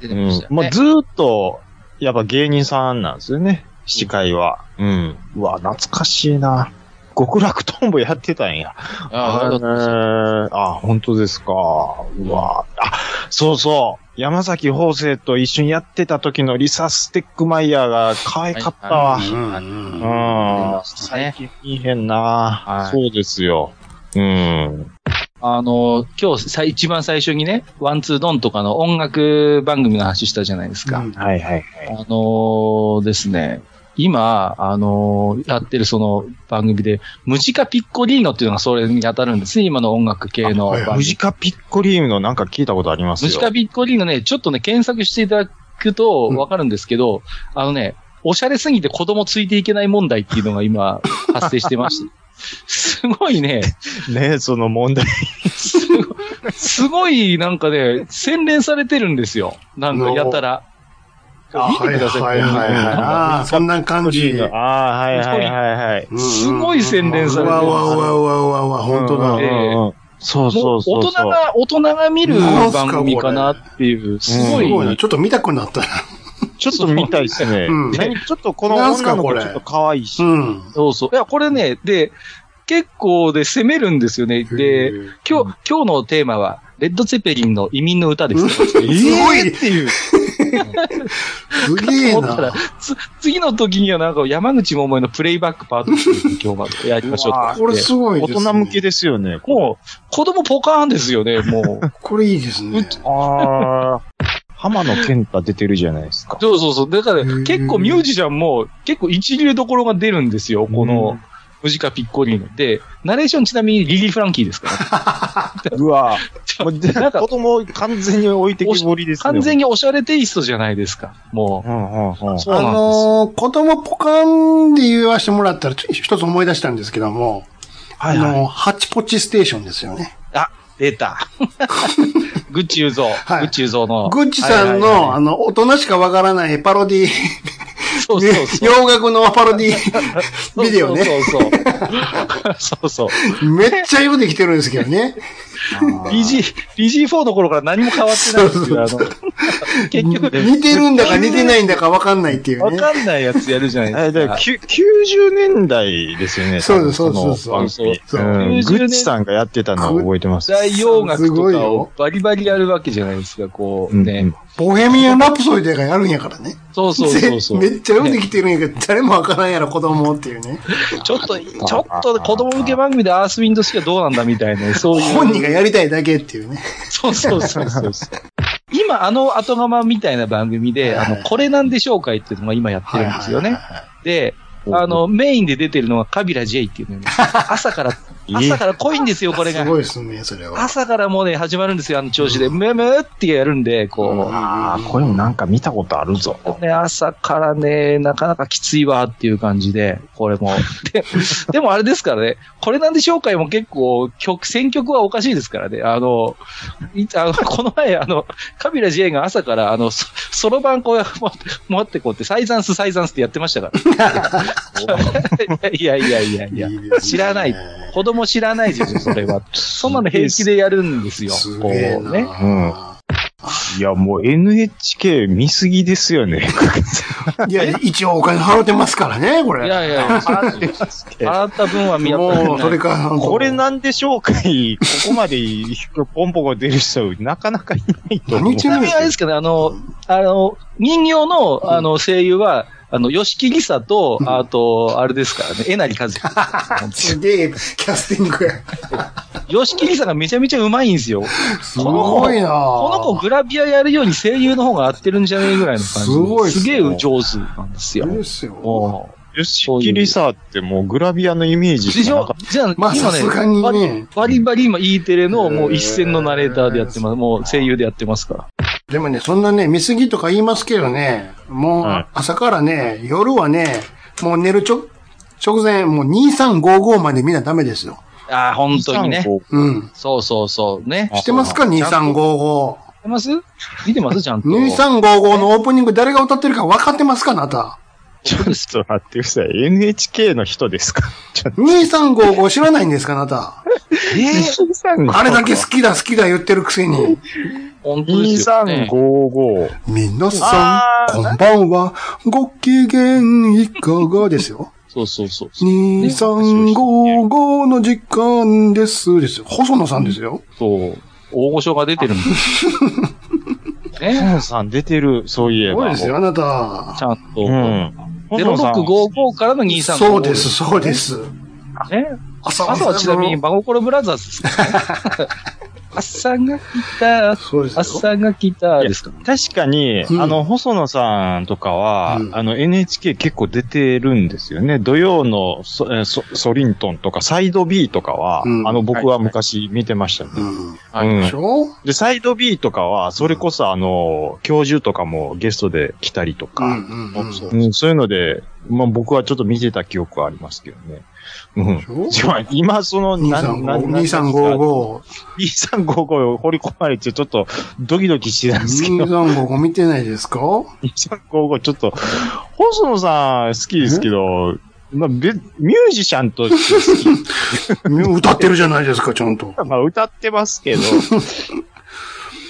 C: 出
B: う
C: てまし
B: ん
C: たよね
B: もうずーっと、やっぱ芸人さんなんですよね、司会は。うん。うわ、懐かしいな。極楽とんぼやってたんや。
C: ああ、だって
B: ねあ、本当ですか。うわ、あ、そうそう。山崎邦生と一緒にやってた時のリサ・ステックマイヤーが可愛かったわ。
A: うん。うん。
B: うん。
C: ね
B: 最近見えへんな、
C: はい
B: そうですよ。うん。
C: あの、今日さ一番最初にね、ワンツードンとかの音楽番組の話したじゃないですか。
B: はいはいはい。
C: あのーですね、今、あのーやってるその番組で、ムジカピッコリーノっていうのがそれに当たるんですね、今の音楽系の
A: あはいはい
C: 番
B: ム
C: 組
B: ジ。カピッコリームのなんか聞いたことあります
C: ム
B: よ。
C: ジカピッコリーノね、ちょっとね、検索していただくとわかるんですけど、あのね、おしゃれすぎて子供ついていけない問題っていうのが今発生してまして。すごいね、
B: ねその問題。
C: すごい、すごいなんかね、洗練されてるんですよ。なんかやたら。
A: あ
C: 見てください
A: はいはいはいはい。ああ、そんな感じ。
B: ああ、はいはいはいはい。
A: うん
C: すごい洗練されてる
A: うわうわうわうわうわうわ、本当だ。
B: うん
C: ええ
B: うんうんそうそうそうそう。
C: 大人が、大人が見る番組かなっていう、すご。
A: すごいないちょっと見たくなったな。
B: ちょっと見たいですね。
A: うん
B: 何ちょっとこの
A: なんすか
B: 女の
A: こ
B: 子
A: れ
B: ちょっと可愛いし。
A: うん。
C: そうそう。いや、これね、で、結構で攻めるんですよね。で、今日、今日のテーマは、レッド・ツェペリンの移民の歌です。す
A: すごい
C: っていう。
A: すげえ
C: 思ったら
A: な。、
C: つ次の時にはなんか山口百恵のプレイバックパートっていうのを今日はやりましょうって
A: これすごい
B: 大
A: ですね。
B: 人向けですよね。
C: もう、子供ポカーンですよね、もう。
A: これいいですね。
B: ああ。浜野健太出てるじゃないです か。
C: そうそうそう。だから、
A: うん
C: 結構ミュージシャンも、結構一流どころが出るんですよ、この、ムジカピッコリーノ。で、ナレーションちなみにリリー・フランキーですから。
B: うわ もうで
C: なんか
B: 子供完全に置いてきぼりですね。
C: 完全にオシャレテイストじゃないですか、も
B: うんうんうん。
C: う。
A: あのー子供ポカンで言わせてもらったら、ちょ一つ思い出したんですけども、
B: はい
A: あ
B: はい。
A: のー、ハッチポッチステーションですよね。
C: 出た。 グッチ雄三、
A: はい
C: グッチ雄三の。
A: グッチさんの、
C: はいはいはい
A: あの、大人しかわからないパロディ、
C: そうそうそう。
A: 洋楽のパロデ ィビデオね。
C: そうそうそう。そうそう。
A: めっちゃよくできてるんですけどね。
C: BG、BG4 の頃から何も変わってないんですよ、あの。結局、
A: 似てるんだか似てないんだかわかんないっていう
C: わ
A: ね。
C: かんないやつやるじゃない
B: え、
C: です
B: だ
C: か
B: から。きゅ90年代ですよね。
A: そうです
B: 多分
A: そう
C: です
B: の番組
A: そうです
B: うん
C: そう
B: グッチさんがやってたのを 覚えてます。
C: 大洋楽
A: すご
C: と
A: い
C: か
A: よ
C: をバリバリやるわけじゃないですか、こう
B: うん
C: ね。
B: うん
A: ボヘミアン・ラプソディがやるんやからね。
C: そうそうそうそう。
A: めっちゃよくできてるんやけど、誰もわからんやろ、子供っていうね。
C: ちょっと、ちょっと子供向け番組でアースウィンドスキはどうなんだみたいな、そういう。
A: 本人がやりたいだけっていうね。
C: そうそうそうそうそう。今、あの後釜みたいな番組で、あの、これなんでしょうかいっていうのが今やってるんですよね。で、あの、メインで出てるのはカビラ J っていうのが 朝から、朝から濃いんですよ、これ
A: す
C: が。
A: ごいですね、それは。
C: 朝からもうね、始まるんですよ、あの調子で。ムムってやるんで、こ
B: ああ、これもなんか見たことあるぞ。
C: う。ね、朝からね、なかなかきついわっていう感じで、こ れも。で、でもあれですからね、これなんでしょうかいも結構、曲、選曲はおかしいですからね。あの、いあの この前、あの、カビラ J が朝から、あの、そそろばんこう、持ってこうって、サイザンス、サイザンスってやってまし たから。いやいやいやいやいや。知らない子供知らないですよ、それは。そんなの平気でやるんですよ。
A: す
C: こ
A: げえ
C: うね。
A: な。
B: いや、もう NHK 見すぎですよね。
A: いや、一応お金払ってますからね、これ。
C: いやいやい や、払ってますけど。払った分は見合った
A: もう、それ
C: 分
A: か、
B: これなんでしょうかいここまでポンポコ出る人、なかなかいないと思
A: 何
B: う。
A: 言っ
C: ち
A: て
C: な
A: るん
C: み
A: で
C: にあれですすけどね、あの、あの、人形の、あの、声優は、あの、吉木りさと、 あと、あれですからね、えなりかずき。
A: かすげえ、キャスティングや。
C: 吉木りさんがめちゃめちゃうまいんですよ。
A: すごいな
C: この子グラビアやるように声優の方が合ってるんじゃねえぐらいの感
A: す
C: じ。
A: ごいっすね
C: すげえ上手なんですよ。
A: いいですよ。
C: もう
B: 吉木りさってもうグラビアのイメージ
C: で
B: し
C: し
B: かな
C: ょ
B: かっ
C: じゃあ、
A: まあ
C: 今
A: さ
C: ね
A: すがに
C: バリ、
A: ね。
C: バリバリ今 E テレのもう一線のナレーターでやって
A: へ
C: ま
A: ー
C: す。もう声優でやってますから。
A: でもね、そんなね、見過ぎとか言いますけどね、もう
B: はい
A: 朝からね、夜はね、もう寝るちょ、直前、もう2355までみんなダメですよ。
C: ああ、本当
B: た。
C: にね。
A: うん。
C: そうそうそう。ね。
A: 知ってますか ?2355。
C: 知ってます見てますちゃんと。
A: 2355のオープニング誰が歌ってるか分かってますかあなた。
B: ちょっと待ってください。NHK の人ですかちょっと。
A: 2355知らないんですかあな た。
C: え
A: あれだけ好きだ好きだ言ってるくせに。
C: ー本当ですよ、ね。
B: 2355。
A: 皆さん、こんばんは。ご機嫌いかがですよ。
C: そうそうそう。
A: 2355の時間です。ですよ。細野さんですよ。
C: そう。大御所が出てるんですよ。ね。
B: 本さん出てる、そういえ
A: す
B: ば。
A: ごいですよ、あなた
C: ち。ゃんと。
B: うん。
C: 0655からの2355。
A: そうです、。そうです。
C: ね。
A: 朝
C: 朝はちなみに、
A: の
C: 真心ブラザーズですから ね朝が来た、
A: そうですよ。
C: 朝が来たですか。
B: 確かに、
A: うん
B: あの、細野さんとかは、
A: うん
B: あの、NHK 結構出てるんですよね。土曜のソえーソソリントンとか、サイド B とかは、
A: うん
B: あの、僕は昔見てましたね。
A: うん。で
C: はい
B: うん
A: しょ
B: で、サイド B とかは、それこそ、あの、教授とかもゲストで来たりと
A: う
B: か、
A: んうんうん。
B: そ
A: そう
B: うんそういうので、まあ僕はちょっと見てた記憶はありますけどね。うん。
A: う
B: 今今、その、なんなんなん
A: 2355。
B: 2355を掘り込まれて、ちょっとドキドキしてたんですけど、
A: 2355見てないですか
B: 2355ちょっと、細野さん好きですけど、まあ、べミュージシャンとして好
A: 歌ってるじゃないですか、ちゃんと。
B: き、まあ歌ってますけど、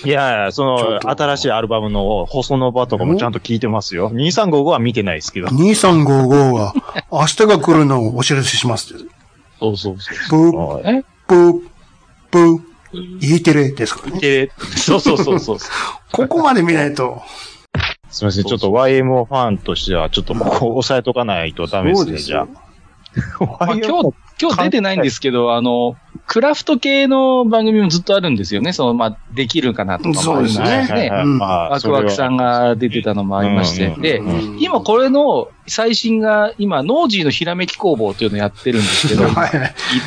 B: いやいや、そ
A: ちょ
B: の
A: っ、と
B: 新しいアルバムの細野場とかもちゃんと聞いてますよ。2355は見てないですけど。
A: 2355は、明日が来るのをお知らせします。
C: そうそうそう。
A: ブー、ブー、ブー、E テレですからね。
C: で、そうそうそうそう。
A: ここまで見ないと。
B: すみません、ちょっと YMO ファンとしては、ちょっとここ押さえとかないとダメですね、じゃあ
A: よ。。
C: まあ、今
B: YMO
C: 日、今日出てないんですけど、あの、クラフト系の番組もずっとあるんですよね。その、まあ、できるかなとかもあり
A: そうですね
B: はいはいはい
A: うん
B: まあ
C: ワクワクさんが出てたのもありまして。
B: うん
C: で、
A: うん
C: 今これの最新が、今、ノージーのひらめき工房というのをやってるんですけど、E
A: はい。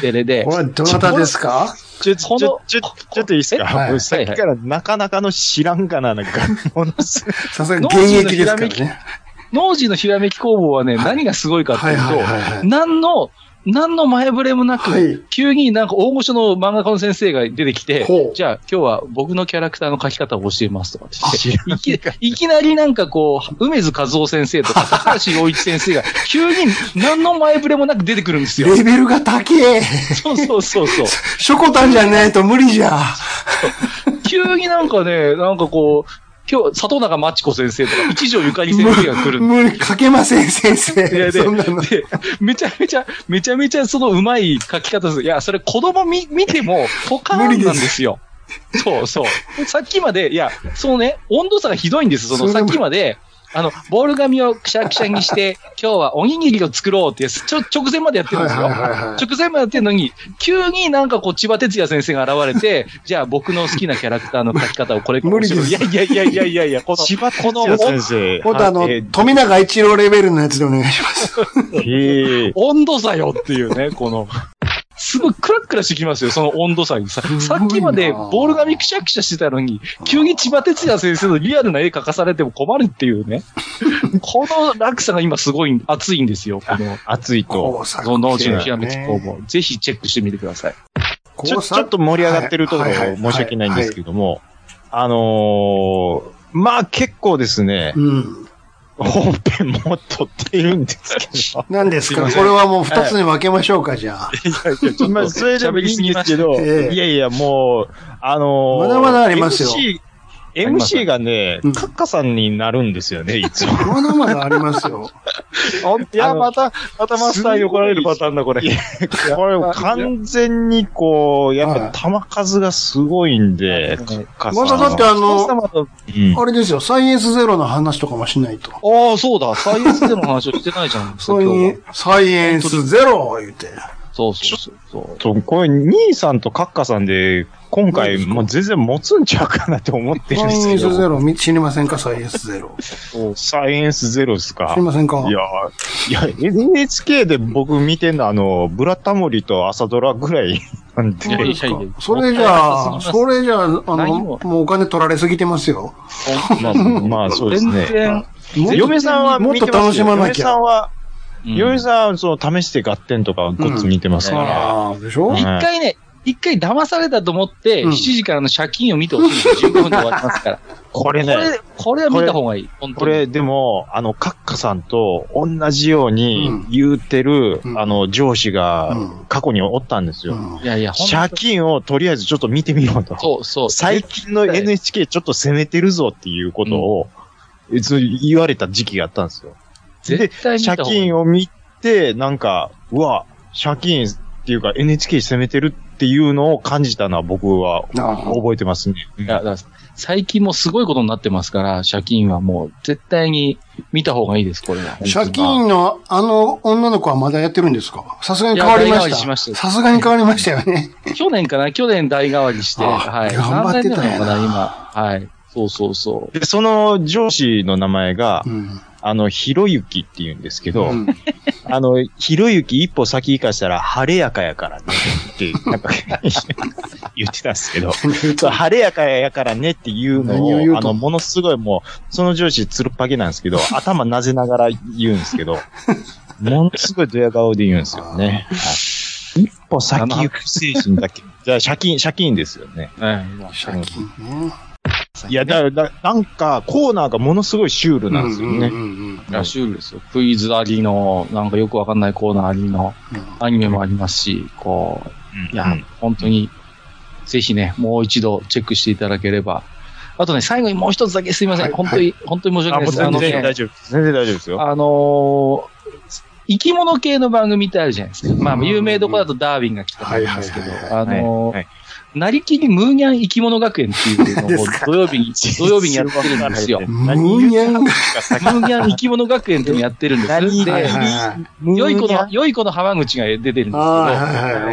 C: テレで
A: これ。はどなたですか
B: ちょ、ちょ、
C: こ
B: ち
C: の
B: ょ、ちょちょっといいですか、
A: えはい
B: もうさっきからなかなかの知らんかな、なんか、ものすごい
A: さすが現役ですからね。
C: ノージーのひらめき工房はね、何がすごいかって
A: はいいはいは
C: う
A: いは
C: と、
A: い。
C: 何の、何の前触れもなく、
A: はい
C: 急になんか大御所の漫画家の先生が出てきて
A: ほう、
C: じゃあ今日は僕のキャラクターの描き方を教えますとかって言って、いきいきなりなんかこう、梅津和夫先生とか高橋洋一先 生が急に何の前触れもなく出てくるんですよ。
A: レベルが高え。
C: そうそうそうそう。
A: ショコタンじゃないと無理じゃ。
C: 急になんかね、なんかこう、今日、里中真知子先生とか、一条ゆかり先生が来るんですよ
A: 無理、かけません、先生。
C: で
A: そんなの。
C: で、めちゃめちゃ、めちゃめちゃそのうまい書き方でする。いや、それ子供見、見ても、ポカーンなんですよ。そうそう。さっきまで、いや、そのね、温度差がひどいんです。そ
A: そ
C: の
A: れで
C: さっ
A: も
C: きまで、あの、ボール紙をくしゃくしゃにして、今日はおにぎりを作ろうってやつ、ちょ、直前までやってるんですよ。
A: はいはいはいはい
C: 直前までやってるのに、急になんかこう、千葉哲也先生が現れ て、じゃあ僕の好きなキャラクターの書き方をこれから
A: 無理です
C: 教えろいやいやいやいやいやいや、この、
B: 芝
C: この
B: 田先生。
A: ほんとあの
B: はいえ、ー
A: 富永一郎レベルのやつでお願いします。
B: へえ
C: 温度差よっていうね、 この。すごいクラクラしてきますよ、その温度差にさ。
A: ごいな
C: さっきまでボール紙くしゃくしゃしてたのに、急に千葉哲也先生のリアルな絵描かされても困るっていう ね。この落差が今すごい熱いんですよ、この。
B: 熱いと。
C: その農地のひらめき工
A: ね。
C: 房。ぜひチェックしてみてください。
B: ちょ、ちょっと盛り上がってるところ申し訳ないんですけ
A: ど。
B: ども、あのー、まあ結構ですね、
A: うん。
B: 本編も撮っているんですけど。
A: 何ですかこれはもう二つに分けましょうか、じゃあ。
B: まあ、それでもいいんですけど、
A: ええ
B: いやいや、もう、あのー
A: まだまだありますよ
B: MC, MC がね、
A: うん
B: カッカさんになるんですよね、いつも。
A: まだまだありますよ。
B: いや、また、
C: また
B: マスターに怒られるパタ
C: ーンだ、これ。
B: これ完全にこう、やっぱ球数がすごいんで、カッカさ
A: ま
B: ん
A: だ
B: は。
A: だってあ
C: お
A: の、
C: 様と
B: うん
A: あれですよ、サイエンスゼロの話とかもしないと。
C: ああ、そうだ。サイエンスでの話をしてないじゃん。
A: それに、サイエンスゼロ言うて。
C: そうそうそうそう。
B: ちょっと、これ、兄さんとカッカさんで、今回、もう全然持つんちゃうかなって思ってるん
A: サ
B: です
A: イエ
B: け
A: ンスゼ
B: ど。
A: ロ、み知りませんかサイエンスゼロ。知
B: サイエンスゼロですか
A: り。ませんか
B: いやー、いや、NHK で僕見てんのは、あの、ブラタモリと朝ドラぐらいなんで、
C: そうですか
A: それじゃあ、それじゃあ、あ
C: ない
A: の、
C: よ
A: もうお金取られすぎてますよ。
B: まあ、まあ、そうです
C: 全
B: ね。
C: 然、
B: 嫁さんは
A: もっ
B: 見
A: と
B: てま
A: 楽
B: す
A: し
B: よ
A: まな
B: 嫁
A: き
B: さ
A: ゃ
B: ん。は、
C: うん
B: 嫁さんは、その、試して合点とかグッズ見てますから。
A: ああ、でしょ
B: うん
C: 一回ね、一回騙されたと思って、
A: うん
C: 7時からの借金を見てほしいです。15分で終わりますから。
B: これ
C: こ
B: ね、
C: れ、これは見た方がいい。本当
B: こ
C: に。
B: れ、でも、あの、カッカさんと同じように
A: うん
B: 言うてる、
A: うん
B: あの、上司が
A: うん
B: 過去におったんですよ。
A: うん
C: いやいや、ほんと
B: 借金をとりあえずちょっと見てみろと。
C: そうそう。
B: 最近の NHK ちょっと攻めてるぞっていうことを、そう言われた時期があったんですよ。
C: 絶対見た
B: 借
C: 方がいい。
B: 金を見て、なんか、うわ、借金っていうか NHK 攻めてるっていうのを感じたのは僕は
A: なあ
B: 覚えてますね。
C: いやだから最近もすごいことになってますから、借金はもう絶対に見た方がいいです、これは。
A: 借金のあの女の子はまだやってるんですかさすがに変わりま
C: いや代替わりし
A: し
C: ました
A: た。
C: よ
A: さすがに変わりましたよね。
C: 去年かな去年代替わりして、
A: あ
C: はい。
A: 頑張ってたんやな
C: 何年目なのかな今。はい。そうそうそう。
B: で、その上司の名前が
A: う、ん。
B: あの、ひろゆきって言うんですけど、
A: うん
B: あの、ひろゆき一歩先行かしたら、晴れやかやからねって、なんか 言ってたんですけど、そう晴れやかやからねっていうの
A: 何を
B: を、
A: 言う
B: あ
A: と
B: の、ものすごいもう、その上司つるっぱげなん ですけど、頭なぜながら言うんですけど、ものすごいドヤ顔で言うんですよね。はい一歩先行く精神だ け。じゃあ、借金、借金ですよね。
A: 借金ね。
B: いや、だ、だなんか、コーナーがものすごいシュールなんですよね。
A: うんうんうんうん
C: ラシュールですよ。クイズありの、なんかよくわかんないコーナーありの、アニメもありますし、こう、いや、本当に、ぜひね、もう一度チェックしていただければ。あとね、最後にもう一つだけすいません。
A: はい
C: 本当に、本当に申
B: あ、
C: し訳
B: もう全
C: ない
B: 然
C: です。あのね
B: 大丈夫です。全然大丈夫ですよ。
C: あのー生き物系の番組ってあるじゃないですか。まあ、有名どこだとダーウィンが来たと思うんですけど
A: はいはい、
C: あのー
B: はい
C: なりきりムーニャン生き物学園っていうのを
A: ですか
C: 土曜日に、土曜 日にやってるんですよ。ム
A: ムーニャンが。
C: ーニャン生き物学園っていうのやってるんです。
A: はい
C: で、
A: はい
C: 良い子の、良い子の浜口が出てるんですけど、
A: はい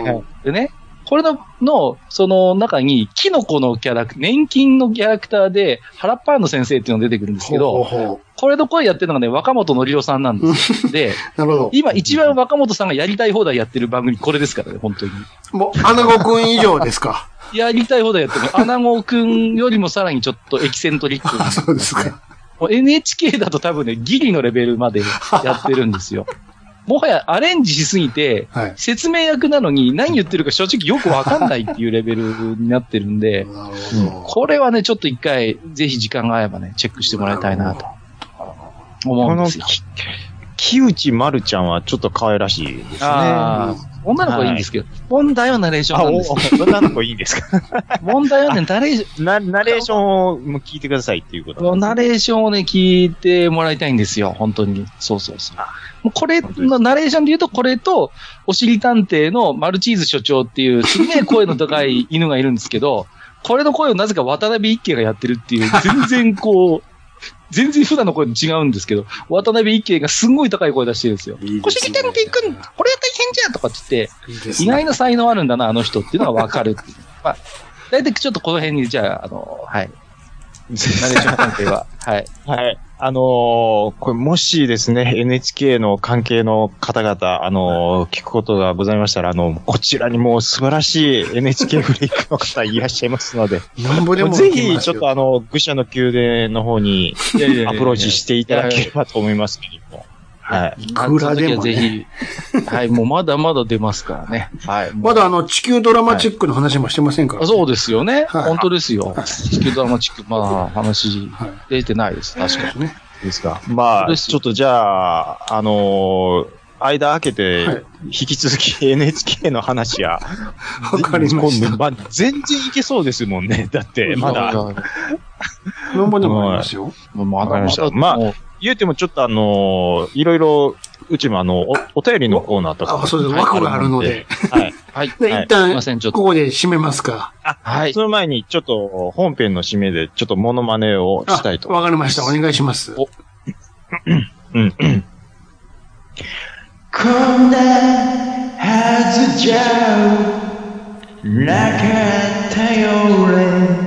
A: はい
C: でね、これの、の、その中に、キノコのキャラクター、年金のキャラクターで、ハラッパーの先生っていうのが出てくるんですけ
A: ほうほ
C: ど、
A: うほ
C: これの声やってるのがね、若本のりろさんなんで すよ。で、
A: うなるほ
C: 今一番若本さんがやりたい放題やってる番組、これですからね、本当に。
A: ど。もう、穴子くん以上ですか。
C: やりたい放題やってる。アナゴくんよりもさらにちょっとエキセント リック
A: あ、
C: な
A: そうですか。
C: もう NHK だと多分ね、ギリのレベルまでやってるんですよ。もはやアレンジしすぎて、
A: はい。
C: 説明役なのに何言ってるか正直よくわかんないっていうレベルになってるんで、
A: なるほ
C: これはね、ちょっと一回、ぜひ時間が合えばね、チェックしてもらいたいなと思
B: こ
C: うん
B: の
C: で
B: き
C: すよ。、
B: 木内まるちゃんはちょっと可愛らしいですね。
C: ああ、女の子はいいんですけど、問題はナレーション
B: あ、
C: なん
B: お、
C: ですよ。
B: 女の子いいんですか
C: 問題はね、ナレーシ
B: な、ナレーションをもう聞いてくださいっていうこと
C: ョン、ナレーションをね、聞いてもらいたいんですよ、本当に。そうそうそう。もうこれのナレーションで言うと、これと、おしり探偵のマルチーズ所長っていう、すげえ声の高い犬がいるんですけど、 これの声をなぜか渡辺一家がやってるっていう、全然こう、 全然普段の声と違うんですけど、渡辺一家がすんごい高い声出してるんですよ。
A: ど。いい
C: お
A: で
C: し
A: す
C: り
A: ね
C: 探偵くん、これは大変じゃんとかって言
A: い
C: って、
A: いです
C: 意
A: ね
C: 外な才能あるんだな、あの人っていうのはわかるっていう。まあ、大体ちょっとこの辺に、じゃあ、あの、はい。ナレーション関係は。はい。
B: はい。あのーこれもしですね、NHK の関係の方々、あのー聞くことがございましたら、あの、こちらにもう素晴らしい NHK フリークの方いらっしゃいますので、
A: なんぼでも
B: ぜ
A: でき
B: ひ、
A: ます
B: ち
A: よ
B: ょっとあの、愚者の宮殿の方に
C: いやいやいやいや
B: アプローチしていただければと思いますけども。はい。
A: いくらでも
C: ぜ
A: ね。
C: ひ。はい、もうまだまだ出ますからね。はい。
A: まだあの、地球ドラマチックの話もしてませんから。
C: あそうですよね。
A: はい
C: 本当ですよ。地球ドラマチック、まあ、話
A: はい
C: 出てないです。確かに。
A: ね。
B: ですか。ま
C: そうで
B: あ、
C: す
B: ちょっとじゃあ、あのー間開け
A: は
B: て
A: い、
B: 引き続き NHK の話や、
A: わかりました
B: 今度ま全然いけそうですもんね。 だって、まだ、
C: まだ
A: なんぼでもありますよ。
C: ま
B: わかりました
C: だ。
B: まあ
C: もう
B: 言うてもちょっとあのーいろいろ、うちもあの、お、お便りのコーナーとか。
A: あ、そうです。枠があるので。。
B: はい。
C: はい。
A: で、
B: はい
A: 一
C: すい
A: 旦
C: ま、せん、ちょっと。
A: ここで締めますか。
C: はい
B: そ。の前に、ちょっと、本編の締めで、ちょっとモノマネを
A: あ
B: したいと。
A: わかりました。お願いします。
C: お
B: うん、うん。こんなはず
E: じゃなかったよ俺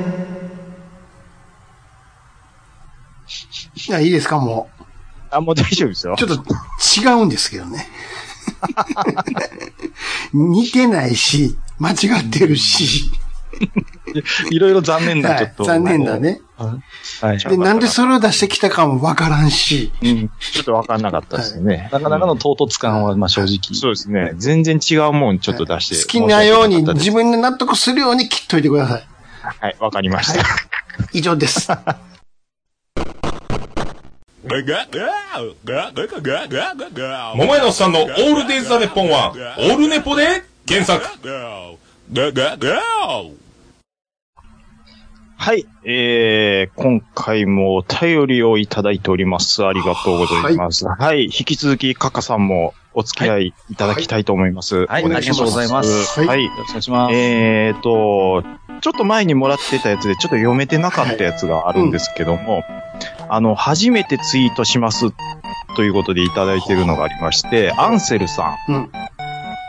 A: いや、いいですか、も
B: あ、もう大丈夫ですよ
A: う。。ちょっと違うんですけどね。 似てないし、間違ってるし。
C: いろいろ残念な、
A: は
C: ちょっ
A: い、
C: と。
A: 残念だね。
C: はい。
A: で、なんでそれを出してきたかもわからんし。
B: うんちょっとわかんなかったですよね。
C: なかなかの唐突感は、まあ正直。
B: そうですね。全然違うもんちょっと出して。
A: 好きなよう
B: 申
A: に、
B: し
A: 自
B: 訳かっ
A: 分で納得するように切っといてください。
B: たですはい、わかりました。
A: 以上です。
F: 桃屋のおっさんのオールデイズ・ザ・ネッポンは、オールネポで検索。
B: はい。えー、今回もお便りをいただいております。ありがとうございます。はい。引き続き、カカさんもお付き合いいただきたいと思います。
C: はい、
B: お
C: あ
B: 願い
C: り
B: し
C: がとうございます。
B: ます。はい。
C: よろしくお願いします。
B: えーと、ちょっと前にもらってたやつで、ちょっと読めてなかったやつがあるんですけども、あの、初めてツイートしますということでいただいてるのがありまして、アンセルさん。
A: うん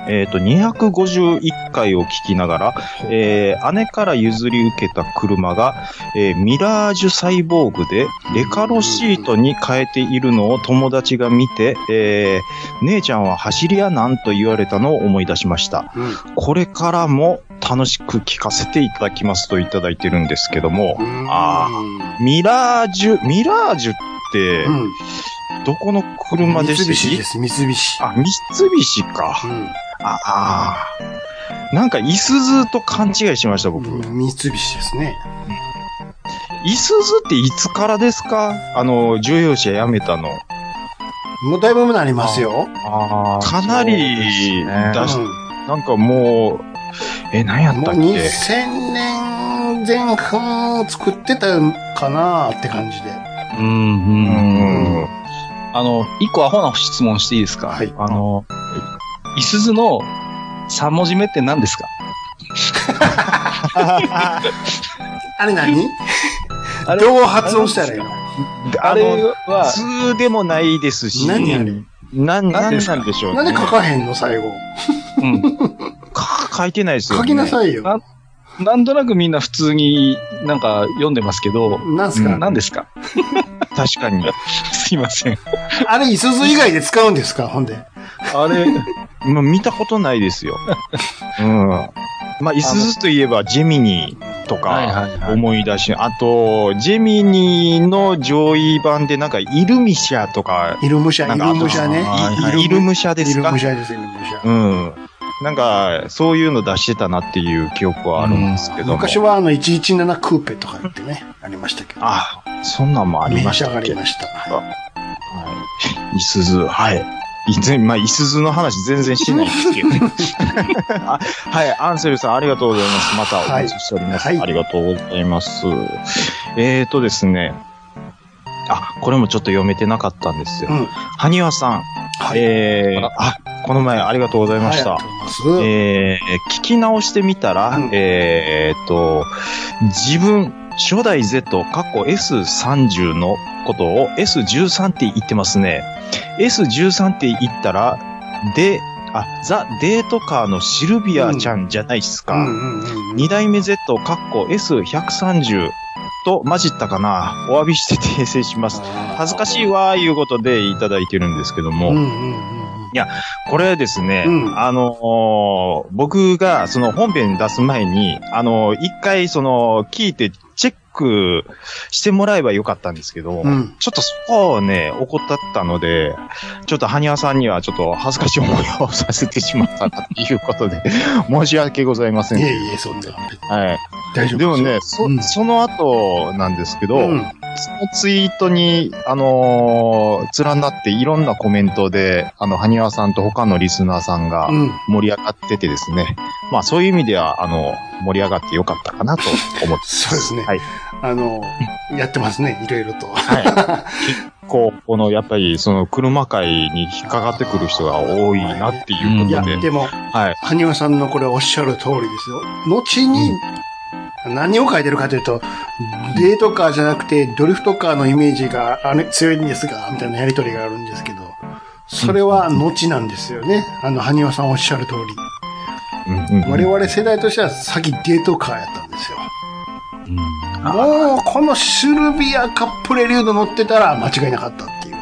B: えっ、と、251回を聞きながら、えー姉から譲り受けた車が、えーミラージュサイボーグで、レカロシートに変えているのを友達が見て、えー姉ちゃんは走り屋なんと言われたのを思い出しました。
A: うん
B: これからも楽しく聞かせていただきますといただいてるんですけども、あミラージュ、ミラージュって
A: う、ん。
B: どこの車で
A: 三
B: した
A: 菱
B: っけ
A: です、三菱。
B: あ、三菱か。
A: う
B: ああー。なんか、イスズと勘違いしました、僕。
A: ん。三菱ですね。
B: イスズっていつからですかあの、乗用車やめたの。
A: もうだいぶなりますよ。
C: あー
B: かなり出し、
A: うん
B: なんかもう、え、何やっ
A: も
B: た
A: う
B: っけ
A: 2000年前半作ってたかなって感じで。
C: うん、う、
B: うん
C: うん。
B: ん。
C: あの、一個アホな質問していいですか
A: はい
C: あの、いすずの3文字目って何ですか
A: あれ何
C: あれ
A: どう発音したらいいの
C: あ
B: あ
C: れ
B: の、
C: は、
B: 通でもないですし、
A: 何あれ
B: なん、
C: な
B: なんん
C: ですか
B: なんでしょう、ね。
A: なんで書かへんの最後。
C: うん。
B: か書いてないですよ、ね。
A: 書きなさいよ。
C: あなんとなくみんな普通になんか読んでますけど、
A: なんすか、
C: 何ですか
B: 確か に。
C: すいません。
A: あれ、イスズ以外で使うんですかほんで。
C: あれ、
B: まあ、見たことないです よ。うん。まあ、いすずといえば、ジェミニーと
C: はいはい
B: か
C: はい
B: 思い出し、あと、ジェミニーの上位版で、なんか、イルミシャとか、
A: イルムシャ、
B: な
A: イ
B: んかあ
A: ル
B: と、
A: ムシャね。
B: いイルムシャで
A: イ
B: す
A: ル
B: か
A: ムシャです、イルムシャ。
B: うん。なんか、そういうの出してたなっていう記憶はあるんですけども。
A: 昔はあの117クーペとか言ってね、ありましたけど。
B: あ、そんなんもありましたっ
A: めっち
B: け
A: ゃ上がりました。
B: はい。いすず、はい。いつまあ、いすずの話全然してないんです けど、ねあ。はい、アンセルさんありがとうございます。またお待ちしております。
A: はいはい
B: ありがとうございます。えーとですね。あ、これもちょっと読めてなかったんですよ。
A: うん
B: はにわさん。
A: はい
B: えー、あ、この前ありがとうございました。
A: はい
B: えー聞き直してみたら、
A: うん
B: えーっと、自分、初代 Z、過去 S30 のことを S13 って言ってますね。S13 って言ったら、で、あ、ザ・デートカーのシルビアちゃんじゃないっすか。
A: うんうんうんうん
B: 二代目 Z、かっこ S130 と混じったかな。お詫びして訂正します。恥ずかしいわーいうことでいただいてるんですけども、
A: うんうん
B: これですね、
A: うん
B: あのー僕がその本編に出す前に、あのー一回その聞いてチェックしてもらえばよかったんですけど、
A: うんうん。うん。
B: ちょっとそこをね、怠ったので、ちょっと埴輪さんにはちょっと恥ずかしい思いをさせてしまったなっていうことで、 申し訳ございません。
A: いえいえ、そんな。
B: はい。
A: 大丈夫
B: でもね、そ,、
A: うん
B: その後なんですけど、
A: うん。
B: そのツイートに、あのー連なっていろんなコメントで、あの、埴輪さんと他のリスナーさんが
A: うん。
B: 盛り上がっててですね、まあそういう意味では、あの、盛り上がってよかったかなと思って。
A: そうですね。
B: はい。
A: あの、やってますね、いろいろと。
B: こう、この、やっぱり、その、車界に引っかかってくる人が多いなっていう
C: うん
B: こ
A: いや、
B: とで、
A: でも、
B: はい。
A: はにわさんのこれおっしゃる通りですよ。後に、何を書いてるかというと、デートカーじゃなくてドリフトカーのイメージがあれ強いんですが、みたいなやりとりがあるんですけど、それは後なんですよね。あの、はにわさんおっしゃる通り。
D: うんうん
A: 我々世代としてはさっきデートカーやったんですよ。もう、このシルビアカップレリュード乗ってたら間違いなかったっていう。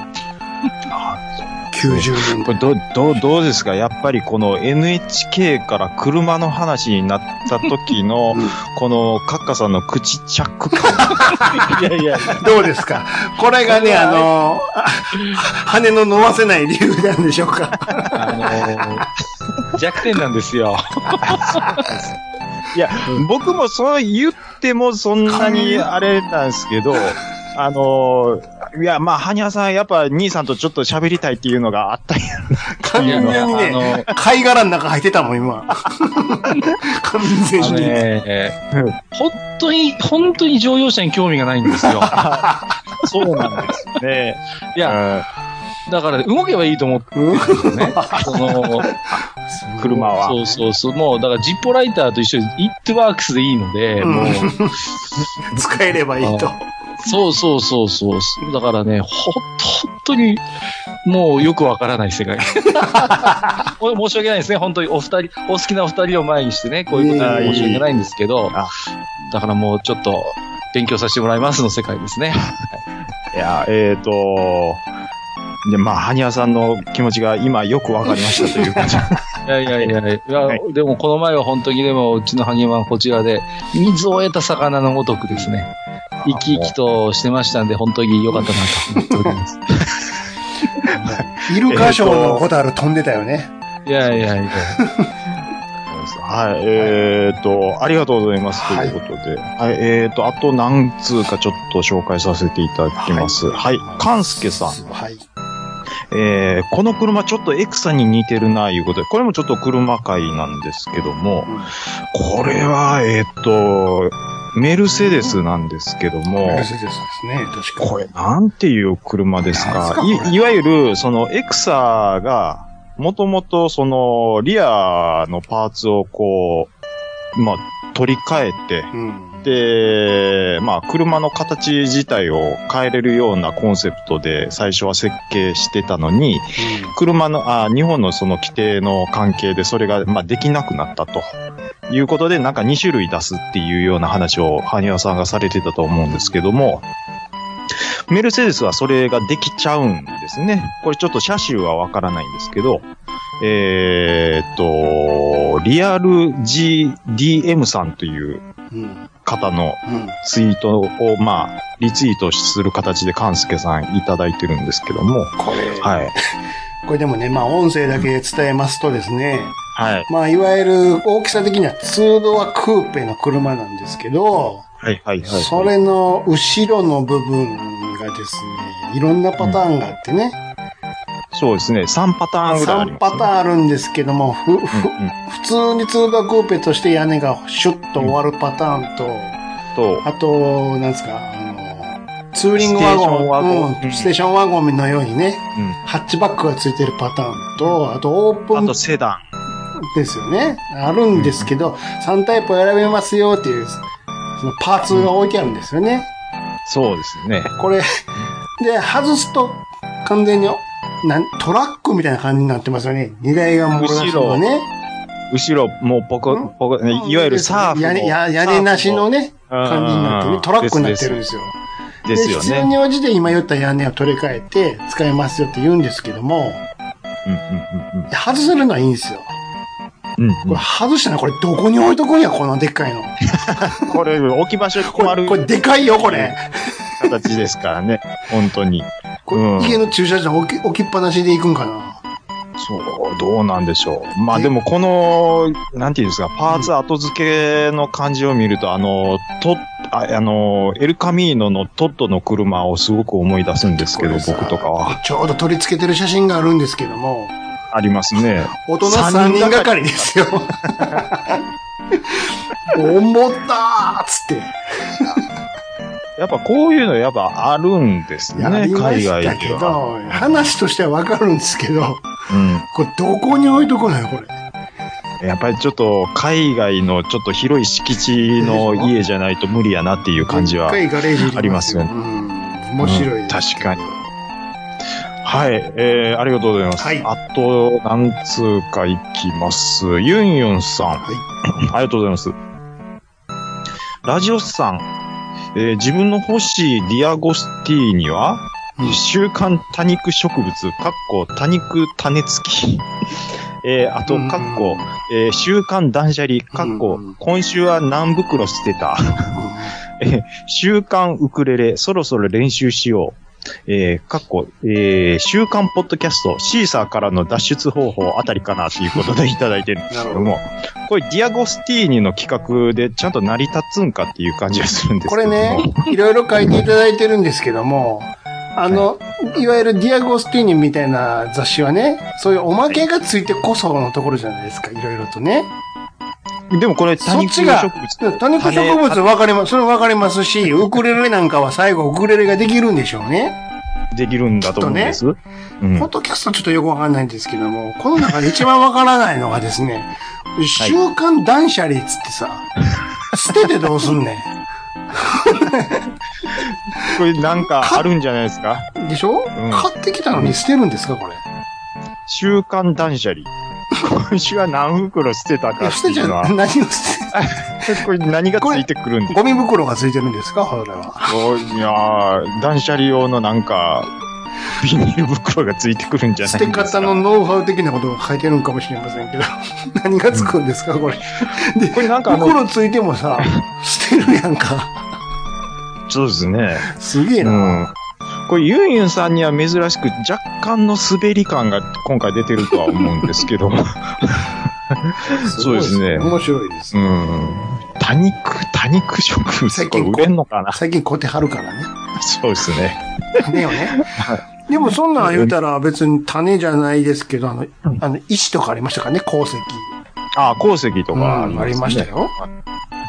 A: 90年
B: こ
A: 代。
B: れどう、どう、どうですかやっぱりこの NHK から車の話になった時の、このカッカさんの口チャック 感。
D: いやいや、
A: どうですかこれがね、あの、あ羽の伸ばせない理由なんでしょうか。
C: あのー弱点なんで すよ。
B: いや、僕もそう言ってもそんなにあれなんですけど、あのーいや、まあ、はにゃさん、やっぱ兄さんとちょっと喋りたいっていうのがあったんや
A: 完全に
C: あの
A: ね、貝殻の中入ってたもん、今。完全
C: あの
A: に。
C: ね、本当に、本当に乗用車に興味がないんですよ。
B: そうなんですよね。
C: いや、だから動けばいいと思ってるんですよ ね。その、
B: うん車は。
C: そうそうそう。もう、だからジッポーライターと一緒に、イットワークスでいいので、
A: うん
C: もう、
A: 使えればいいと。
C: そうそうそうそう。だからね、ほんと、本当に、もうよくわからない 世界。お申し訳ないですね。本当にお二人、お好きなお二人を前にしてね、こういうこと
A: いえいえいえ
C: に申し訳ないんですけど
B: あ、
C: だからもうちょっと、勉強させてもらいますの世界ですね。
B: いや、えっ、ー、と、で、まあ、はにゃさんの気持ちが今よくわかりましたという 感じ。
C: いやいやいやいや、
B: はい
C: でもこの前は本当にでも、うちのハニマンこちらで、水を得た魚のごとくですね、生き生きとしてましたんで、本当に良かったなと思っております。
A: イルカショーのホタル飛んでたよね。
C: いやいやいや。
B: はい、えっ、ー、と、ありがとうございますということで、はい、えっ、ー、と、あと何通かちょっと紹介させていただきます。はい、かんすけさん、
A: はい。
B: えー、この車ちょっとエクサに似てるな、いうことで、これもちょっと車界なんですけども、これは、えっ、ー、と、メルセデスなんですけども、
A: メルセデスですね、確かに。
B: これなんていう車です
A: なんで
B: か
A: すかこれ
B: いいわゆる、その、エクサが、もともと、その、リアのパーツをこう、まあ、取り替え
A: うん。
B: て、で、まあ、車の形自体を変えれるようなコンセプトで最初は設計してたのに、車の、あ日本のその規定の関係でそれが、まあ、できなくなったと。いうことで、なんか2種類出すっていうような話を、羽生さんがされてたと思うんですけども、メルセデスはそれができちゃうんですね。これちょっと車種はわからないんですけど、えーっと、リアル GDM さんという
A: うん。うん。
B: 方の
A: うん。
B: ツイートを、まあ、リツイートする形で、カンスケさんいただいてるんですけども、
A: これ、
B: はい。
A: これでもね、まあ音声だけ伝えますとですね、
B: はい。
A: まあいわゆる大きさ的には2ドアクーペの車なんですけど、
B: はい、はい、はい。
A: それの後ろの部分がですね、いろんなパターンがあってね、
B: そうですね。3パターンぐらいあり
A: 3
B: ます、
A: パ
B: ね。
A: ターンあるんですけども、
B: う
A: ふ、ふ、
B: んうん
A: 普通に2ドアクーペとして屋根がシュッと終わるパターンと、
B: と、
A: あと、なんですか、あの、ツーリングワゴ
B: ス
A: ン、
B: テーションワゴン
A: うん、ステーションワゴンのようにね、
B: うん
A: ハッチバックがついてるパターンと、あとオープ
B: あ
A: ン
B: とセダ
A: ですよね。あるんですけど、3タイプを選べますよっていう、そのパーツが置いてあるんですよね。
B: ン。そうですね。
A: これ、で、外すと完全に、なんトラックみたいな感じになってますよね。荷台が漏らすのがね。
B: 後ろ、もうポコ、
A: ん
B: ポコ、いわゆるサーフの
A: 屋根、や屋根なしのね、
B: サーフ
A: 感じになっ
B: うんう
A: て
B: んう
A: ね、
B: ん
A: トラックになってるんですよ。
B: で
A: です
B: よ
A: 必要
B: ね。
A: に応じて今言った屋根を取り替えて使えますよって言うんですけども、
B: うんうん
A: で外せるのはいいんですよ。
B: うんうん。
A: これ外したらこれどこに置いとくんや、このでっかいの。
B: これ、置き場所
A: こ
B: 困
A: れ、
B: る
A: これでかいよ、これ。
B: 形ですからね。本当に。
A: こ
B: うん
A: れ家の駐車場置き置きっぱなしで行くんかな。
B: そう、どうなんでしょう。まあでも、この、なんていうんですか、パーツ後付けの感じを見ると、あの、と、ああの、エルカミーノのトッドの車をすごく思い出すんですけど、
A: これさ
B: 僕とかは。
A: ちょうど取り付けてる写真があるんですけども、
B: ありますね。
A: 大人3人がかりで すよ。思ったーっつって。
B: やっぱこういうのやっぱあるんですね、
A: やりま
B: 海
A: し
B: 外
A: たけ
B: では。
A: ど、話としてはわかるんですけど、
B: う
A: これどこに置いとくのよ、これ。
B: ん。やっぱりちょっと海外のちょっと広い敷地の家じゃないと無理やなっていう感じは。
A: でっかいガレージい
B: ありますよね
A: うん。面白い、
B: うん確かに。はい、えー、ありがとうございます。
A: はい
B: あと、何通かいきます。ユンユンさん。ありがとうございます。ラジオスさん。えー自分の欲しいディアゴスティーニは、
A: うん
B: 週刊多肉植物、かっこ多肉種付き。 えーあと、かっこ、えー週刊断捨離、かっこ
A: うん、
B: 今週は何袋捨てた。週刊ウクレレ、そろそろ練習しよう。えー、かっこ、えー、週刊ポッドキャスト、シーサーからの脱出方法あたりかなっていうことでいただいてるんですけども、これディアゴスティーニの企画でちゃんと成り立つんかっていう感じがするんですけ
A: こ
B: ど
A: れ
B: も
A: ね、いろいろ書いていただいてるんですけども、あの、い、わゆるディアゴスティーニみたいな雑誌はね、そういうおまけがついてこそのところじゃないですか、いろいろとね。
B: でもこれ多
A: そっ
B: 肉
A: ち
B: 植
A: が
B: 物、、
A: 多肉植物分かります、それ分かりますし、ウクレレなんかは最後ウクレレができるんでしょうね。
B: できるんだと思うんです。うん
A: ポッドキャストちょっとよく分かんないんですけども、この中で一番分からないのがですね、週刊断捨離っつってさ、捨ててどうすんね
B: これなんかあるんじゃないですか
A: ん。でしょ、
B: ん
A: 買ってきたのに捨てるんですか、これ。
B: 週刊断捨離。今週は何袋捨てた
A: い
B: か
A: や、
B: っ
A: 捨
B: て
A: てち
B: い
A: ゃ
B: う
A: う
B: のは、
A: 何を捨て
B: これ何がついてくるんですか
A: ゴミ袋がついてるんですかこれは。
B: おいやー断捨離用のなんか、ビニール袋がついてくるんじゃな
A: 捨
B: いで
A: て
B: すか。
A: 方のノウハウ的なことが書いてるんかもしれま せんけど。何がつくんですかこれ。で、
B: これなんかあの
A: 袋ついてもさ、 捨てるやんか。
B: そうですね。
A: すげえ
B: う
A: な。
B: ん。これ、ユンユンさんには珍しく若干の滑り感が今回出てるとは思うんですけ ど。そうですね。
A: 面白いです
B: う。ん。多肉、多肉植物、
A: 最
B: こ
A: 近
B: れ売れんのかな
A: 最近コテ張るからね。
B: そうですね。
A: 種をね。でもそんなん言うたら別に種じゃないですけど、あの、あの、石とかありましたからね、鉱石。
B: あ、鉱石とか
A: うんありましたよ。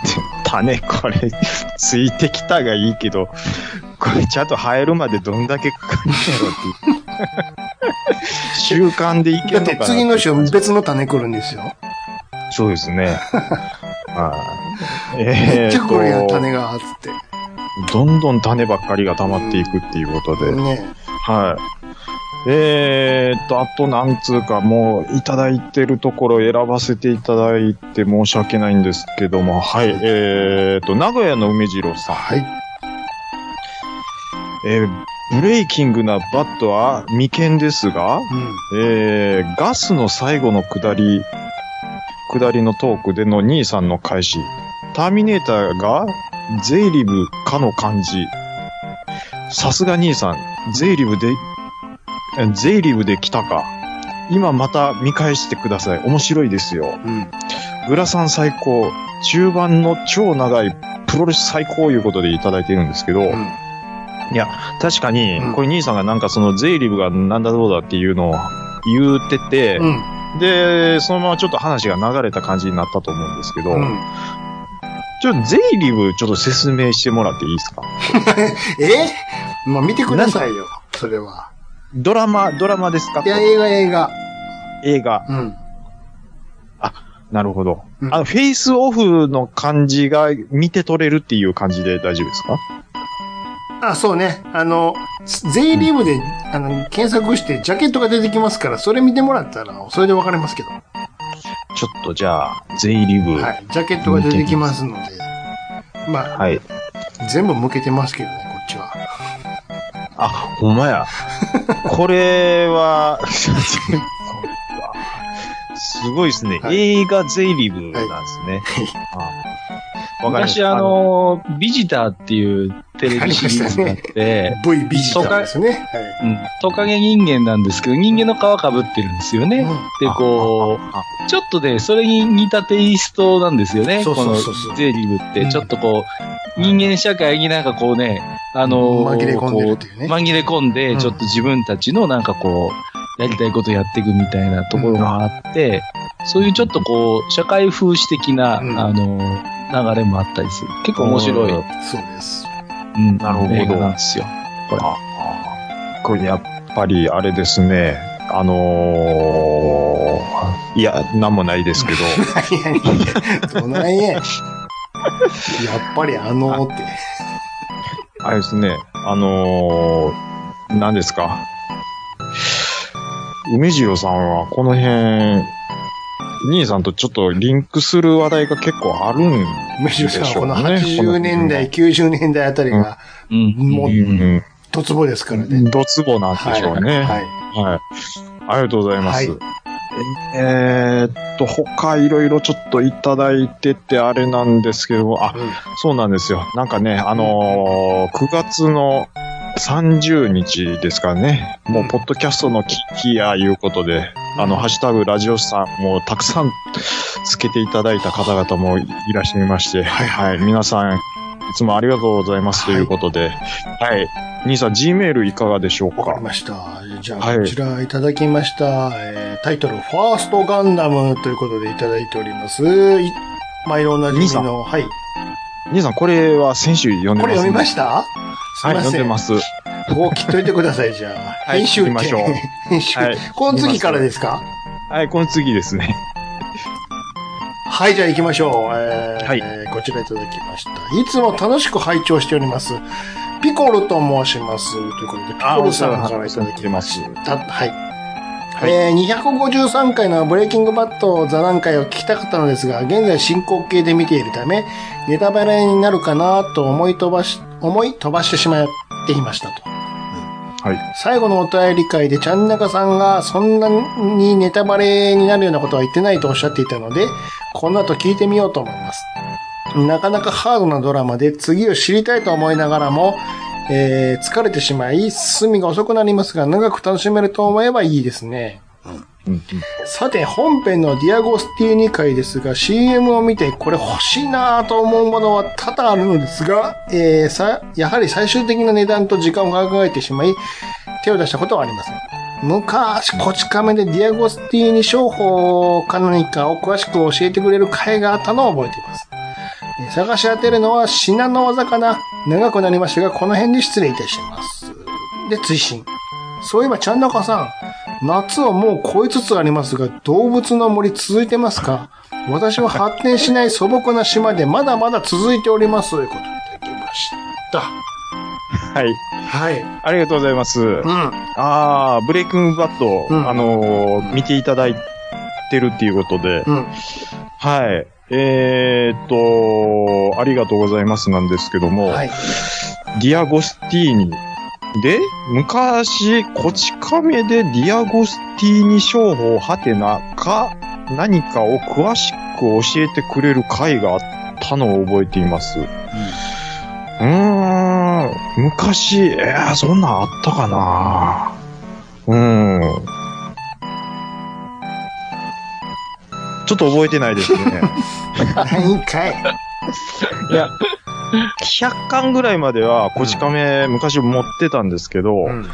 B: 種、これ、ついてきたがいいけど、これちゃんと生えるまでどんだけかかるんだろうっていう。習慣でいけ るの
A: だっ
B: か
A: て
B: な。
A: 次の週別の種来るんですよ。
B: そうです ね。はい。え
A: じゃあこれ
B: ー
A: や
B: と、
A: 種が、つって。
B: どんどん種ばっかりが溜まっていくっていうことで。
A: ね。
B: はい。えーっと、あと何通かもういただいてるところ選ばせていただいて申し訳ないんですけども、はい。えーっと、名古屋の梅次郎さん。
A: はい。
B: えーブレイキングなバットは未見ですが、
A: うん。
B: えーガスの最後の下り、下りのトークでの兄さんの開始。ターミネーターが、ゼイリブかの漢字。さすが兄さん、ゼイリブで、えゼイリブで来たか。今また見返してください。面白いですよ。
A: うん
B: グラさん最高。中盤の超長いプロレス最高いうことでいただいてるんですけど、
A: ん
B: いや、確かに
A: うん、
B: これ兄さんがなんかそのゼイリブがなんだどうだっていうのを言うてて、
A: うん。
B: で、そのままちょっと話が流れた感じになったと思うんですけど、
A: うん。
B: ちょっとゼイリブちょっと説明してもらっていいですか
A: えもう見てくださいよ、それは。
B: ドラマ、ドラマですか
A: いや、映画映画。
B: 映画。
A: うん。
B: なるほど。
A: うん
B: あの、フェイスオフの感じが見て取れるっていう感じで大丈夫ですか
A: あ、そうね。あの、ゼイリーブで、あの、検索して、ジャケットが出てきますから、それ見てもらったら、それでわかりますけど。は
B: ちょっとじゃあ、ゼイリブ。はい。
A: い。ジャケットが出てきますので。まあ、全部向けてますけどね、こっちは。
B: あ、ほんまや。これは、 すごいですね。
A: はい
B: 映画ゼイリブなんですね。あわかりまし
C: 昔
B: た。
C: あ、の、ビジターっていうテレビシリーズがあ って、
A: V ビジターですね。はい。
C: うん、トカゲ人間なんですけど、人間の皮かぶってるんですよね。で、こ
B: あ
C: う、ちょっとね、それに似たテイストなんですよね。
A: そうそうそうそう
C: このゼリブっ
A: う
C: て、
A: ん
C: ちょっとこう、人間社会になんかこうね、あのー
A: 紛れ込んでるっていうね
C: こ紛れ込ん
A: う
C: で、
A: ん
C: ちょっと自分たちのなんかこう、やりたいことやっていくみたいなところがあって、そういうちょっとこう、社会風刺的な、
A: うん
C: あのー流れもあったりする。結構面白い、
B: う
C: うん
A: そうです。
C: ん、
B: なるほど
C: 映画なんですよ。
B: これやっぱりあれですね。あのー、いや、なんもない ですけど、
A: いやいや、どないや。やっぱりあのーって。
B: あれですね。あのー、何ですか。梅次郎さんはこの辺、兄さんとちょっとリンクする話題が結構あるん
A: 梅
B: で
A: 塩さんは
B: しょ
A: こ
B: う
A: の
B: ね。
A: 80年代、90年代あたりが、
C: うん。
A: も
B: この辺
A: う、
B: は。
A: とつぼですから
B: うん。
A: ね。
B: ドツボなんでしょうね。
A: はい。
B: はい。ありがとうございます。
A: はい
B: えーっと、他いろいろちょっといただいててあれなんですけど、あ、
A: うん
B: そうなんですよ。なんかね、あのー9月の30日ですからね、もう、ポッドキャストの危機やいうことで、あの、ハッシュタグラジオスさんもたくさんつけていただいた方々もいらっしゃいまして、はい、皆さん、いつもありがとうございますということで、はい。兄さん、G メールいかがでしょう
A: わかり
B: か
A: ました。じゃあ、
B: はい
A: こちらいただきました。えータイトル、ファーストガンダムということでいただいております。いまあ、いろんな
B: 兄
A: 意
B: さ
A: 味
B: ん
A: の、はい。
B: 兄さん、これは先週読んで
A: こ
B: ます、
A: れ読みましたす
B: はいい、
A: ま
B: 読ん
A: せ
B: で
A: ん。
B: ます。
A: こう切っといてください、じゃ あ。
B: はい
A: 編集点
B: 行きましょう
A: 編集点
B: はい
A: この次からですか
B: はい、この次ですね。
A: はい、じゃあ行きましょう。えー
B: はい
A: こちらいただきました。いつも楽しく拝聴しております。ピコルと申します。ということで、ピコルさんからいただきました。はい。えー253回のブレイキングバット座談会を聞きたかったのですが、現在進行形で見ているため、ネタバレになるかなと思い飛ばし、思い飛ばしてしまっていましたと。
B: はい。
A: 最後のお便り会でチャンナカさんがそんなにネタバレになるようなことは言ってないとおっしゃっていたので、この後聞いてみようと思います。なかなかハードなドラマで次を知りたいと思いながらも、えー疲れてしまい、進みが遅くなりますが、長く楽しめると思えばいいですね。
B: うん
A: さて、本編のディアゴスティーニ回ですが、CM を見てこれ欲しいなぁと思うものは多々あるのですが、えーさ、やはり最終的な値段と時間を考えてしまい、手を出したことはありません。昔、こち亀でディアゴスティーニ商法か何かを詳しく教えてくれる回があったのを覚えています。えー探し当てるのは至難の技かな。長くなりましたが、この辺で失礼いたします。で、追伸。そういえば、ちゃんなかさん、夏はもう超えつつありますが、動物の森続いてますか私は発展しない素朴な島でまだまだ続いております。ということでいただきました。
B: はい。
A: はい。
B: ありがとうございます。
A: うん。
B: あー、ブレイキングバット、
A: うん
B: あのー見ていただいてるっていうことで、
A: うん。
B: はい。えー、っと、ありがとうございますなんですけども、
A: はい。
B: ディアゴスティーニ。で、昔、こち亀でディアゴスティーニ商法ハテナか何かを詳しく教えてくれる会があったのを覚えています。うーん、昔、えー、そんなんあったかなうん。ちょっと覚えてないですね。
A: 何かい。
B: いや、100巻ぐらいまでは、こち亀、昔持ってたんですけど、
A: ん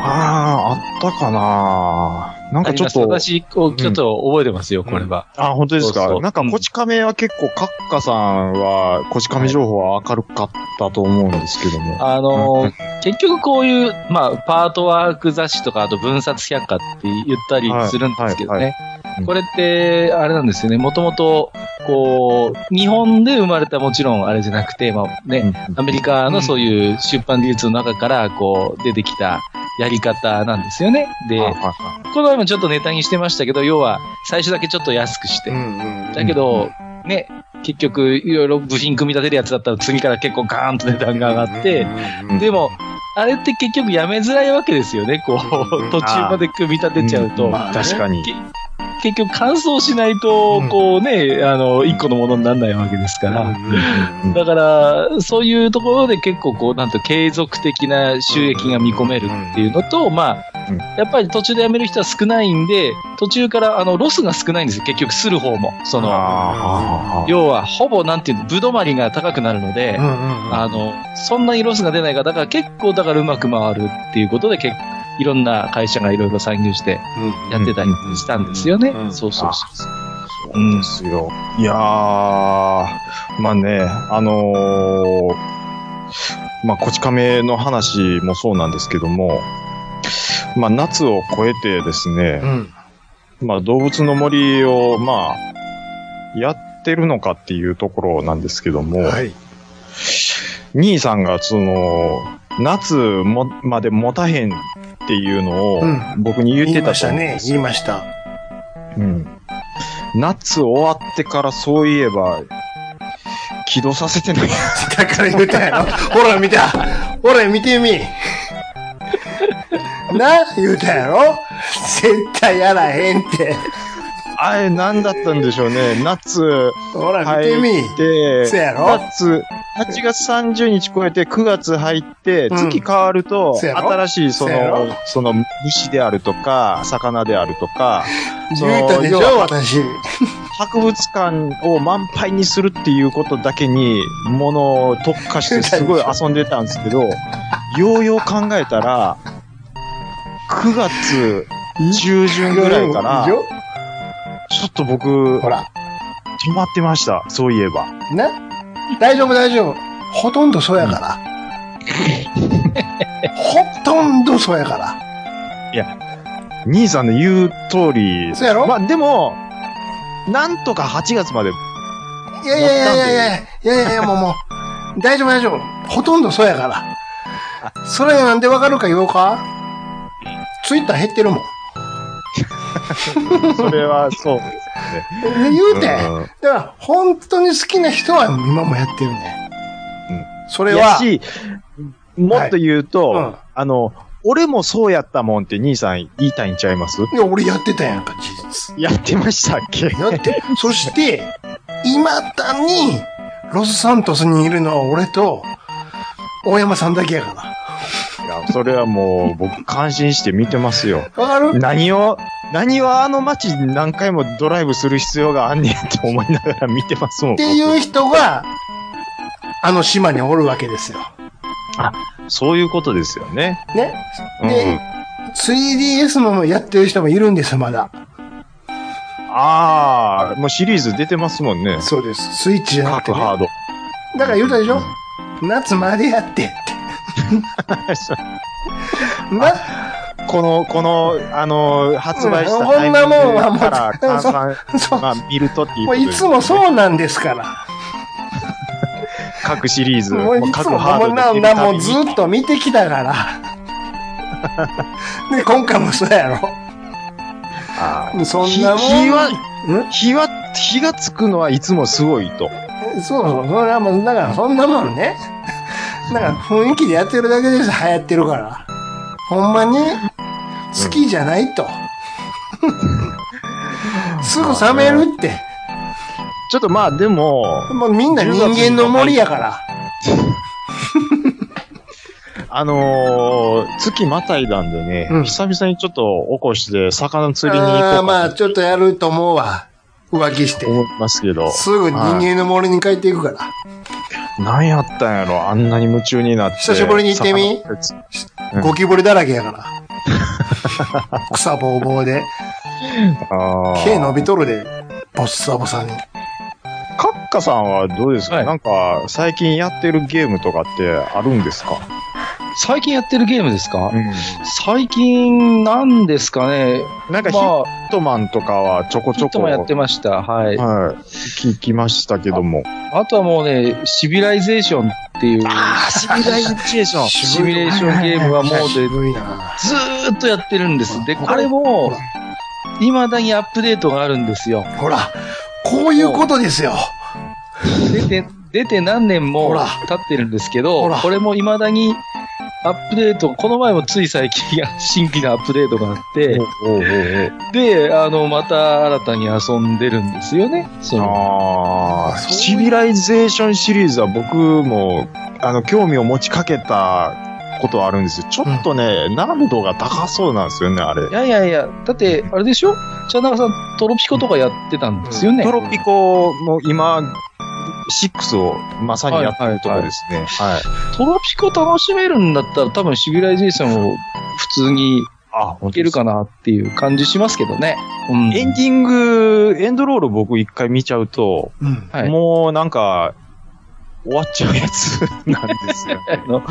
B: ああ、あったかななん
C: あ
B: か
C: り
B: ちょ
C: ま
B: っ
C: す。
B: と、
C: 私、こうちょっと覚えてますよ、これは。
B: あ、本当ですか
C: そうそう
B: なんか、こち亀は結構、カッカさんは、こち亀情報は明るかったと思うんですけども。
C: あのー、結局こういう、まあ、パートワーク雑誌とか、あと分冊百科って言ったりするんですけど
B: はい
C: ね
B: う。ん
C: これって、あれなんですよね。もともと、こう、日本で生まれたもちろんあれじゃなくて、まあね、
B: うん
C: アメリカのそういう出版技術の中から、こう、出てきたやり方なんですよね。で、
B: はいは
C: この前もちょっとネタにしてましたけど、要は、最初だけちょっと安くして、
A: ん
C: だけど、ね、結局、いろいろ部品組み立てるやつだったら次から結構ガーンと値段が上がって、
B: うん
C: でも、あれって結局やめづらいわけですよね、こう、途中まで組み立てちゃうと。
B: まあ確かに。
C: け結局乾燥しないと
A: うん、
C: こうね、あの、一個のものにならないわけですから。
B: うん
C: だから、そういうところで結構こう、なんと継続的な収益が見込めるっていうのと、ま
B: うん
C: あ、やっぱり途中でやめる人は少ないんで、途中からあの、ロスが少ないんですよ、結局する方も。そ
B: あー
C: の、
B: あー、あー
C: 要は、ほぼなんていうの、ぶどまりが高くなるので、あの、そんなにロスが出ないから、だから結構、だからうまく回るっていうことで、結いろんな会社がいろいろ参入してやってたりしたんですよね。そうそうそう。
B: そうですよ。いやー、まあね、あのー、まあ、こち亀の話もそうなんですけども、まあ、夏を越えてですね、
A: ん。
B: まあ、動物の森を、まあ、やってるのかっていうところなんですけども、
A: はい。
B: 兄さんが、その、夏もまで持たへんっていうのを
A: うん
B: 僕に言って
A: 言いま
B: た
A: し
B: と
A: た
B: 思うん
A: ね
B: で。す
A: 言い
B: よ
A: ました。
B: うん。夏終わってからそういえば、起動させ てない。
A: だから言うたやろ。ほら見た。ほら見てみ。な、言うたやろ。絶対やらへんって。
B: あれ何だったんでしょうね。夏
A: ほら見てみ。
B: 入って、
A: そうやろ
B: 夏、8月30日超えて9月入って、
A: うん
B: 月変わると、
A: そうやろ
B: 新しいそ
A: そうやろ
B: の、その虫であるとか、魚であるとか、そ
A: 言うた
B: の
A: でし
B: 要
A: ょ、
B: は
A: 私。
B: 博物館を満杯にするっていうことだけに、ものを特化してすごい遊んでたんですけ ど、ようよう考えたら、9月中旬ぐらいから、
A: でし
B: ちょ
A: ょ
B: っと僕、
A: ほら。
B: 止まってました、そういえば。
A: な大丈夫大丈夫。ほとんどそうやから。ほとんどそうやから。
B: 兄さんの言う通り、
A: そうやろ
B: まあでも、なんとか8月まで、
A: いやいやいやいやいやいやいやいやもうもう。大丈夫大丈夫。ほとんどそうやから。それなんでわかるか言おうかツイッター減ってるもん。
B: それは そうです
A: で言うて。
B: うん
A: だから、本当に好きな人は今もやってるね。それ
B: ね。や
A: は、
B: し、もっと言うと、
A: はいうん
B: あの、俺もそうやったもんって兄さん言いたいんちゃいます
A: いや俺やってたやんか、事実。
B: やってましたっけ
A: やって、そして、未だに、ロスサントスにいるのは俺と、大山さんだけやか
B: いや、それはもう僕感心して見てますよ。
A: ら。わかる
B: 何を、何をあの街何回もドライブする必要があんねんって思いながら見てますもん。
A: っていう人が、あの島におるわけですよ。
B: そういうことですよね。
A: ね。
B: うん
A: で、3DS のやってる人もいるんですよ、まだ。
B: ああ、もうシリーズ出てますもんね。
A: そうです。スイッチじゃなくて、
B: 各
A: ね。
B: ハード。
A: だから言うたでしょ夏までやってって。な、
B: この、この、あのー、発売した
A: うんこ
B: タイ
A: ん
B: ミ
A: な
B: ン
A: もんはも
B: グ
A: う
B: から換算、
A: そう。
B: まあ、見るとっていうこ
A: もう
B: とで
A: いつもそうなんですから。
B: 各シリーズ、
A: もう
B: もう
A: いつ
B: 各
A: も
B: ハー
A: も
B: ド
A: う
B: で
A: な
B: 出る
A: な
B: た
A: も
B: び
A: うず
B: に
A: っと見てき たから。で、今回もそうや
B: あ
A: ろ。そ
B: ー
A: ん
B: 日
A: なもん。
B: 日は
A: ん、
B: 日は、日がつくのはいつもすごいと。
A: そうそう、それはもう、だからそんなもんね。 だから雰囲気でやってるだけです、流行ってるから。ほんまに、好きじゃないと。すぐ冷めるって。
B: ちょっとまあでも、
A: もうみんな人間の森やから。
B: あのー、月またいだんでね、
A: うん
B: 久々にちょっと起こして魚釣りに行こう
A: あー
B: か
A: まあ、ちょっとやると思うわ。浮気して
B: と。思いますけど、
A: すぐ人間の森に帰っていくから。
B: 何やったんやろあんなに夢中になって。
A: 久しぶりに行ってみ
B: 魚釣りうん
A: ゴキブリだらけやから。 草ぼうぼうで、
B: あー
A: 毛伸びとるで、ボッサボサに。
B: カッカさんはどうですか、
C: はい
B: なんか、最近やってるゲームとかってあるんですか
C: 最近やってるゲームですか、
B: ん。
C: 最近、なんですかね。
B: なんかヒッ
C: まあ、
B: トマンとかはちょこち
C: ヒ
B: ょ
C: ット
B: こ。
C: もやってました。は
B: は
C: い。
B: い。聞きましたけども。
C: あとはもうね、シビライゼーションっていう、
B: シミュライゼーション。
C: シミュレーションゲームはもうで、
A: 渋いな
C: ずーっとやってるんです。で、これも、未だにアップデートがあるんですよ。
A: ほら、こういうことですよ。
C: 出て、出て何年
A: ほ
C: も
A: ら
C: 経ってるんですけ
A: ほ
C: ど
A: ら、
C: これも未だにアップデート、この前もつい最近新規のアップデートがあって、
B: おうおうおう
C: で、あの、また新たに遊んでるんですよね。その
B: ああ、
A: そういう
B: シビライゼーションシリーズは僕も、あの、興味を持ちかけたことはあるんですよ。ちょっとね、難度が高そうなんですよね、あれ
C: い。やいやいや、だって、あれでしょ茶中さん、トロピコとかやってたんですよね。
B: トロピコも今、6をまさにやってるところですね。はい
C: トロピコ楽しめるんだったら多分シビライゼーションを普通にい
B: あ、い
C: けるかなっていう感じしますけどね。うん。
B: エンディング、エンドロール僕一回見ちゃうと、
A: うん。
C: はい
B: もうなんか、終わっちゃうやつなんですよ。
C: あの、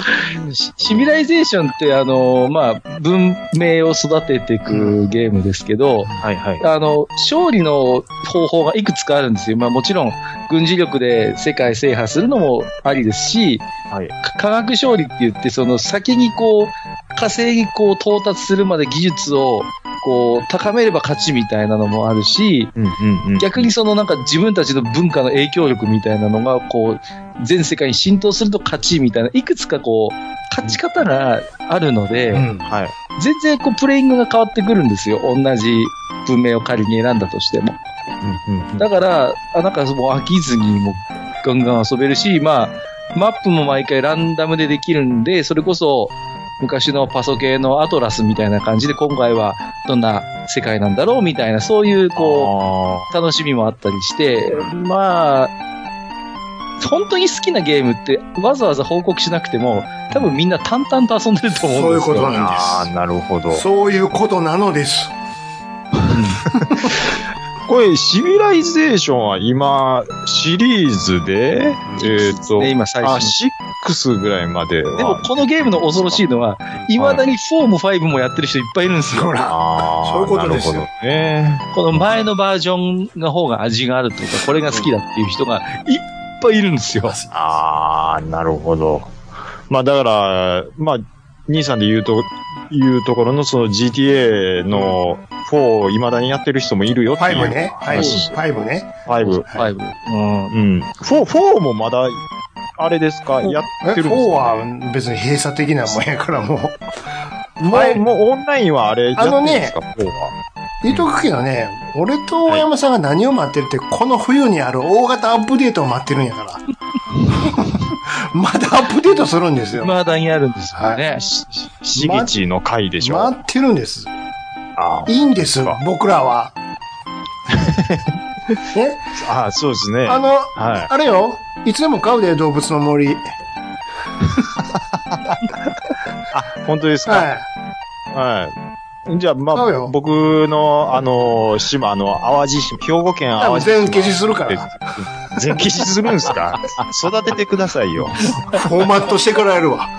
C: シシビライゼーションって、あの、まあ、文明を育てていくゲームですけど、
B: はいはい。
C: あの、勝利の方法がいくつかあるんですよ。まあもちろん、軍事力で世界制覇するのもありですし、
B: はい
C: か科学勝利って言って、その先にこう、火星にこう到達するまで技術をこう高めれば勝ちみたいなのもあるし、
B: うんうんうん。
C: 逆にそのなんか自分たちの文化の影響力みたいなのがこう全世界に浸透すると勝ちみたいないくつかこう勝ち方があるので、
A: うん。
B: はい。
C: 全然こうプレイングが変わってくるんですよ同じ文明を仮に選んだとしても
B: うんうんうん
C: だからあなんかもう飽きずにもうガンガン遊べるしまあマップも毎回ランダムでできるんでそれこそ昔のパソ系のアトラスみたいな感じで今回はどんな世界なんだろうみたいなそういうこう
B: あ
C: 楽しみもあったりして、まあ、本当に好きなゲームってわざわざ報告しなくても、多分みんな淡々と遊んでると思う
A: そうい
C: んですよ。
A: うことな
B: ー
A: ん
B: あー、なるほど。
A: そういうことなのです。
B: これ、シビライゼーションは今、シリーズで、えっ、と、
C: ね、今最
B: あ、
C: 初
B: 6ぐらいまでは。
C: でもこのゲームの恐ろしいのは、未だに4も5もやってる人いっぱいいるんですよ。
A: ほら。
B: あー
A: そういうことですよ
B: なるほどね。
C: この前のバージョンの方が味があるというか、これが好きだっていう人がいっぱいいるんですよ。
B: ああ、なるほど。まあだから、まあ、兄さんで言うと、いうところのその GTA の4を未だにやってる人もいるよっていう。
A: 5ね。はい。
B: 話
A: 5ね。
B: 5。
C: 5。うん。
B: うん。4、4もまだ、あれですかやっ
A: え、
B: てるんです
A: 4
B: か
A: は別に閉鎖的なもんやか らも
B: もう、もうオンラインはあれやって
A: あ
B: る
A: の
B: ん
A: ね
B: ですか、4は。
A: う。言っとくけどね、俺と大山さんが何を待ってるって、この冬にある大型アップデートを待ってるん やから。まだアップデートするんですよ。
C: 未だにあるんですよね。
B: しげちの回でしょ。
A: 待ってるんです。
B: あ
A: いいんです
B: そうか、
A: 僕 らは。ね、
B: あー、そうですね。
A: あの、
B: はい
A: あれよ、いつでも買うで、動物の森。はい。
B: 本当ですかはい。じゃあ、ま
A: 買うよ
B: あ、僕の、あの、島、あの、淡路島、兵庫県
A: 多
B: 淡路島。
A: 分全消しするから。
B: 全消しするんすか育ててくださいよ。
A: フォーマットしてからやるわ。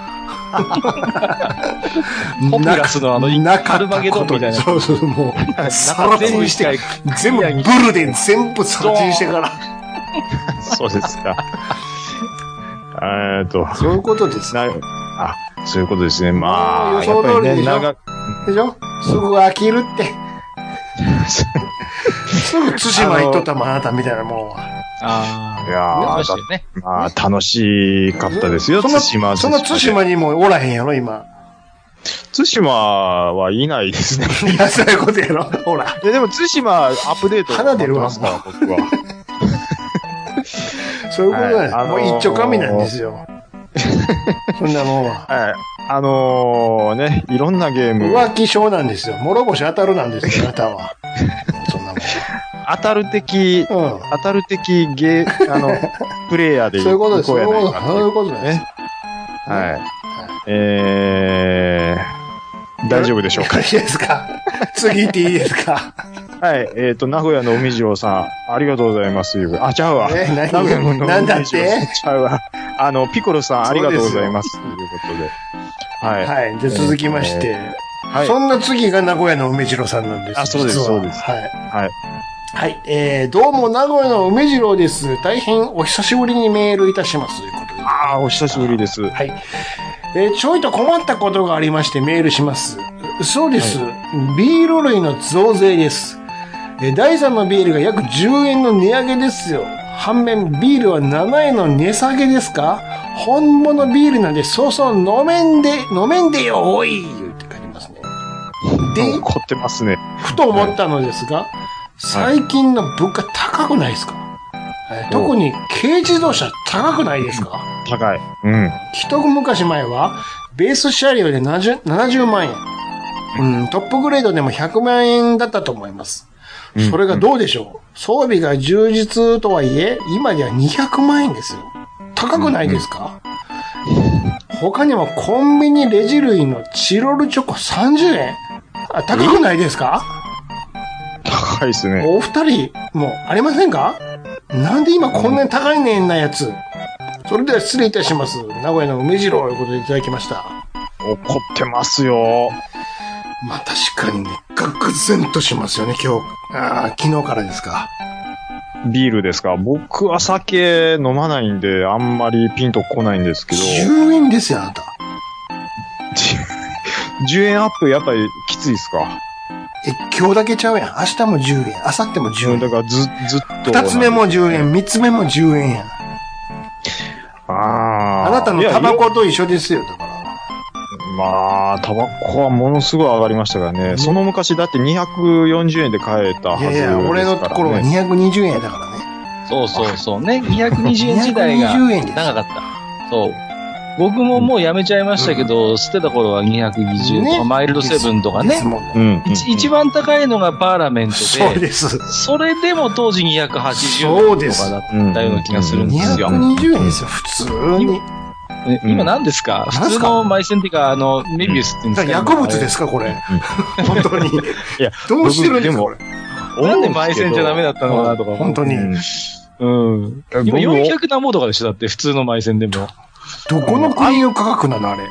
C: ポピュラスのあの
A: なか
C: ア
A: っ
C: ルマ
A: た
C: ゲ
A: こ
C: ドン
A: と
C: みたい
A: に。
C: な
A: そうそう、もう、さらにして、全部ブルで全部殺人してから。
B: そうですか。えーっと、
A: そういうことです。
B: な、あ、そういうことですね。まあ、
A: も
B: や
A: う
B: っ
A: 予想
B: ぱ
A: 通
B: り
A: りで
B: ね、
A: しょ
B: 長く、
A: でしょすぐ飽きるって。すぐ対馬行っとったもん、あなたみたいなもんは。
C: あ
B: いや
C: あ。
B: ー
C: そうで
B: だ
C: すね。
B: まあ、楽しかったですよ、
A: そ
B: 対
A: の
B: 馬
A: その対馬にもおらへんやろ、今。
B: 対馬はいないですね。
A: いや、そういうことやろ。ほら。
B: いや、でも対馬アップデート。
A: 花出るわ
B: 待ってますから、僕は。
A: そういうことなんです。
B: はい
A: もう一丁神なんで すよ。そんなもんは。
B: はい。あのー、ね、いろんなゲーム、
A: 浮気症なんですよ。諸星当たるなんですよ、あなたは。そんな
B: 当たる的、
A: もん。うん。
B: 当たる的ゲ ー、あの、プレイヤーで
A: そういうことです。
B: 行
A: そうい
B: やな
A: う
B: い
A: こと
B: かって
A: そういうことです。
B: ね。はい。えー、大丈夫でしょうか。
A: いいですか次行っていいですか
B: はい。えっ、と、名古屋の海城さん、ありがとうございます。ゆうあ、ちゃうわ。
A: え、
B: 名古屋の海城さ
A: 何
B: ん
A: なんだって
B: ちゃうわ。あの、ピコロさん、ありがとうございます。ということで。はい。
A: はい。で、続きまして。
B: はい。
A: そんな次が名古屋の梅次郎さんなんです。
B: あそうです
A: 実は
B: そうです
A: はい。
B: はい。
A: はい。えー、どうも名古屋の梅次郎です。大変お久しぶりにメールいたします。ということで。
B: ああ、お久しぶりです。
A: はい。えーちょいと困ったことがありましてメールします。そうです。ビール類の増税です。えー第3のビールが約10円の値上げですよ。反面、ビールは7円の値下げですか本物ビールなんで、そうそう飲めんで、飲めんでよ、おいって書いてますね。で、
B: 怒ってますね。
A: ふと思ったのですが、最近の物価高くないですか、えー特に軽自動車高くないですか、
B: 高い。うん。
A: 一昔前は、ベース車両で 70, 70万円、うん、トップグレードでも100万円だったと思います。それがどうでしょう、装備が充実とはいえ、今では200万円ですよ。高くないですか、他にもコンビニレジ類のチロルチョコ30円あ高くないですか
B: 高いですね。
A: お二人もありませんかなんで今こんなに高いねんなやつ。それでは失礼いたします。名古屋の梅次郎ということでいただきました。
B: 怒ってますよ。
A: まあ確かにね、愕然としますよね、今日。ああ、昨日からですか。
B: ビールですか僕は酒飲まないんで、あんまりピンとこないんですけど、
A: 10円ですよ、あなた。
B: 10円アップやっぱりきついですか
A: え、今日だけちゃうやん。明日も10円。明後日も10
B: だ
A: 円。
B: からず、ずっと。
A: 二つ目も10円、三つ目も10円やん。
B: ああ。
A: あなたの
B: いや
A: タバコと一緒ですよ、だから。
B: まあ、タバコはものすごい上がりましたからね。その昔だって240円で買えたはず
A: いやいや、俺のところが
B: ですか
A: 220円やだからね。
C: そうそうそうね。220円時代が
A: 220円です
C: 長かった。そう。僕ももうやめちゃいましたけど、捨てた頃は220とか、
A: ね
C: マイルドセブンとか
A: です
C: ね。
A: もんね
B: らね。うん。
C: 一一番高いのがパーラメント
A: そう
C: で、
A: です。
C: それでも当時280
A: そう
C: 円
A: で
C: と
A: す
C: かだったような気がするんですよ。
A: 220円ですよ、普通に。
C: え今何ですか
A: 何
C: 普
A: す
C: 通
A: か
C: のマイセンっていうか、あの、メビウスっていうんですか。
A: 薬物ですすか、これ。本当に。
B: いや
A: どうしてるんですか、こ
B: 僕
A: れ。
C: なんでマイセンじゃダメだったのかなとか。
A: 本当に。
C: うん。今400何本とかでしょだって普通のマイセンでも。
A: どこの国の価格なの、あれ。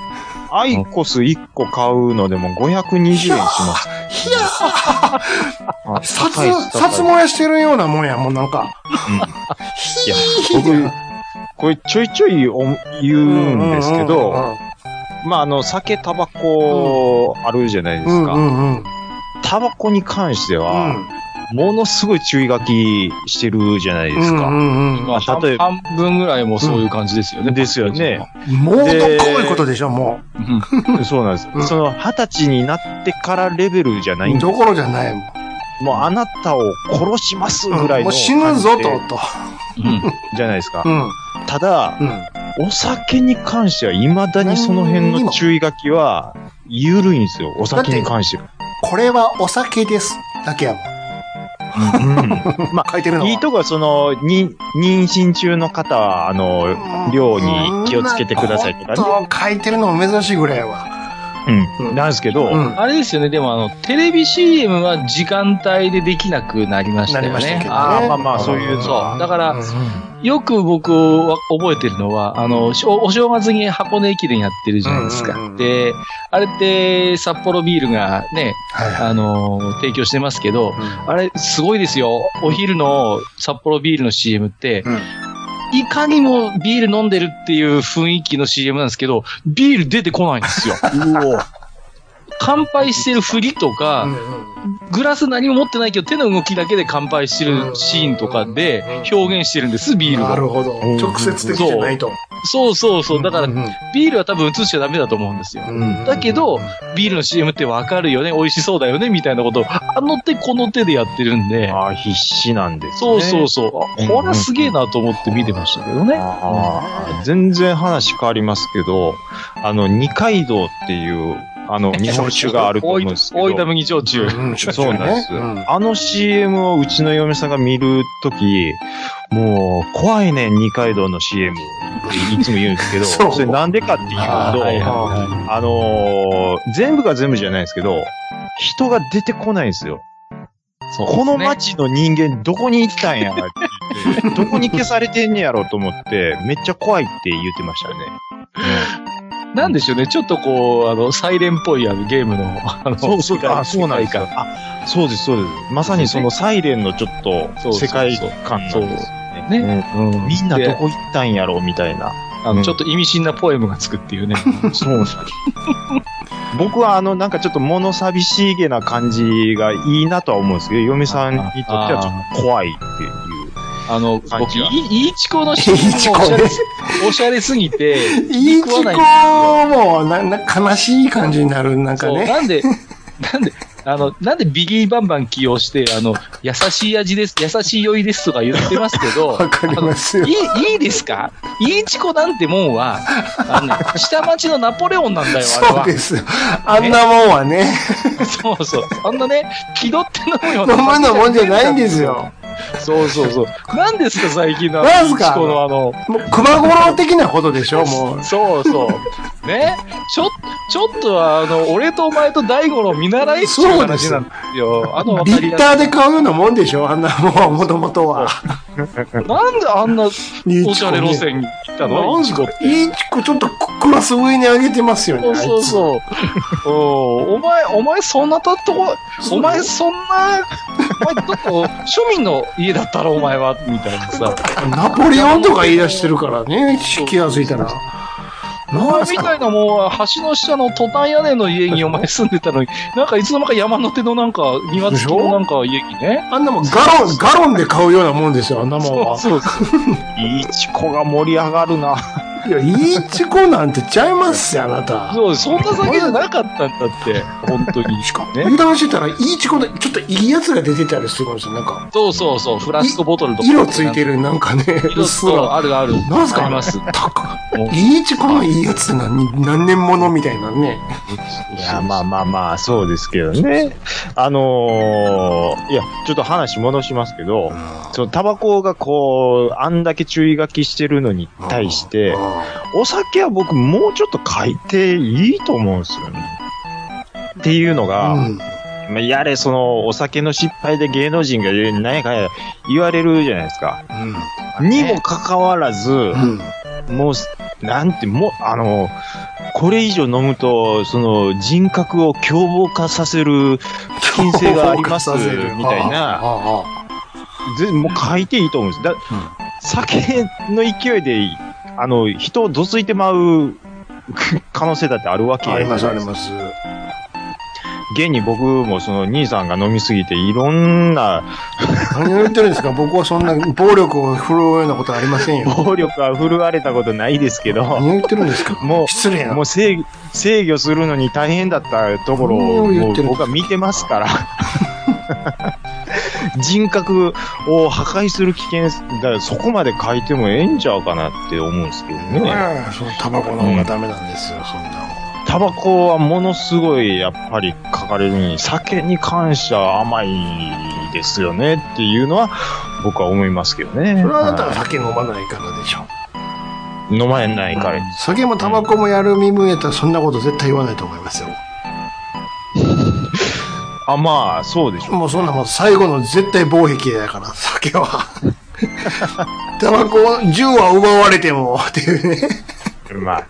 B: アイコス1個買うのでも520円します。
A: いや
B: あ
A: 札
B: 高いです、高いで
A: 札
B: す
A: 燃やしてるようなもんや、もうなんか。
B: いや、僕、これちょいちょいお言うんですけど、まあ、あの、酒、タバコ、あるじゃないで
A: う
B: す
A: んうんうん、
B: か。
A: うんうんうん。
B: タバコに関しては、ものすごい注意書きしてるじゃないですか。
A: うんうんうん
C: まあ、
B: 例えば
C: 半半分ぐらいもそういう感じですよね。
B: ですよね。
A: もうどっこいことでしょ、も
C: う
B: そうなんです。
A: うん
B: その、二十歳になってからレベルじゃないん
A: う。
B: で、
A: どころじゃないもん。
B: もうあなたを殺しますぐらいの。
A: もう死ぬぞと、と。
C: ん。うん
B: じゃないですか
A: う。ん。
B: ただ、
A: うん。
B: お酒に関しては未だにその辺の注意書きは、緩いんですよ。お酒に関しては。
A: これはお酒です。だけやもん。
B: ま
A: 書いてる
B: あ、
A: のは。
B: いいとこは、その、に、妊娠中の方は、あの、量に気をつけてくださいとかね
A: そんなこと書いてるのも珍しいぐらいは。
B: うん、なんですけど、
A: うん。
C: あれですよね、でもあの、テレビ CM は時間帯でできなくなりましたよ
A: なりましたけ
C: ね
A: どね。
B: あ
C: あ
B: あ、まあまあ、そういう
C: ー
B: の
C: そう。だか
A: う
C: ら、
A: ん
C: よく僕は覚えてるのは、あの、しょお正月に箱根駅伝やってるじゃないですか。
A: うんうんうん
C: で、あれって札幌ビールがね、
A: はいはい
C: あの、提供してますけど、
A: うん
C: あれ、すごいですよ。お昼の札幌ビールの CM って、
A: うん
C: いかにもビール飲んでるっていう雰囲気の CM なんですけど、ビール出てこない んですよ。乾杯してるふりとか、グラス何も持ってないけど手の動きだけで乾杯してるシーンとかで表現してるんです、ビール
A: な
C: を。
A: るほど。直接的じゃないと。
C: そうそうそう。だか
A: うん
C: ら、ビールは多分映しちゃダメだと思うんですよ。だけど、ビールの CM ってわかるよね、美味しそうだよね、みたいなことを、あの手この手でやってるんで、
B: ああ、必死なんですね。
C: そうそうそう。あこれはすげえなと思って見てましたけどね。
B: ああ、全然話変わりますけど、あの、二階堂っていう、あの、日本酒があると思うんですけど。
C: 大分麦焼酎。
A: うん、しょっち ゅ
B: そう
A: ね
B: なんです。
A: うん
B: あの CM をうちの嫁さんが見るとき、もう、怖いね、二階堂の CM っていつも言うんですけど、
A: そう
B: それなんでかっていうと、
A: あ
B: あ
A: ーはいはい
B: のー全部が全部じゃないですけど、人が出てこないんですよ。
C: そうですね
B: この町の人間どこに行ったんやって言 って、どこに消されてんねやろうと思って、めっちゃ怖いって言ってましたね。
C: なんでしょうね、ちょっとこう、あの、サイレンっぽいあのゲームの、あの、
B: そうそう
C: 世界
B: あそうなんですよ
C: 世界観
B: あ、そうです、そうです。まさにそのサイレンのちょっ
C: そう
B: と
C: そうそ
B: 世
C: う
B: 界観なんですよね。
C: ね。うん
B: みんな
C: で
B: どこ行ったんやろうみたいな。
C: あの、ちょっと意味深なポエムがつくっ ていうね。
B: そうなんです僕はあの、なんかちょっと物寂しげな感じがいいなとは思うんですけど、嫁さんにとってはちょっと怖いっていう。
C: あの、
B: 感
C: 僕、
B: じが
C: いいちこの CM
A: いいちこ
C: もおしゃれす、おしゃれすぎて、
A: いい
C: 食わ
A: 気
C: ないんです
A: 候も、な、な、悲しい感じになる、なんか
C: そう、
A: ね。
C: なんで、なんで、あの、なんでビギーバンバン起用して、あの、優しい味です、優しい酔いですとか言ってますけ ど、
A: わかりますよ。
C: いい、いいですかいいチコなんてもんは、あの ね、下町のナポレオンなんだよ、あれ
A: そう
C: は。
A: ですよ。あんなもんはね、
C: そうそう。あんなね、気取って飲むよう。
A: 飲むのもんじゃないんですすよ。
C: そうそうそう。なんですか、最近のあの。
A: なんすか
C: イチコのあの、
A: もう、熊五郎的なことでしょ、もう。
C: そうそう。ね。ちょ、ちょっとは、あの、俺とお前と大五の見習いっちゅう
A: そうです
C: 話なんですよ。あの、わ
A: リ
C: かり
A: ッ
C: や
A: ターで買うようなもんでしょあんなもんは、もともとは。
C: なんであんな、
A: いいチコね
C: おしゃれ路線にたの
A: なんすかいいチコちょっとクラス上に上げてますよね。
C: そうそうそう。おお前、お前そんなとこ、お前そんな、お前ちょっと庶民の家だったろ、お前は、みたいなさ。
A: あいつナポレオンとか言い出してるからね、気がついたら。
C: お
A: なん
C: 前
A: す
C: み
A: か
C: たいなもう、橋の下のトタン屋根の家にお前住んでたのに、なんかいつの間にか山の手のなんか、庭付きのなんか家にね。
A: あんなもんガロン、ガロンで買うようなもんですよ、あんなもん
C: そう
A: は。
C: そうそう。
B: いちこが盛り上がるな。
A: いや、いいチコなんてちゃいますよ、あなた。
C: そうそんな酒じゃなかったんだって、本当に。
A: しかも、
C: ね
A: 油断してたら、いいチコで、ちょっといいやつが出てたりするんですよ、なんか。
C: そうそうそう、フラスコボトルとか。
A: 色ついてる、なんかね、う
C: 色
A: っすら。
C: と、あるある。
A: なんすか
C: あります。
A: 高いいチコのいいやつって何、何年ものみたいなね。
B: いや、まあまあまあ、そうですけどね。あのー、いや、ちょっと話戻しますけど、そのタバコがこう、あんだけ注意書きしてるのに対して、お酒は僕もうちょっと書いていいと思うんですよね。っていうの
A: う
B: が、
A: ん。
B: まあやれ、その、お酒の失敗で芸能人がえ何やかんや言われるじゃないですか。にもかかわらず、
A: うん。
B: もう、なんて、もう、あの、これ以上飲むと、その、人格を凶暴化させ る危険性があります、みたいな、
A: な。
B: ぜもう書いていいと思うんです。だ酒の勢いで、あの、人をどついてまう 可能性だってあるわけ
A: あります、あります。
B: 現に僕もその兄さんが飲みすぎていろんな
A: 何を言ってるんですか僕はそんな暴力を振るうようなことはありませんよ。
B: 暴力は振るわれたことないですけ ど、
A: 何を言ってるんですか
B: もう
A: 失礼な
B: も。う制御制御するのに大変だったところ
A: も
B: を
A: う言
B: も
A: って
B: う
A: る
B: 僕は見てますから。 人格を破壊する危険、だからそこまで書いてもええんちゃうかなって思うんですけどね。
A: ねえそのタバコの方がダメなんですよ、そんな
B: タバコはものすごいやっぱり書かれるのに、酒に関しては甘いですよねっていうのは僕は思いますけどね。
A: の。それはあなた
B: は
A: が酒飲まないからでしょ。
B: い飲まれないから。
A: 酒もタバコもやる身分やったらそんなこと絶対言わないと思いますよ。
B: あ、まあ、そうでしょう。
A: もうそんなもん最後の絶対防壁だから、酒 は。タバコは、銃は奪われても、っていうね。
B: まあ、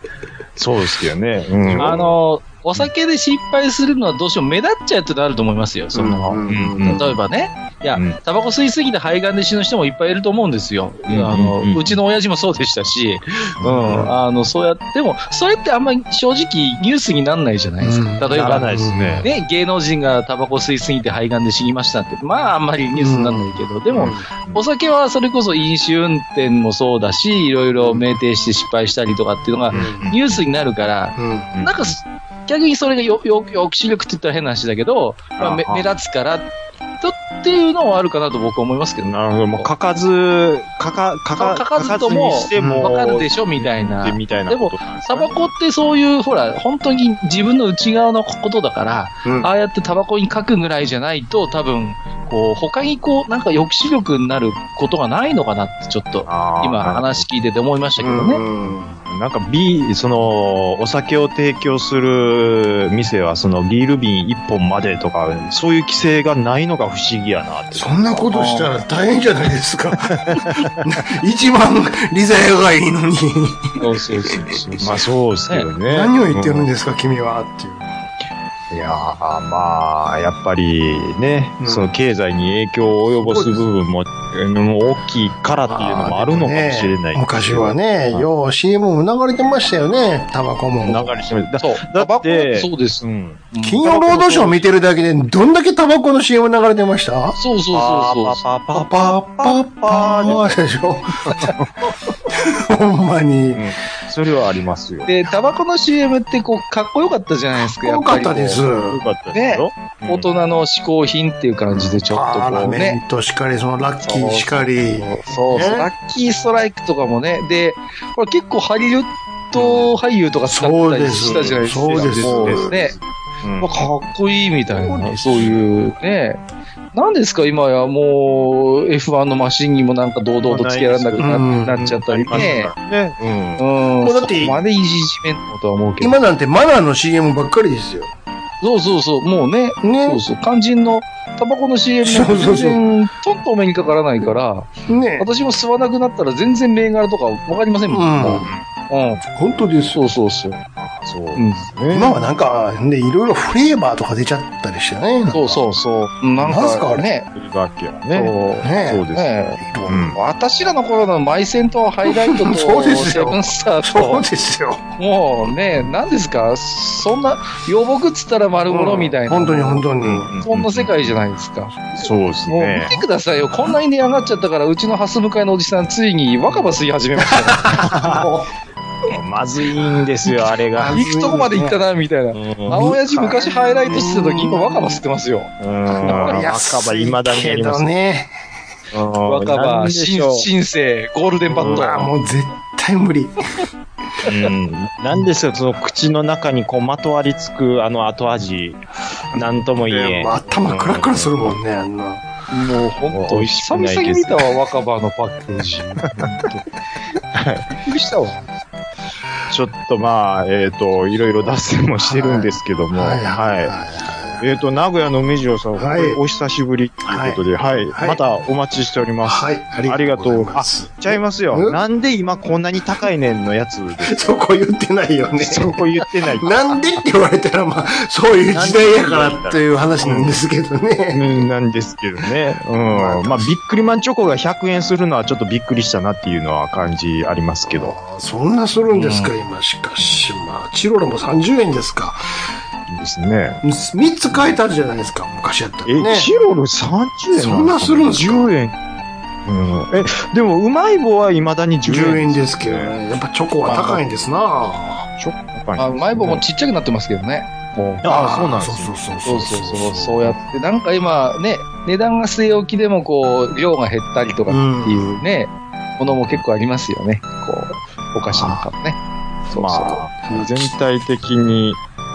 B: そうですよね。うん。
C: あ、の、お酒で失敗するのはどうしても目立っちゃうってのあると思いますよ。その、
A: うん
B: うんうん
C: 例えばね。いや
B: うん、
C: タバコ吸いすぎて肺がんで死ぬ人もいっぱいいると思うんですよ。
B: うんうん
C: あの
B: うん
C: うちの親父もそうでしたし、うん、あの、そうやっても、それってあんまり正直ニュースにならないじゃないですか。
A: うん
C: 例え
B: なら
C: ば
B: ないですね。
C: ね、芸能人がタバコ吸いすぎて肺がんで死にましたって、まああんまりニュースにならないけど、でも、お酒はそれこそ飲酒運転もそうだし、いろいろ酩酊して失敗したりとかっていうのが
A: うん
C: ニュースになるから、
A: うん
B: うん
C: なんかす逆にそれがよよ抑止力って言ったら変な話だけど、まあ、め
B: あは
C: 目立つからとっていうのはあるかなと僕は思いますけどね。
B: なるほど。もう書かず、書か、書か、
C: 書かずとも
B: 書かにしても、
C: わかるでしょみたいな
B: ってみたいなことなんです
C: タ
B: かね
C: バコってそういう、ほら、本当に自分の内側のことだから、
A: うん
C: ああやってタバコに書くぐらいじゃないと、多分、こう、他にこう、なんか抑止力になることがないのかなって、ちょっと、
B: あー
C: 今話聞いてて思いましたけどね。
A: うん
B: なんかビー、その、お酒を提供する店は、そのビール瓶一本までとか、そういう規制がないのが不思議やなって。
A: そんなことしたら大変じゃないですか。 一番利ザヤがいいのに、
C: そうそうそうそう
B: まあそうですけどね。
A: 何を言ってるん
B: す
A: ですか、君は、っていう。
B: いやーまあ、やっぱりね、
A: うん
B: その経済に影響を及ぼす部分も、もう大きいからっていうのもあるのかもしれない。
A: ね昔はね、
B: はい
A: よう CM も流れてましたよね、タバコも。
B: 流れしてみてだ
C: そう。
B: だって
C: そうです。
B: う
C: うん
B: ん。
A: 金曜ロードショー見てるだけで、どんだけタバコの CM 流れてました
C: そうそう
B: パ
C: そうそう。
B: パパパ
A: パパッパッパーでしょほんまに。
B: それはありますよ。
C: で、タバコの CM ってこう、かっこよかったじゃないですか、や
A: 多
C: っぱ
A: かっ
C: りこう。
A: たです。
B: よかったですよ。うん
C: 大人の嗜好品っていう感じで、ちょっと
A: パー
C: こ
A: ラ
C: う
A: メ
C: ね。
A: ントしかり、そのラッキーしかり。
C: そうそう、
A: ね
C: ラッキーストライクとかもね。で、これ結構ハリウッド俳優とか使ったりしたじゃないですか。
A: そうです
C: も
A: そうです
C: ね。
B: うん
C: まあ、かっこいいみたい
A: そうで
C: な、
A: す
C: そういうね。なんですか、今やもう F1 のマシンにもなんか堂々と付けられなくな,、
A: うん
C: なっちゃったりね。
B: ね。うん
C: うん。
A: もうだって
C: そこまでいじいじめんのとは思うけど。
A: 今なんてマナーの CM ばっかりですよ。
C: そうそうそう、もうね、
A: ね
C: そうそう、肝心のタバコの CM
A: そうそ
C: も
A: うそう
C: 全然、とんとお目にかからないから、
A: ね
C: 私も吸わなくなったら全然銘柄とかわかりませんもん。
A: うん
C: うん。
A: 本当です
C: そ
A: よ。
C: うそうそう。
B: そう
C: うん
B: ですね。
A: 今はなんか、ね、いろいろフレーバーとか出ちゃったりしてね。
C: そうそうそう。なん
A: なんすかあ
C: か
A: れ
C: ね、
B: フレバー系は
C: そ
B: ね。
C: う
B: そ
A: ね
B: うですね。
C: ね
A: え。
B: うん。
C: 私らの頃のマイセンとハイライトと
A: そうです
C: セ
A: よ
C: ブンスター
A: そ
C: と
A: う、ですよ。
C: もうね、何ですか、そんな、洋木っつったら丸物みたいな、
A: 本当に本当に。
C: そんな世界じゃないですか。
B: そうです
C: もう見
B: ね。
C: てくださいよ、こんなに値上がっちゃったから、うちのハス向かいのおじさん、ついに若葉吸い始めましたよ。
B: まずいんですよ、あれが。
C: 行くとこまで行ったな、みたいな。青親父昔ハイライトしてた時、今若葉吸ってますよ。
B: うん若葉、
A: 安い
B: 未だにや
A: け
B: りま
A: ど
B: す。
A: ね。
C: 若
B: 若
C: 葉、
B: し
C: 新
B: ょ
C: 新生、ゴールデンバッ
A: うわ、
C: ト。
A: もう絶対無理。
B: う。うん。なんですよ、その口の中にこうまとわりつくあの後味。なんとも言えん。
A: 頭クラクラするもんね、あんな。
C: もう本
B: 美
C: 当、
B: 味し
C: 久
B: くない
C: 々に
B: です
C: 見たわ、若葉のパッケー ジ。本当びっくりしたわ。
B: ちょっとまあ、えっ、と、いろいろ脱線もしてるんですけども、はい。えっ、と、名古屋の梅塩さん、
A: はい
B: 本当にお久しぶりということで、はい。
A: はい
B: またお待ちしております。
A: はい、
B: あ
A: あ
B: り
A: り
B: が
A: が
B: と
A: と
B: う
A: う
B: ご
A: ご
B: ざいま
A: ざいます。
B: ちゃいますよ。
A: うん、
B: なんで今こんなに高いねんのやつで
A: そこ言ってないよね。
B: そこ言ってない。
A: なんでって言われたら、まあ、そういう時代やからっていう話なんですけどね。
B: うんなんですけどね。うん。まあ、ビックリマンチョコが100円するのはちょっとびっくりしたなっていうのは感じありますけど。
A: あそんなするんですか、今。しかし、まあ、チロルも30円ですか。
B: ですね。
A: 3つ買えたじゃないですか、昔やった
B: え、
A: らね。
B: チロル30円
A: そんなするんですか
B: ?10 円。うん。え、でも、うまい棒はいまだに10
A: 10
B: 円
A: 円
B: です。
A: ですけどね。やっぱチョコは高いんですな
B: ちょっと
C: あ、うまい棒もちっちゃくなってますけどね。もう
B: ああ、そうなんです
A: そう
B: よ
A: そうそう
C: そ
A: そうう。
C: そうそう、そうやって、なんか今ね、値段が据え置きでもこう、量が減ったりとかっていうね、ものも結構ありますよね。こう、お菓子なんかもね。そうそう。
B: まあ、全体的に、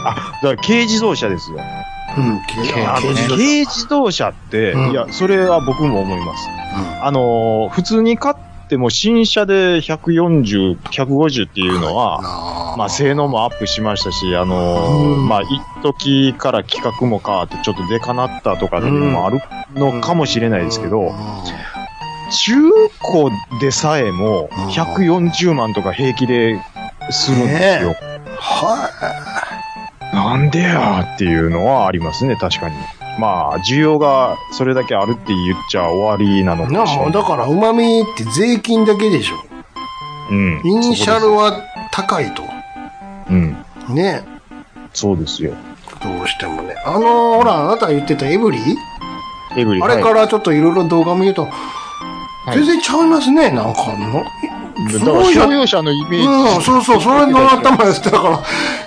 B: あ、だから軽自動車ですよ。
A: うん、
B: あの
A: 刑事
B: 軽自動車って、
A: うん
B: いや、それは僕も思います。
A: ん
B: あのー、普通に買っても新車で140、150っていうのは、まあ、性能もアップしましたし、あのー
A: うん
B: まあ、一時から企画も変わって、ちょっとでかなったとかっていうのもあるのかもしれないですけど、中古でさえも
A: ん
B: 140万とか平気でするんですよ。
A: は
B: なんでやーっていうのはありますね、確かに。まあ、需要がそれだけあるって言っちゃ終わりなの
A: い。
B: か
A: な
B: もしれ
A: も
B: な
A: う
B: い。
A: だから、旨味って税金だけでしょ。
B: うん。
A: イニシャル
B: は。
A: は高いと。
B: うん。
A: ね。
B: そうですよ。
A: どうしてもね。あのーほら、あなたが言ってたエブリィ
B: エブリ
A: あれ
B: は
A: からちょっといろいろ動画見ると、
B: い
A: 全然ちゃいますね、なんかの。
B: い
A: す
B: だから
A: ごいよ
B: 商。用車のイメージ。
A: うん、そうそう、それの頭やったか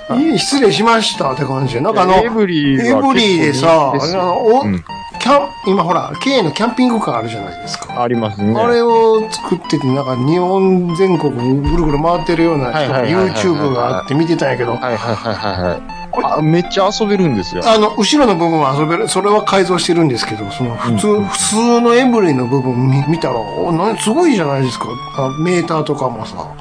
A: ら、いい失礼しましたって感じで。なんかあの、
B: エ
A: エブ
B: ブリ
A: リ
B: ーは結構
A: ィでさ、あ
B: 人気すよ
A: の、お、
B: うん
A: キャン、今ほら、K のキャンピングカーあるじゃないですか。
B: ありますね。
A: あれを作ってて、なんか日本全国ぐるぐる回ってるような
B: はいはいはいはいはい
A: YouTube があって見てたんやけど、
B: はいはいはいはいはい。これあめっちゃ遊べるんですよ。
A: あの、後ろの部分は遊べる、それは改造してるんですけど、その普通、普通のエブリィの部分見見たら、お、なすごいじゃないですか。あメーターとかもさ、も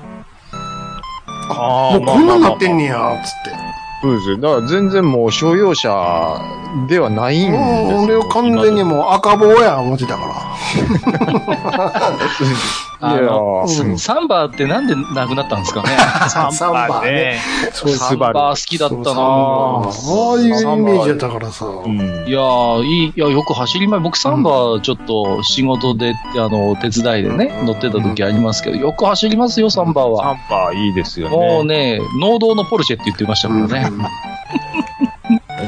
B: あ
A: うこんなんなってん
B: ね
A: ねや、つって。
B: そうですよ。だから全然もう商用車ではないんですよ。
A: うん、俺は完全にもう赤棒や思ってたか
B: 今
C: あ
B: で
C: の、
B: は。いやー、
C: サンバーってなんでなくなったんですかね。
A: ら。サンバーね。。
B: そう、
C: サ
B: ス
C: ンバ
B: バル。
C: ー好きだったな
A: あ
C: ぁ
A: あいうイメージやったからさ。
B: うん
C: いやーいい、いや、よく走り前、僕サンバーちょっと仕事で、あの、手伝いでね、乗ってた時ありますけど、よく走りますよ、サンバー
B: サ
C: は。
B: ンバいいですよ
C: もう
B: ね。
C: ね、農道のポルシェって言ってましたからね。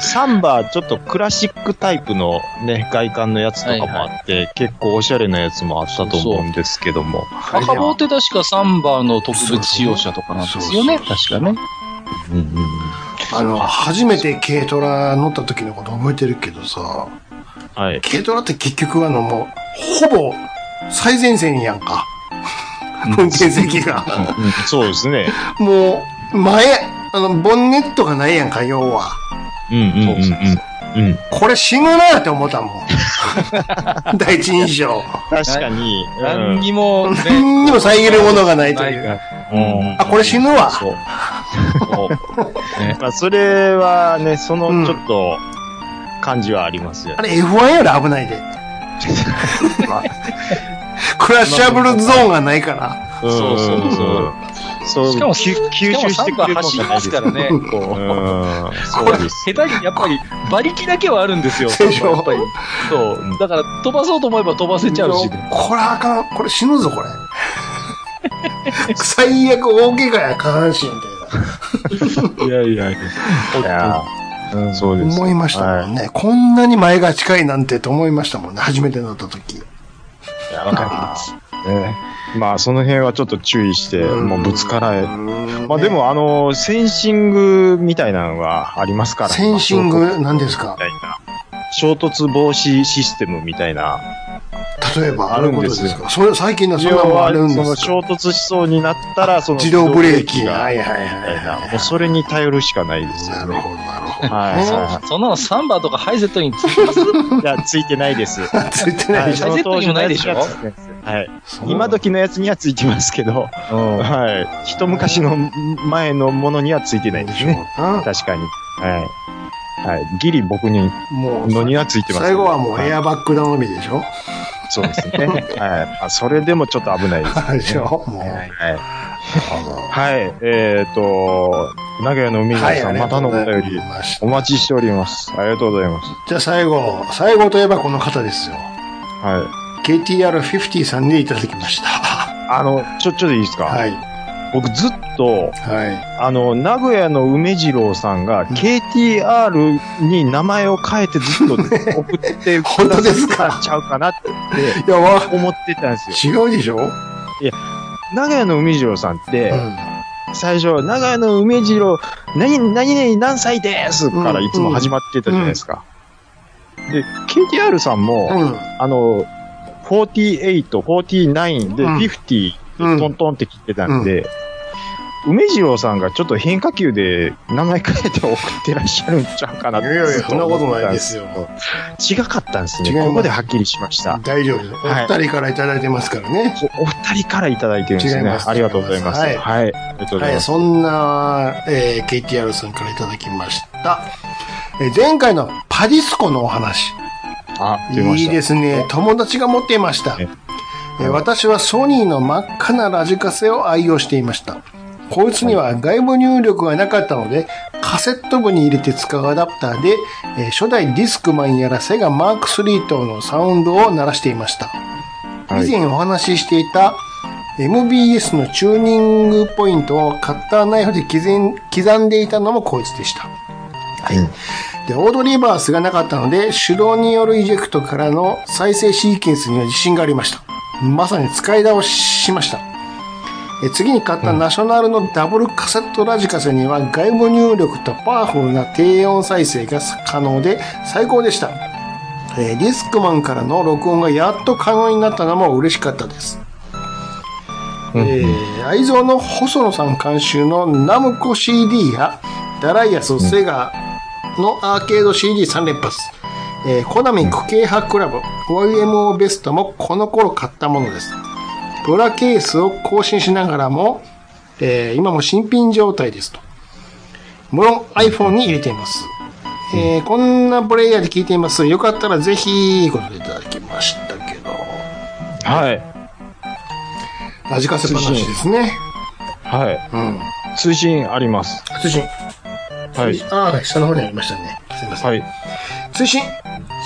B: サンバちょっとクラシックタイプのね、外観のやつとかもあって、結構おしゃれなやつもあったと思うんですけども。
C: 赤棒って確かサンバーの特別使用車とかなんですよね、
A: そうそう
C: 確かね。
B: うんうん
A: あの、初めて軽トラ乗った時のこと覚えてるけどさ、
B: はい。
A: 軽トラって結局あのもう、ほぼ最前線やんか。 運転席が。
B: うんそうですね。
A: もう、前、あの、ボンネットがないやんか、要は。
B: うんうんうんうん。うん
A: これ死ぬなって思ったもん。 第一印象。
B: 確かに。
C: 何にも、ね、
A: 何にも遮るものがないという。
C: ないから
B: うん
A: あ、これ死ぬわ。
B: そう。 まあ、それはね、そのちょっと、感じはありますよ
A: あ。れ F1 より危ない で。クラッシャブルゾーンがないから。
B: うん
C: そうそうそう。
B: そう、
C: しかも
B: 吸吸
C: しかも
B: 収して
C: 3
B: く
C: 番
B: れるもんじ
C: 走り
B: ゃないですす
C: まからね。
B: う
C: こう。
B: ん、
C: こ
B: そ
C: れ
B: うです。
C: 下手にやっぱり馬力だけはあるんですよ。
A: でしょ
C: やっぱり。そう。だから飛ばそうと思えば飛ばせちゃうしね。
A: これあかん。これ死ぬぞ、これ。最悪大怪我や、下半身みたい
B: いやいやいや。うんそう
A: な。
B: です。
A: 思いましたもんね。こんなに前が近いなんてと思いましたもんね。初めて乗った時。
B: いやわかり ます。ねまあ、その辺はちょっと注意して、もうぶつからない。ま
A: ま
B: あで、も、あの、センシングみたいなのがありますから。
A: センシン
B: み
A: グ何ですか
B: たいな。衝突防止システムみたいな。
A: 例えば、
B: あ
A: ある
B: る
A: こ
B: ん
A: と
B: で
A: です
B: すよ
A: かそれ最近のそんなもんあるんで
B: その
A: すか
B: 衝突しそうになったら、その
A: 自動ブレーキ。
B: が
A: はい
B: み
A: はいは
B: た
A: い
B: いな。
A: は
B: もうそれに頼るしかないで
A: い。
B: す
A: な
B: よ
A: る
B: ね。
A: ほど、なるほ
B: はいは
C: そんなのサンバーとかハイゼットにつきます
B: い。いや、ついてないです。
A: ど。 ついてな
B: はいい
A: でしょ
B: その当時のやつに
C: ハイ
B: は
C: ゼッ
B: はい。
A: そう
B: 今時のやつにはついてますけど、はい。一昔の前のものにはついてないですね。
A: うん
B: 確かに。はい。はい。ギリ僕に、
A: もう、
B: のにはついてますけ
A: 最
B: ど。
A: 後はもうエ
B: い
A: アバッグ頼みでしょ
B: そうですね。はい。まあ、それでもちょっと危ないです。
A: でしょもう。
B: はい。はい。えっと、名古屋の海野さん、またのお
A: ありがとう
B: 便
A: ござい
B: り、
A: ました
B: お待ちしております。ありがとうございます。
A: じゃあ最後、最後といえばこの方ですよ。
B: は
A: KTR50 さんでいただきました。
B: い。あの、ちょ、ちょっといいですか
A: はい。
B: 僕ずっと、
A: はい。
B: あの、名古屋の梅次郎さんが KTR に名前を変えてずっと送って
A: 本当ですか
B: ちゃうかなって
A: いや、わ、
B: 思ってたんですよ。
A: 違うでしょうん。
B: 名古屋の梅次郎さんって、最初、長屋の梅次郎、何、何々何歳ですからいつも始まってたじゃないですか。で、KTR さんも、
A: うん。
B: あの、48、49で
A: うん
B: 50、
A: うん
B: トントンって切ってたんで、梅次郎さんがちょっと変化球で名前変えて送ってらっしゃるんちゃうかなっ
A: い
B: て。
A: やいや、そんなことないですよ。
B: 違かったんですね
A: 違い。ます
B: ここではっきりしました。
A: 大丈夫です。お
B: はい
A: 二人からいただいてますからね。
B: おお二人からいただいてるんです
A: 違い
B: ね。
A: ます
B: ありがとうございます。
A: 違
B: はいい。
A: ま
B: ありがとうござ
A: はいい、
B: ます。
A: そんな、えー KTR さんからいただきました。えー前回のパディスコのお話。
B: あ、出ま
A: い
B: し
A: い
B: た。
A: ですね。友達が持っていました。え
B: え
A: ー私はソニーの真っ赤なラジカセを愛用していました。こいつには外部入力がなかったので、カセット部に入れて使うアダプターで、えー初代ディスクマンやらセガマーク3等のサウンドを鳴らしていました。
B: はい
A: 以前お話ししていた MBS のチューニングポイントをカッターナイフで刻ん刻んでいたのもこいつでした。はい。で、オードリーバースがなかったので、手動によるイジェクトからの再生シーケンスには自信がありました。まさに使い倒ししました。え次に買ったナショナルのダブルカセットラジカセには外部入力とパワフルな低音再生が可能で最高でした。えーディスクマンからの録音がやっと可能になったのも嬉しかったです。えー、愛蔵の細野さん監修のナムコ CD やダライアスセガのアーケード CD3 連発、えーコナミク系派クラブ YMO ベストもこの頃買ったものです。プラケースを更新しながらも、えー今も新品状態ですと。もろん iPhone に入れています。えーこんなプレイヤーで聞いています。よかったらぜひ、ご覧いただきましたけど。
B: はい。
A: ラジカセ話ですね。
B: はい。
A: うん。
B: 通信あります。
A: 通信。
B: はい。
A: ああ、下の方にありましたね。すいません。
B: はい。
A: 通信。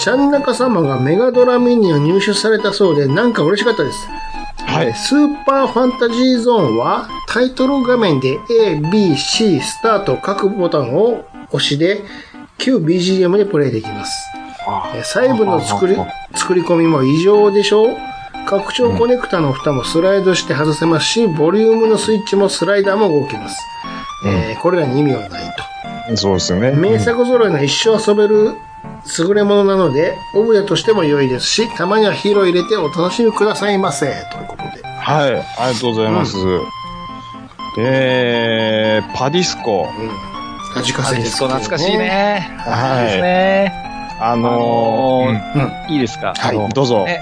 A: ちゃんなか様がメガドラミニを入手されたそうで、なんか嬉しかったです。
B: はい。
A: スーパーファンタジーゾーンはタイトル画面で A、B、C、スタート各ボタンを押しで旧 BGM でプレイできます。えー細部の作り作り込みも異常でしょう拡張コネクタの蓋もスライドして外せますし、ボリュームのスイッチもスライダーも動きます。えーこれらに意味はないと。
B: そうですよね。
A: 名作揃いの一生遊べる優れものなので、オブジェとしても良いですし、たまにはヒーロー入れてお楽しみくださいませ。ということで。
B: はい。ありがとうございます。えー、パディスコ。
A: ラジカ
C: パ
A: セ
C: ディ
A: です
C: ス
A: け
C: コ
A: どね
C: 懐かしい。ね。
B: はい
C: いいですね。
B: あの
C: いいですか
A: はい
B: ー、どうぞ。
C: ね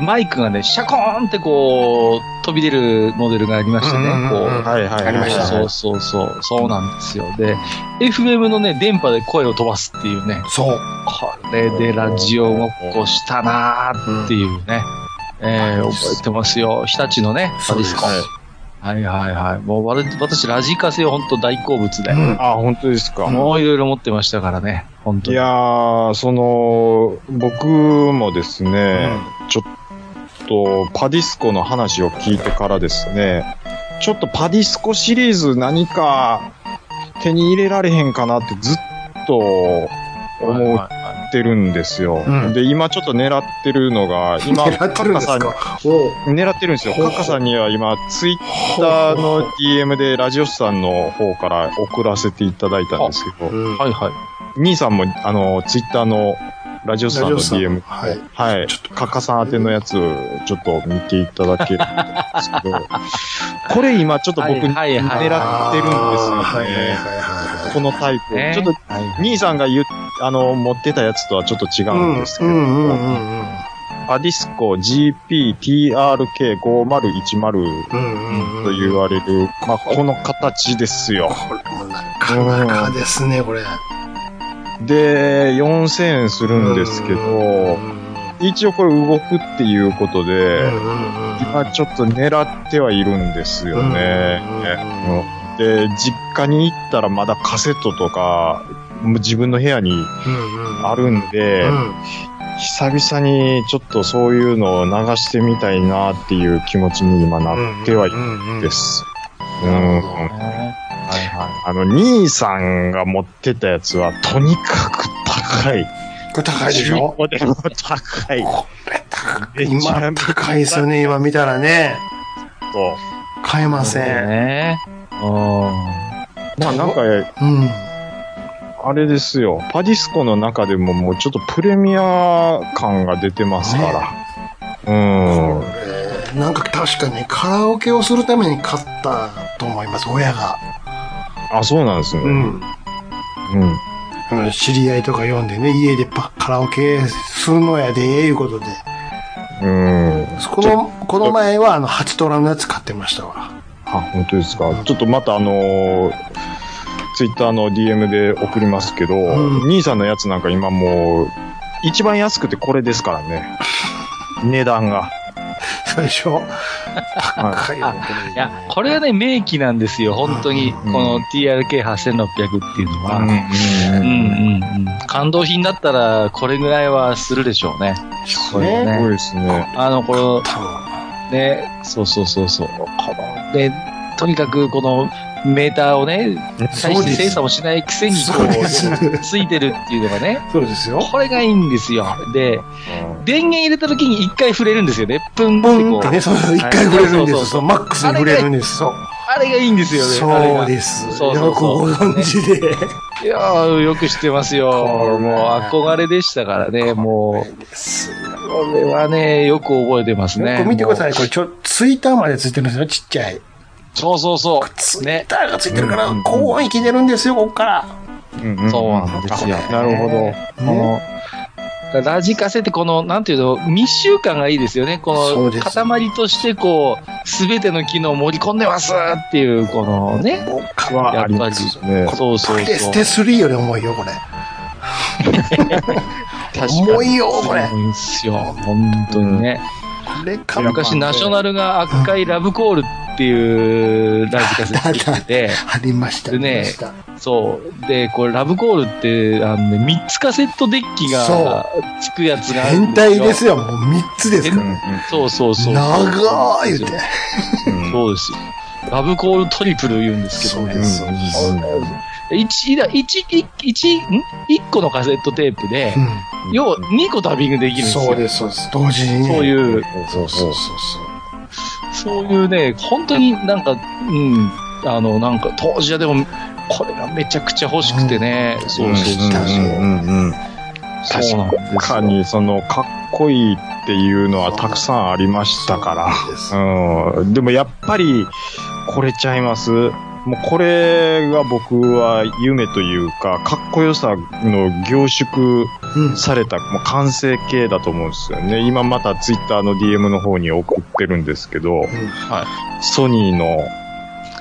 C: マイクがね、シャコーンってこう、飛び出るモデルがありましてね、こう、
B: はいはい。
G: ありました
C: そうそうそう、そうなんですよ。で、FM のね、電波で声を飛ばすっていうね、
G: そう。
C: これでラジオごっこしたなーっていうね、えー、覚えてますよ。日立のね、
G: そ
C: バ
G: う
C: ディス
G: です
C: コ。はいはいはい。もうわれ私、ラジカセは本当大好物で、
B: あ、本当ですか。
C: もういろいろ持ってましたからね、本当
B: い
C: に。
B: やー、その、僕もですね、ちょっとパディスコの話を聞いてからですね、ちょっとパディスコシリーズ何か手に入れられへんかなってずっと思ってるんですよ。
A: うん
B: で、今ちょっと狙ってるのが、今、
A: 狙ってるんです
B: カッカ
A: かおう
B: さん狙ってるんですよ。カッカさんには今、ツイッターの DM でラジオスさんの方から送らせていただいたんですけど、
A: うん
C: はいはい。
B: 兄さんも、あの、ツイッターのラジオスさんの DM
A: はい。
B: はい。
A: ちょっと
B: カッカさん宛てのやつ、ちょっと見ていただけると思うんですけど、これ今ちょっと僕狙って
C: は
B: る
C: い
B: んです
C: はい
B: よ
A: はいはいはい
B: ね。
A: はい
B: このタイプ。
C: ね
B: ちょっと、兄さんが言う、あの、持ってたやつとはちょっと違うんですけ
A: う
B: ど、
A: んうんうんうん。
B: パディスコ GPTRK5010
A: うんうん
B: と言われる、まあ、この形ですよ。
A: これもなかなかですね、これ。
B: で、4000円するんですけ
A: うん
B: ど、一応これ動くっていうことで、今ちょっと狙ってはいるんですよね。で、実家に行ったらまだカセットとか、もう自分の部屋にあるんで、久々にちょっとそういうのを流してみたいなっていう気持ちに今なってはいるんです。うん。あの、兄さんが持ってたやつはとにかく高 い。
A: これ高いでしょ
B: 中古でも高い。
A: これ高い。
B: めちゃ
A: 今
B: めちゃ
A: 高いですよね、今見たらね。
B: と。
A: 買えません。
C: ね
B: まあなんか、
A: うん。
B: あれですよ。パディスコの中でももうちょっとプレミア感が出てますから。うん。
A: なんか確かね、カラオケをするために買ったと思います、親が。
B: あ、そうなんですね。
A: うん。
B: うん。
A: うん知り合いとか呼んでね、家でパカラオケするのやで、いうことで。
B: うん。
A: この、この前はあの、ハチトラのやつ買ってましたわ。
B: あ、本当ですか。ちょっとまたあのツイッター Twitter の DM で送りますけど、
A: う
B: 兄さんのやつなんか今もう、一番安くてこれですからね。値段が。
A: 最初。
B: は
A: 高いよね、
C: いや、これはね、名機なんですよ、本当に。この TRK8600 っていうのは。
B: い。
C: うんうんうん。感動品だったら、これぐらいはするでしょうね。
A: これ。
B: すごいですね。
C: あの、この、
A: 多分。
C: ね、そうそうそうそう。この、で、とにかくこのメーターをね、大して精査もしないくせに、こ
A: そうです
C: う、ついてるっていうのが ね、
A: そうですよ。
C: これがいいんですよ。で、電源入れた時に一回触れるんですよね。プンって
A: ポ
C: こ
A: ンって
C: う。
A: ね、そうそう、一回触れるんで
C: そうそうそう
A: す。そう、マックスに触れるんです。そう。
C: あれがいいんですよね。あれ
A: そう
C: が
A: です。
C: そ
A: よ
C: う
A: く
C: そうそう
A: ご存知で。
C: いやー、よく知ってますよ。
A: これ
C: もう憧れでしたからね、もう。
A: です
C: これはね、よく覚えてますね。
A: よく見てくださ
C: い。
A: い。これ、ちょ、ツイッターまでついてるんですよ、ちっちゃい。
C: そうそうそう。
A: ツイ
C: ね
A: ッ。ターがついてるから、高音域出るんですよ、ここから。
B: うんうん
C: そうなんですよ。
B: なるほど。
C: この、ラジカセってこの、なんていうの、密集感がいいですよね。
A: そ
C: こ
A: うで
C: の、
A: す
C: 塊としてこう、すべての機能を盛り込んでますっていう、このね。
A: 僕
B: は
A: は、
C: やっぱり、
B: すね
C: そうそうそ
A: プレス
C: う
A: テ。3より重いよ、これ。重いよ、これ。
C: いいっすよ。本当にね。
A: これか
C: 昔、ナショナルが赤いラブコールっていうラジカセ作ってて、
A: ありました。
C: でね
A: ありました
C: そう。で、これ、ラブコールって、あのね、3つカセットデッキがつくやつがあるん
A: 変
C: ですよ。
A: 態ですよ、もう3つですから。
C: そうそうそう。
A: 長ー言う
C: そう
A: て。
C: そうですよ。ラブコールトリプル言うんですけどね。
A: す、そうです。
C: 一だ一一一ん一個のカセットテープで、
A: う
C: 要は2個ダビングできる
A: ん。
C: んですよ。
A: そうです、そうです。同時にね。
C: そういう、
A: そうそうそうそう。
C: そういうね、本当になんか、うん、あの、なんか、当時はでも、これがめちゃくちゃ欲しくてね。そうそうそう。
B: うんうんうん
C: そうなんですよ
B: 確かに、その、かっこいいっていうのはたくさんありましたから。うん。でもやっぱり、これちゃいます。もうこれが僕は夢というか、かっこよさの凝縮
A: うん
B: された、もう完成形だと思うんですよね。今またツイッターの DM の方に送ってるんですけど、ソニーの、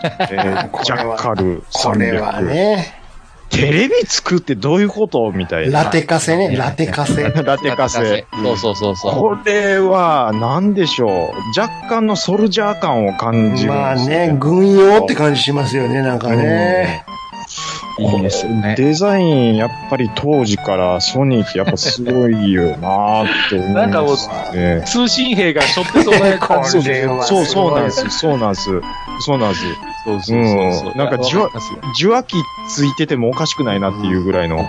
B: えー
A: これは
B: ジャッカル300。
A: これはね、
B: テレビ作ってどういうことみたいな。
A: ラテカセね、ラテカセ。
B: ラテカセ。。
C: そうそうそうそう。
B: これは、何でしょう。若干のソルジャー感を感じる
A: ま
B: ん
A: あ
B: ですよ
A: ね、軍用って感じしますよね、なんかね。
C: いいですよね。
B: デザイン、やっぱり当時からソニーってやっぱすごいよなーって思います、ね。
C: なんかもう
B: ね
C: 通信兵がしょってそうな
A: こ
C: 感じ。
A: れは
B: そうそうなんですす。そうなんです。そうなんです。
C: そうそうそうそう
B: うんなんかじわ
C: わりますよ
B: 受話器ついててもおかしくないなっていうぐらいの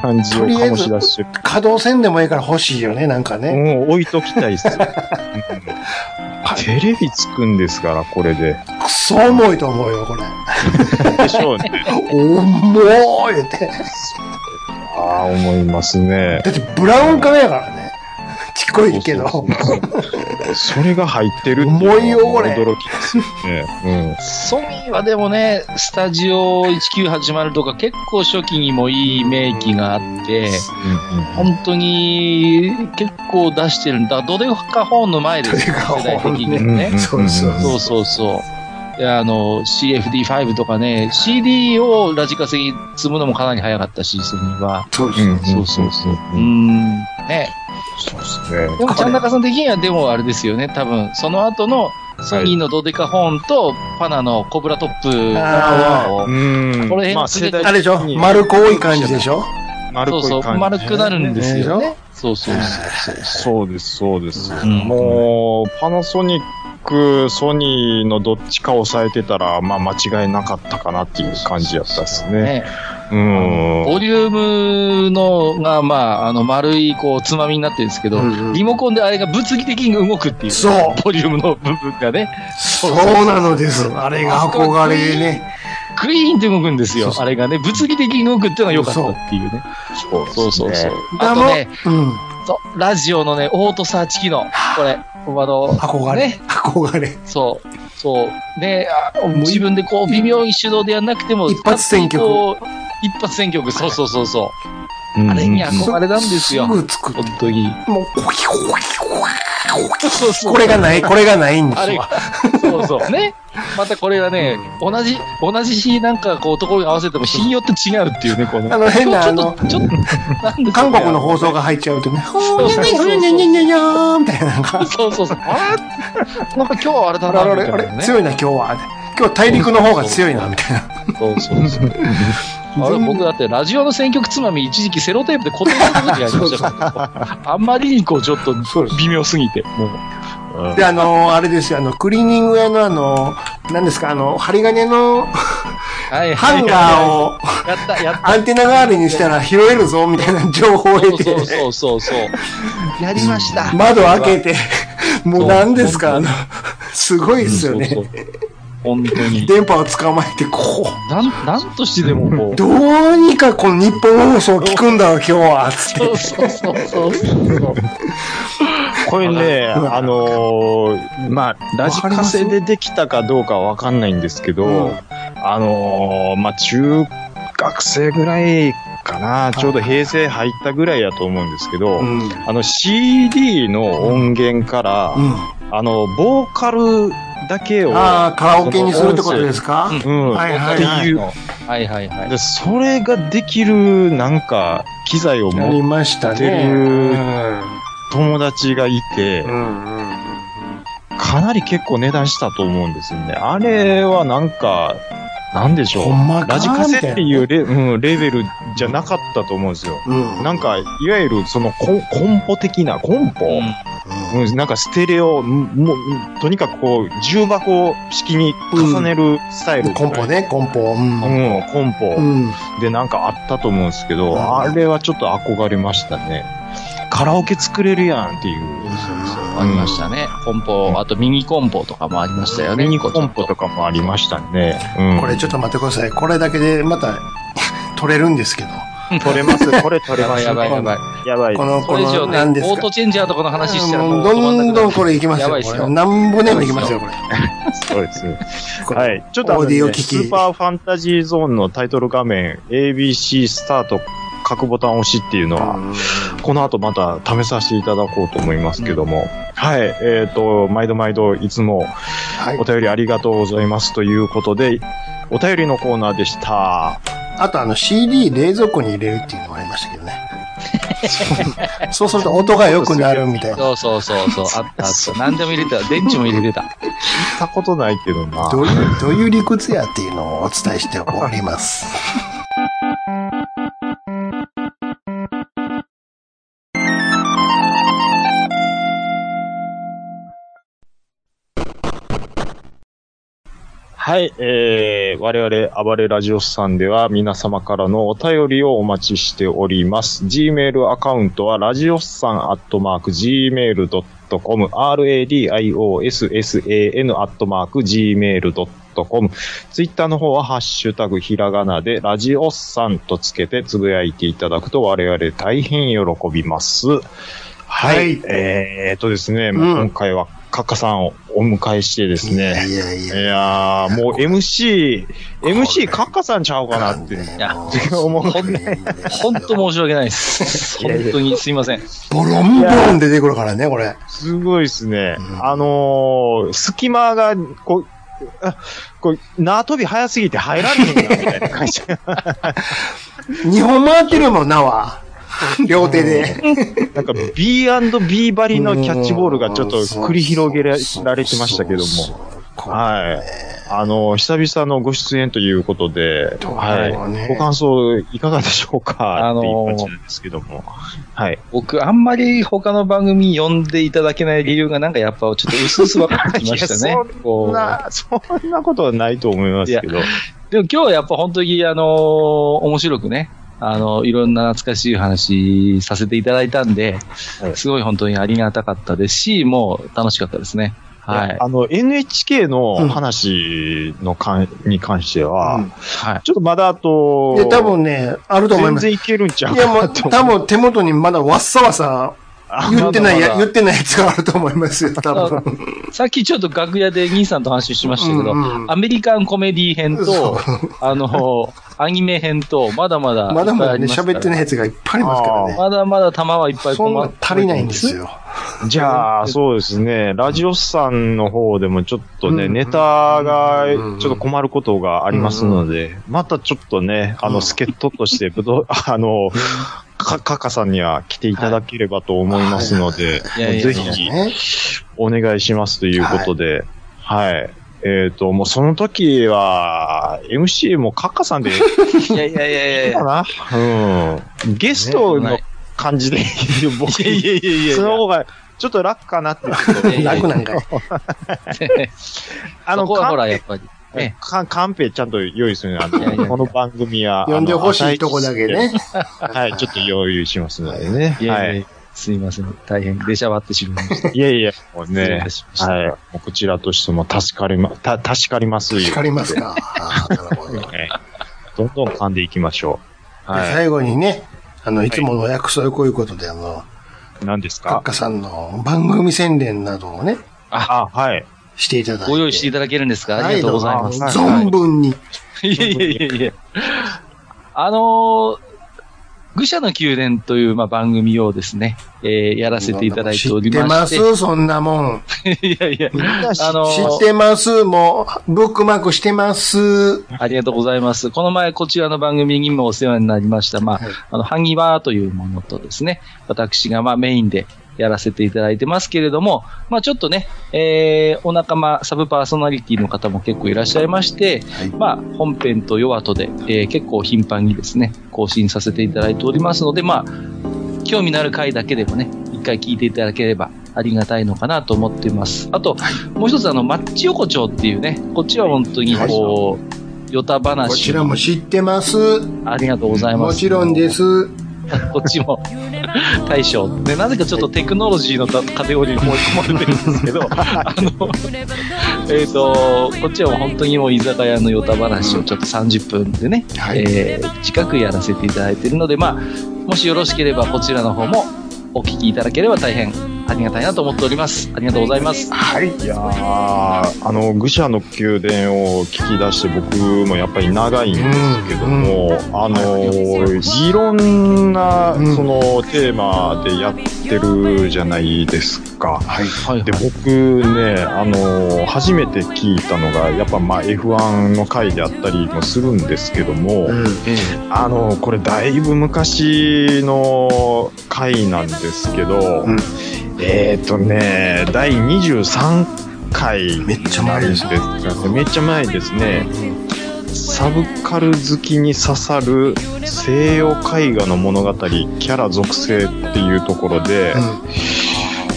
B: 感じを醸し出してる。
A: ごい稼働せんでもいいから欲しいよね、なんかね。
B: うん、置いときた いっす。うんテレビつくんですから、これで。
A: クソ重いと思うよ、これ。
B: でしょう ね。
A: 重いって。
B: ああ、思いますね。
A: だってブラウン管やからね。ちっこいけど。
B: それが入ってるって
A: 重い
B: い
A: よ
B: うの
A: こ
B: は
A: れ
B: 驚きですよね。
C: ソニーはでもね、スタジオ1980とか結構初期にもいい名機があって、
B: うんうんうん
C: 本当に結構出してるんだ。ドデカホーンの前ですよ、世代的にはね。
A: そうそう
C: そうそうそう。であの、CFD5 とかね、CD をラジカセに積むのもかなり早かったし、ソニーは。
A: そう
B: うんうん
C: そうそうそう。うー
B: ん
C: ん。ね。
B: そうですね。
C: でも、ちゃん中さん的には、でもあれですよね、多分、その後の、ソニーのドデカホーンと、パナのコブラトップ
A: あー
C: を、
B: うん。
C: この辺
B: まあ世代
A: あれでしょ
B: 的に
A: 丸く多い感じでしょ
B: 丸
C: そうそう、丸くなるんですよね。そうそう
B: そうです、そうです。
C: そう。も
B: もう、パナソニック、ソニーのどっちかを抑えてたら、まあ間違いなかったかなっていう感じやったです
C: う
B: ね。
C: ね、
B: うん。
C: ボリュームのが、まあ、あの、丸い、こう、つまみになってるんですけど、
A: うんうん
C: リモコンであれが物理的に動くっていう。
A: そう
C: ボリュームの部分がね、
A: そうなのです。あれが憧れでね。
C: クリーンって動くんですよ。
A: そうそう
C: あれがね、物理的に動くっていうのが良かったっていうね。そうそうそうそう。あ
A: だ
C: と
A: も
C: ね、
A: うん。
C: そうラジオのね、オートサーチ機能。これ、あの、
A: 憧れ
C: ね。
A: 憧れ。
C: そう、そう。ね、あ自分でこう、微妙に手動でやんなくても、
A: 一発選曲
C: 勝手にこう。一発選曲、そうそうそうそ
B: う
C: う。
B: ん
C: あれに憧れなんですよ。
A: すぐ作る。
C: 本当に。
A: もう、コキコキコキコキ
C: そうそう
A: これがない、これがないんで
C: あ
A: す
C: れ
A: わ。
C: そうそう。ね。またこれがね、同じ、同じ日なんかこう、ところに合わせても、日によって違うっていうね、この。
A: あの変な
C: ちょっと
A: あ
C: ちょっと、なんでしょうね
A: 韓国の放送が入っちゃうとね、
C: うそうそう
A: にゃにゃにゃにゃにゃーんみたいな、なんか、
C: そうそうそう。あれなんか今日はあれだ
A: あ
C: な、
A: れあれ
C: みたい
A: あ
C: な
A: れ
C: ね、
A: 強いな、今日は。今日大陸の方が強いな、みたいな。
C: そうそうそう。あれ僕だってラジオの選曲つまみ一時期セロテープで固定する時やりましたから、 あんまりにこうちょっと
A: そうです
C: 微妙すぎて、もう。
A: で、あのー、あれですよ、あの、クリーニング屋のあのー、何ですか、あの、針金の
C: はい
A: ハンガー を
C: やった、やった。
A: アンテナ代わりにしたら拾えるぞ、みたいな情報を
C: そ
A: 得
C: う
A: て
C: そ、うそうそうそう。やりました。
A: 窓開けて、もう
C: う
A: 何ですか、あの、すごいですよね
C: そ。うそう本当に。
A: 電波を捕まえて、こ
C: なん、なんとしてでもこ
A: う、
C: う。
A: どうにかこの日本放送聞くんだろ、今日は、つって。
C: そうそうそうそう。
B: これね、あのーまあ、ラジカセでできたかどうかはわかんないんですけど、
A: うん
B: あのーまあ、中学生ぐらいかな、ちょうど平成入ったぐらいやと思うんですけど、
A: うん。
B: あの CD の音源から、
A: うん。
B: あの、ボーカルだけを、
A: ああ、カラオケにするってことですか
C: その音
B: うん、
A: はいは
B: っ
A: い
B: て
A: はい。
B: いう、
C: はいはいはい。
B: でそれができる、なんか、機材を
A: や
B: 持
A: り
B: っ
A: ました
B: て
A: ね。
B: る
A: うん
B: 友達がいて
A: う、んうん。
B: かなり結構値段したと思うんですよね。あれはなんか、なんでしょ
A: ほんま
B: う。
A: か
B: ラジカセって
A: み
B: いうレ,、うん、レベルじゃなかったと思うんですよ。
A: たいな。うん。
B: なんか、いわゆるそのコンコンポ的な、コンポ、
A: うん
B: うん、なんかステレオ、うんもう、うんとにかくこう、重箱式に重ねるスタイル、
A: コンポ。ね、コンポ。う。
B: うんん、コンポ。
A: うん。
B: で、なんかあったと思うんですけど、
A: ん
B: あれはちょっと憧れましたね。カラオケ作れるやんっていう。
C: ありましたね。コンポ、あとミニコンポとかもありましたよね。
B: ミニコンポとかもありましたね。うん。
A: これちょっと待ってください。これだけでまた取れるんですけど。
B: 取れます。これ取れ
C: やば
B: ま
C: い
B: す。
C: やばいやばい。
B: やばい。
A: この、
C: こ
A: こ
C: れ以
A: の、
C: 上ね、
A: 何です
C: オー
A: か
C: トチェンジャーとかの話してたら
A: も
C: も
A: う
C: う
A: ど
C: 止ま
A: ん
C: なくな
A: ど
C: る
A: んこれいきますよ。
C: やばいっ
A: こ
C: す
A: れ
C: よ
A: 何本でもいきますよ、これ。
B: そうですね。
A: これ
B: はい。ちょっとあの
A: オー
B: ね、
A: デ
B: ス
A: ィオ機器
B: ーパーファンタジーゾーンのタイトル画面、ABC スタート各ボタン押しっていうのは、この後また試させていただこうと思いますけども、はい、えっ、と、毎度毎度いつも
A: はい
B: お。便りありがとうございますということで、お便りのコーナーでした。
A: あとあの CD 冷蔵庫に入れるっていうのもありましたけどね。そうすると音が良くなるみたいな。
C: そうそうそうそう。あったあった。何でも入れてた。電池も入れてた。
B: 聞いたことないけどな。
A: どういう、どういう理屈やっていうのをお伝えしております。
B: はい、えー、我々、暴れラジオスさんでは皆様からのお便りをお待ちしております。Gmail アカウントは、ラジオスさんアットマーク Gmail.com、radiossan アットマーク Gmail.com、ツイッターの方は、ハッシュタグひらがなで、ラジオスさんとつけてつぶやいていただくと我々大変喜びます。はい。
A: はい
B: えー、とですね、
A: ん
B: 今回は、カッカさんをお迎えしてです
A: いや
B: ね、
A: いやい
B: い
A: や。
B: やー、もう MC、MC カッカさんちゃうかなって。
A: い
C: や
B: 思う
C: 本当申し訳ないです。本当にすいません。
A: ボロンボロン出てくるからね、これ。
B: すごいですね
A: う。ん
B: あのー、隙間が、こう、あこう、縄跳び早すぎて入らんねえな、みたいな感じ。
A: 日本回ってるもんなわ。両手で。
B: なんか B&B ばりのキャッチボールがちょっと繰り広げられてましたけども。
A: も
B: はい。あのー、久々のご出演ということで、
A: どうも
B: はい。
A: ね
B: ご感想いかがでしょうか
C: あの
B: っていう
C: ー
B: 感じなんですけども。はい。
C: 僕、あんまり他の番組呼んでいただけない理由がなんかやっぱちょっと薄々分かってきました
B: い
C: ね
B: や。そ
C: こ
B: ん
C: う
B: な、そんなことはないと思いますけど。
C: でも今日はやっぱ本当にあのー面白くね、あの、いろんな懐かしい話させていただいたんで、
B: はい
C: すごい本当にありがたかったですし、もう楽しかったですね。はい。
B: あの、NHK の話のかん、に関しては、
A: うん
C: はい。
B: ちょっとまだあと、
A: いや、多分ね、あると思い
B: 全
A: ます。い
B: 然いけるんちゃう
A: や、もう、多分手元にまだわっさわさ言ってない
C: まだ
A: や、
C: まだ
A: 言ってないやつがあると思いますよ、多分。
C: さっきちょっと楽屋で兄さんと話しましたけど、
A: うんうん
C: アメリカンコメディ編
A: そ
C: と、あの、アニメ編と、まだまだ
A: まだまだね、
C: いぱいあり
A: 喋ってない
C: ま
A: やつがいっぱいありますから
C: す
A: ね。
C: から。まだまだ玉はいっぱい
A: そんな
C: 困
A: 足りないんです。よ。
B: じゃあ、そうですね。ラジオスさんの方でもちょっとね、
A: うん
B: ネタがち
A: う
B: ょ
A: ん
B: っと困ることがありますので、またちょっとね、あ
A: う
B: の、
A: ん
B: 助っ人として、ぶど、あの、か、かかさんには来ていただければと思いますので、
C: いやいや
B: ぜ
A: そう
B: ひ、
A: ね
B: お願いしますということで、はい。えっ、と、もうその時は、MC もカッカさんでいい
C: いやいやいやいやい
B: か
C: や。
B: なうん。ゲストの感じで、僕、
C: いやいやいやいや
B: その方が、ちょっと楽かなって。
C: いやい
A: 楽なんかい。
B: あ
C: そ
B: の、
C: こはほら、や
B: カ
C: っぱり。
B: ンペ、かカンペちゃんと用意するねあ
C: いやいやい
B: の、
C: や
B: この番組は。
A: 呼んでほし
B: あの
A: いとこだけ。
B: 与え
A: ね。
B: てはい、ちょっと用意しますのでね。
C: いやいや
B: はい
C: い。やすいません。大変、出しゃばってしまいました。
B: いやいや、もう
C: 失礼い
B: ね
C: た。しました
B: はい。もうこちらとしても助かりま、た、助かりますよ。
A: 叱ります か。あーなるほど
B: はいどんどん噛んでいきましょう。は
A: 最後にね、あの、いつものお約束こういうことで、あの、
B: い。何です
A: カッ
B: か
A: カさんの番組宣伝などをね、
B: あ、はい。
A: していただいて。
C: ご用意していただけるんですかありがとうございます。
B: はい
A: 存分に。
C: いやいやいやいや。あのー、愚者の宮殿という、まあ、番組をですね、えーやらせていただいておりまして。
A: 知ってます、そんなもん。
C: いやいや、あの
A: 知っ
C: ー、
A: てます、もう、ブックマークしてます。
C: ありがとうございます。この前、こちらの番組にもお世話になりました、まあ、あの、ハギバーというものとですね、私が、まあ、メインでやらせていただいてますけれども、まあ、ちょっとね、えー、お仲間、サブパーソナリティの方も結構いらっしゃいまして、まあ、本編と弱とで、えー結構頻繁にですね、更新させていただいておりますので、まあ、興味のある回だけでもね、一回聞いていただければありがたいのかなと思っています。あと、もう一つあの、マッチ横丁っていうね、こっちは本当にこう、ヨタ話。
A: こちらも知ってます。
C: ありがとうございま
A: も
C: す。
A: ちろんで。す。
C: こっちも大将。で、なぜかちょっとテクノロジーのカテゴリーに盛り込まれてるんですけ ど、あの、えっ、と、こっちはもう本当にもう居酒屋のヨタ話をちょっと30分でね、
A: はい
C: えー近くやらせていただいているので、まあ、もしよろしければこちらの方もお聞きいただければ大変ありがたいなと思っております。ありがとうございます。
A: はい。
B: いやーあの、愚者の宮殿を聞き出して僕もやっぱり長いんですけども、あのーいろんな、
A: うん
B: その、テーマでやってるじゃないですか。
C: はい
B: で、僕ね、あのー初めて聞いたのが、やっぱまあ F1 の回であったりもするんですけども、
A: うん。
C: え
B: あの、これだいぶ昔の回なんですけど、
A: うん
B: えっ、とね、第23回
A: めっちゃ前です
B: ね。めっちゃ前ですね。サブカル好きに刺さる西洋絵画の物語、キャラ属性っていうところで、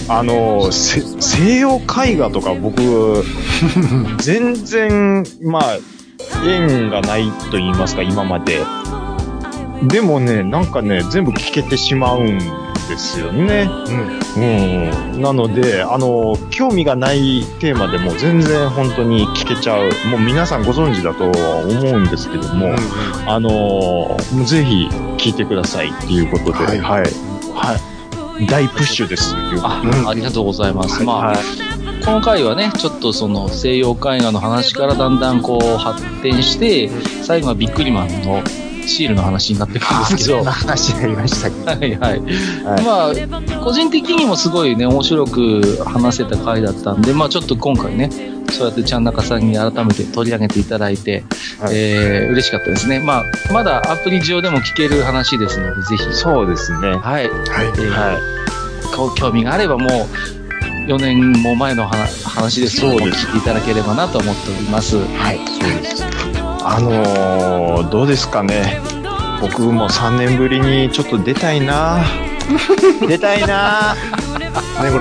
B: あの、せ西洋絵画とか僕、全然、まあ、縁がないと言いますか、今まで。でもね、なんかね、全部聞けてしまうんですよね。うん。なので、あの、興味がないテーマでも全然本当に聞けちゃう。もう皆さんご存知だとは思うんですけども、あの、もうぜひ聞いてくださいっていうことで、はい。はい。大プッシュです。
C: あ
A: うん
C: ありがとうございます。まあ、
B: はい
C: この回はね、ちょっとその西洋絵画の話からだんだんこう発展して、最後はビックリマンのシールの話になってくるんですけど、
B: 話になりました
C: はいはい。
G: まあ、
C: まあ、個人的にもすごいね、面白く話せた回だったんで、まあちょっと今回ね、そうやってちゃんなかさんに改めて取り上げていただいて、
B: はい
C: えー、嬉しかったですね。まあ、まだアプリ上でも聞ける話ですので、ぜひ。
B: そうですね。
C: はい。
A: はい。
C: えー
B: は
C: こう興味があればもう4年も前の話話ですけども
B: そうです
C: 聞いていただければなと思っております。はい。
B: い。あのー、どうですかね。僕も3年ぶりにちょっと出たいな出たいな
A: ね、これ。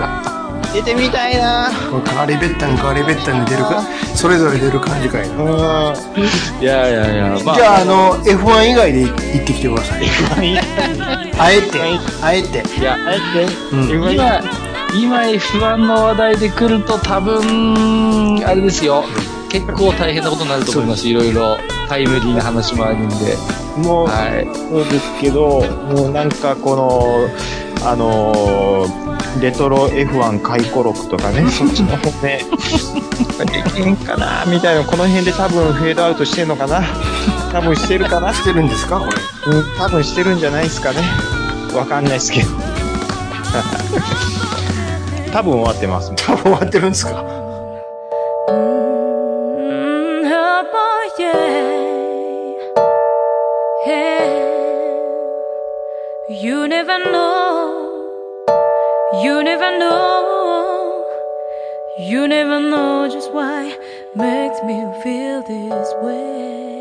B: 出てみたいな
A: これ代わりべったん、代わりべったんに出るか、それぞれ出る感じかいな。
B: うーん。
C: いやいやいや、ま
A: じ
C: あ、
A: ゃあ、あの、F1 以外で行ってきてください。あえて、あえて。
C: いや、
A: うん。
C: 今、今 F1 の話題で来ると多分、あれですよ。結構大変なことになると思います。いろいろタイムリーな話もあるんで。
B: もう、
C: はい。
B: そうですけど、もうなんかこの、あのー、レトロ F1 回顧録とかね、そっちの方ね、できんかなみたいな、この辺で多分フェードアウトしてんのかな多分してるかな
A: してるんですかこれ。
B: うん、多分してるんじゃないですかね。わかんないですけど。多分終わってますもん。
A: 多分終わってるんですか
G: Mm-hmm. You never know, you never know, you never know just why makes me feel this way.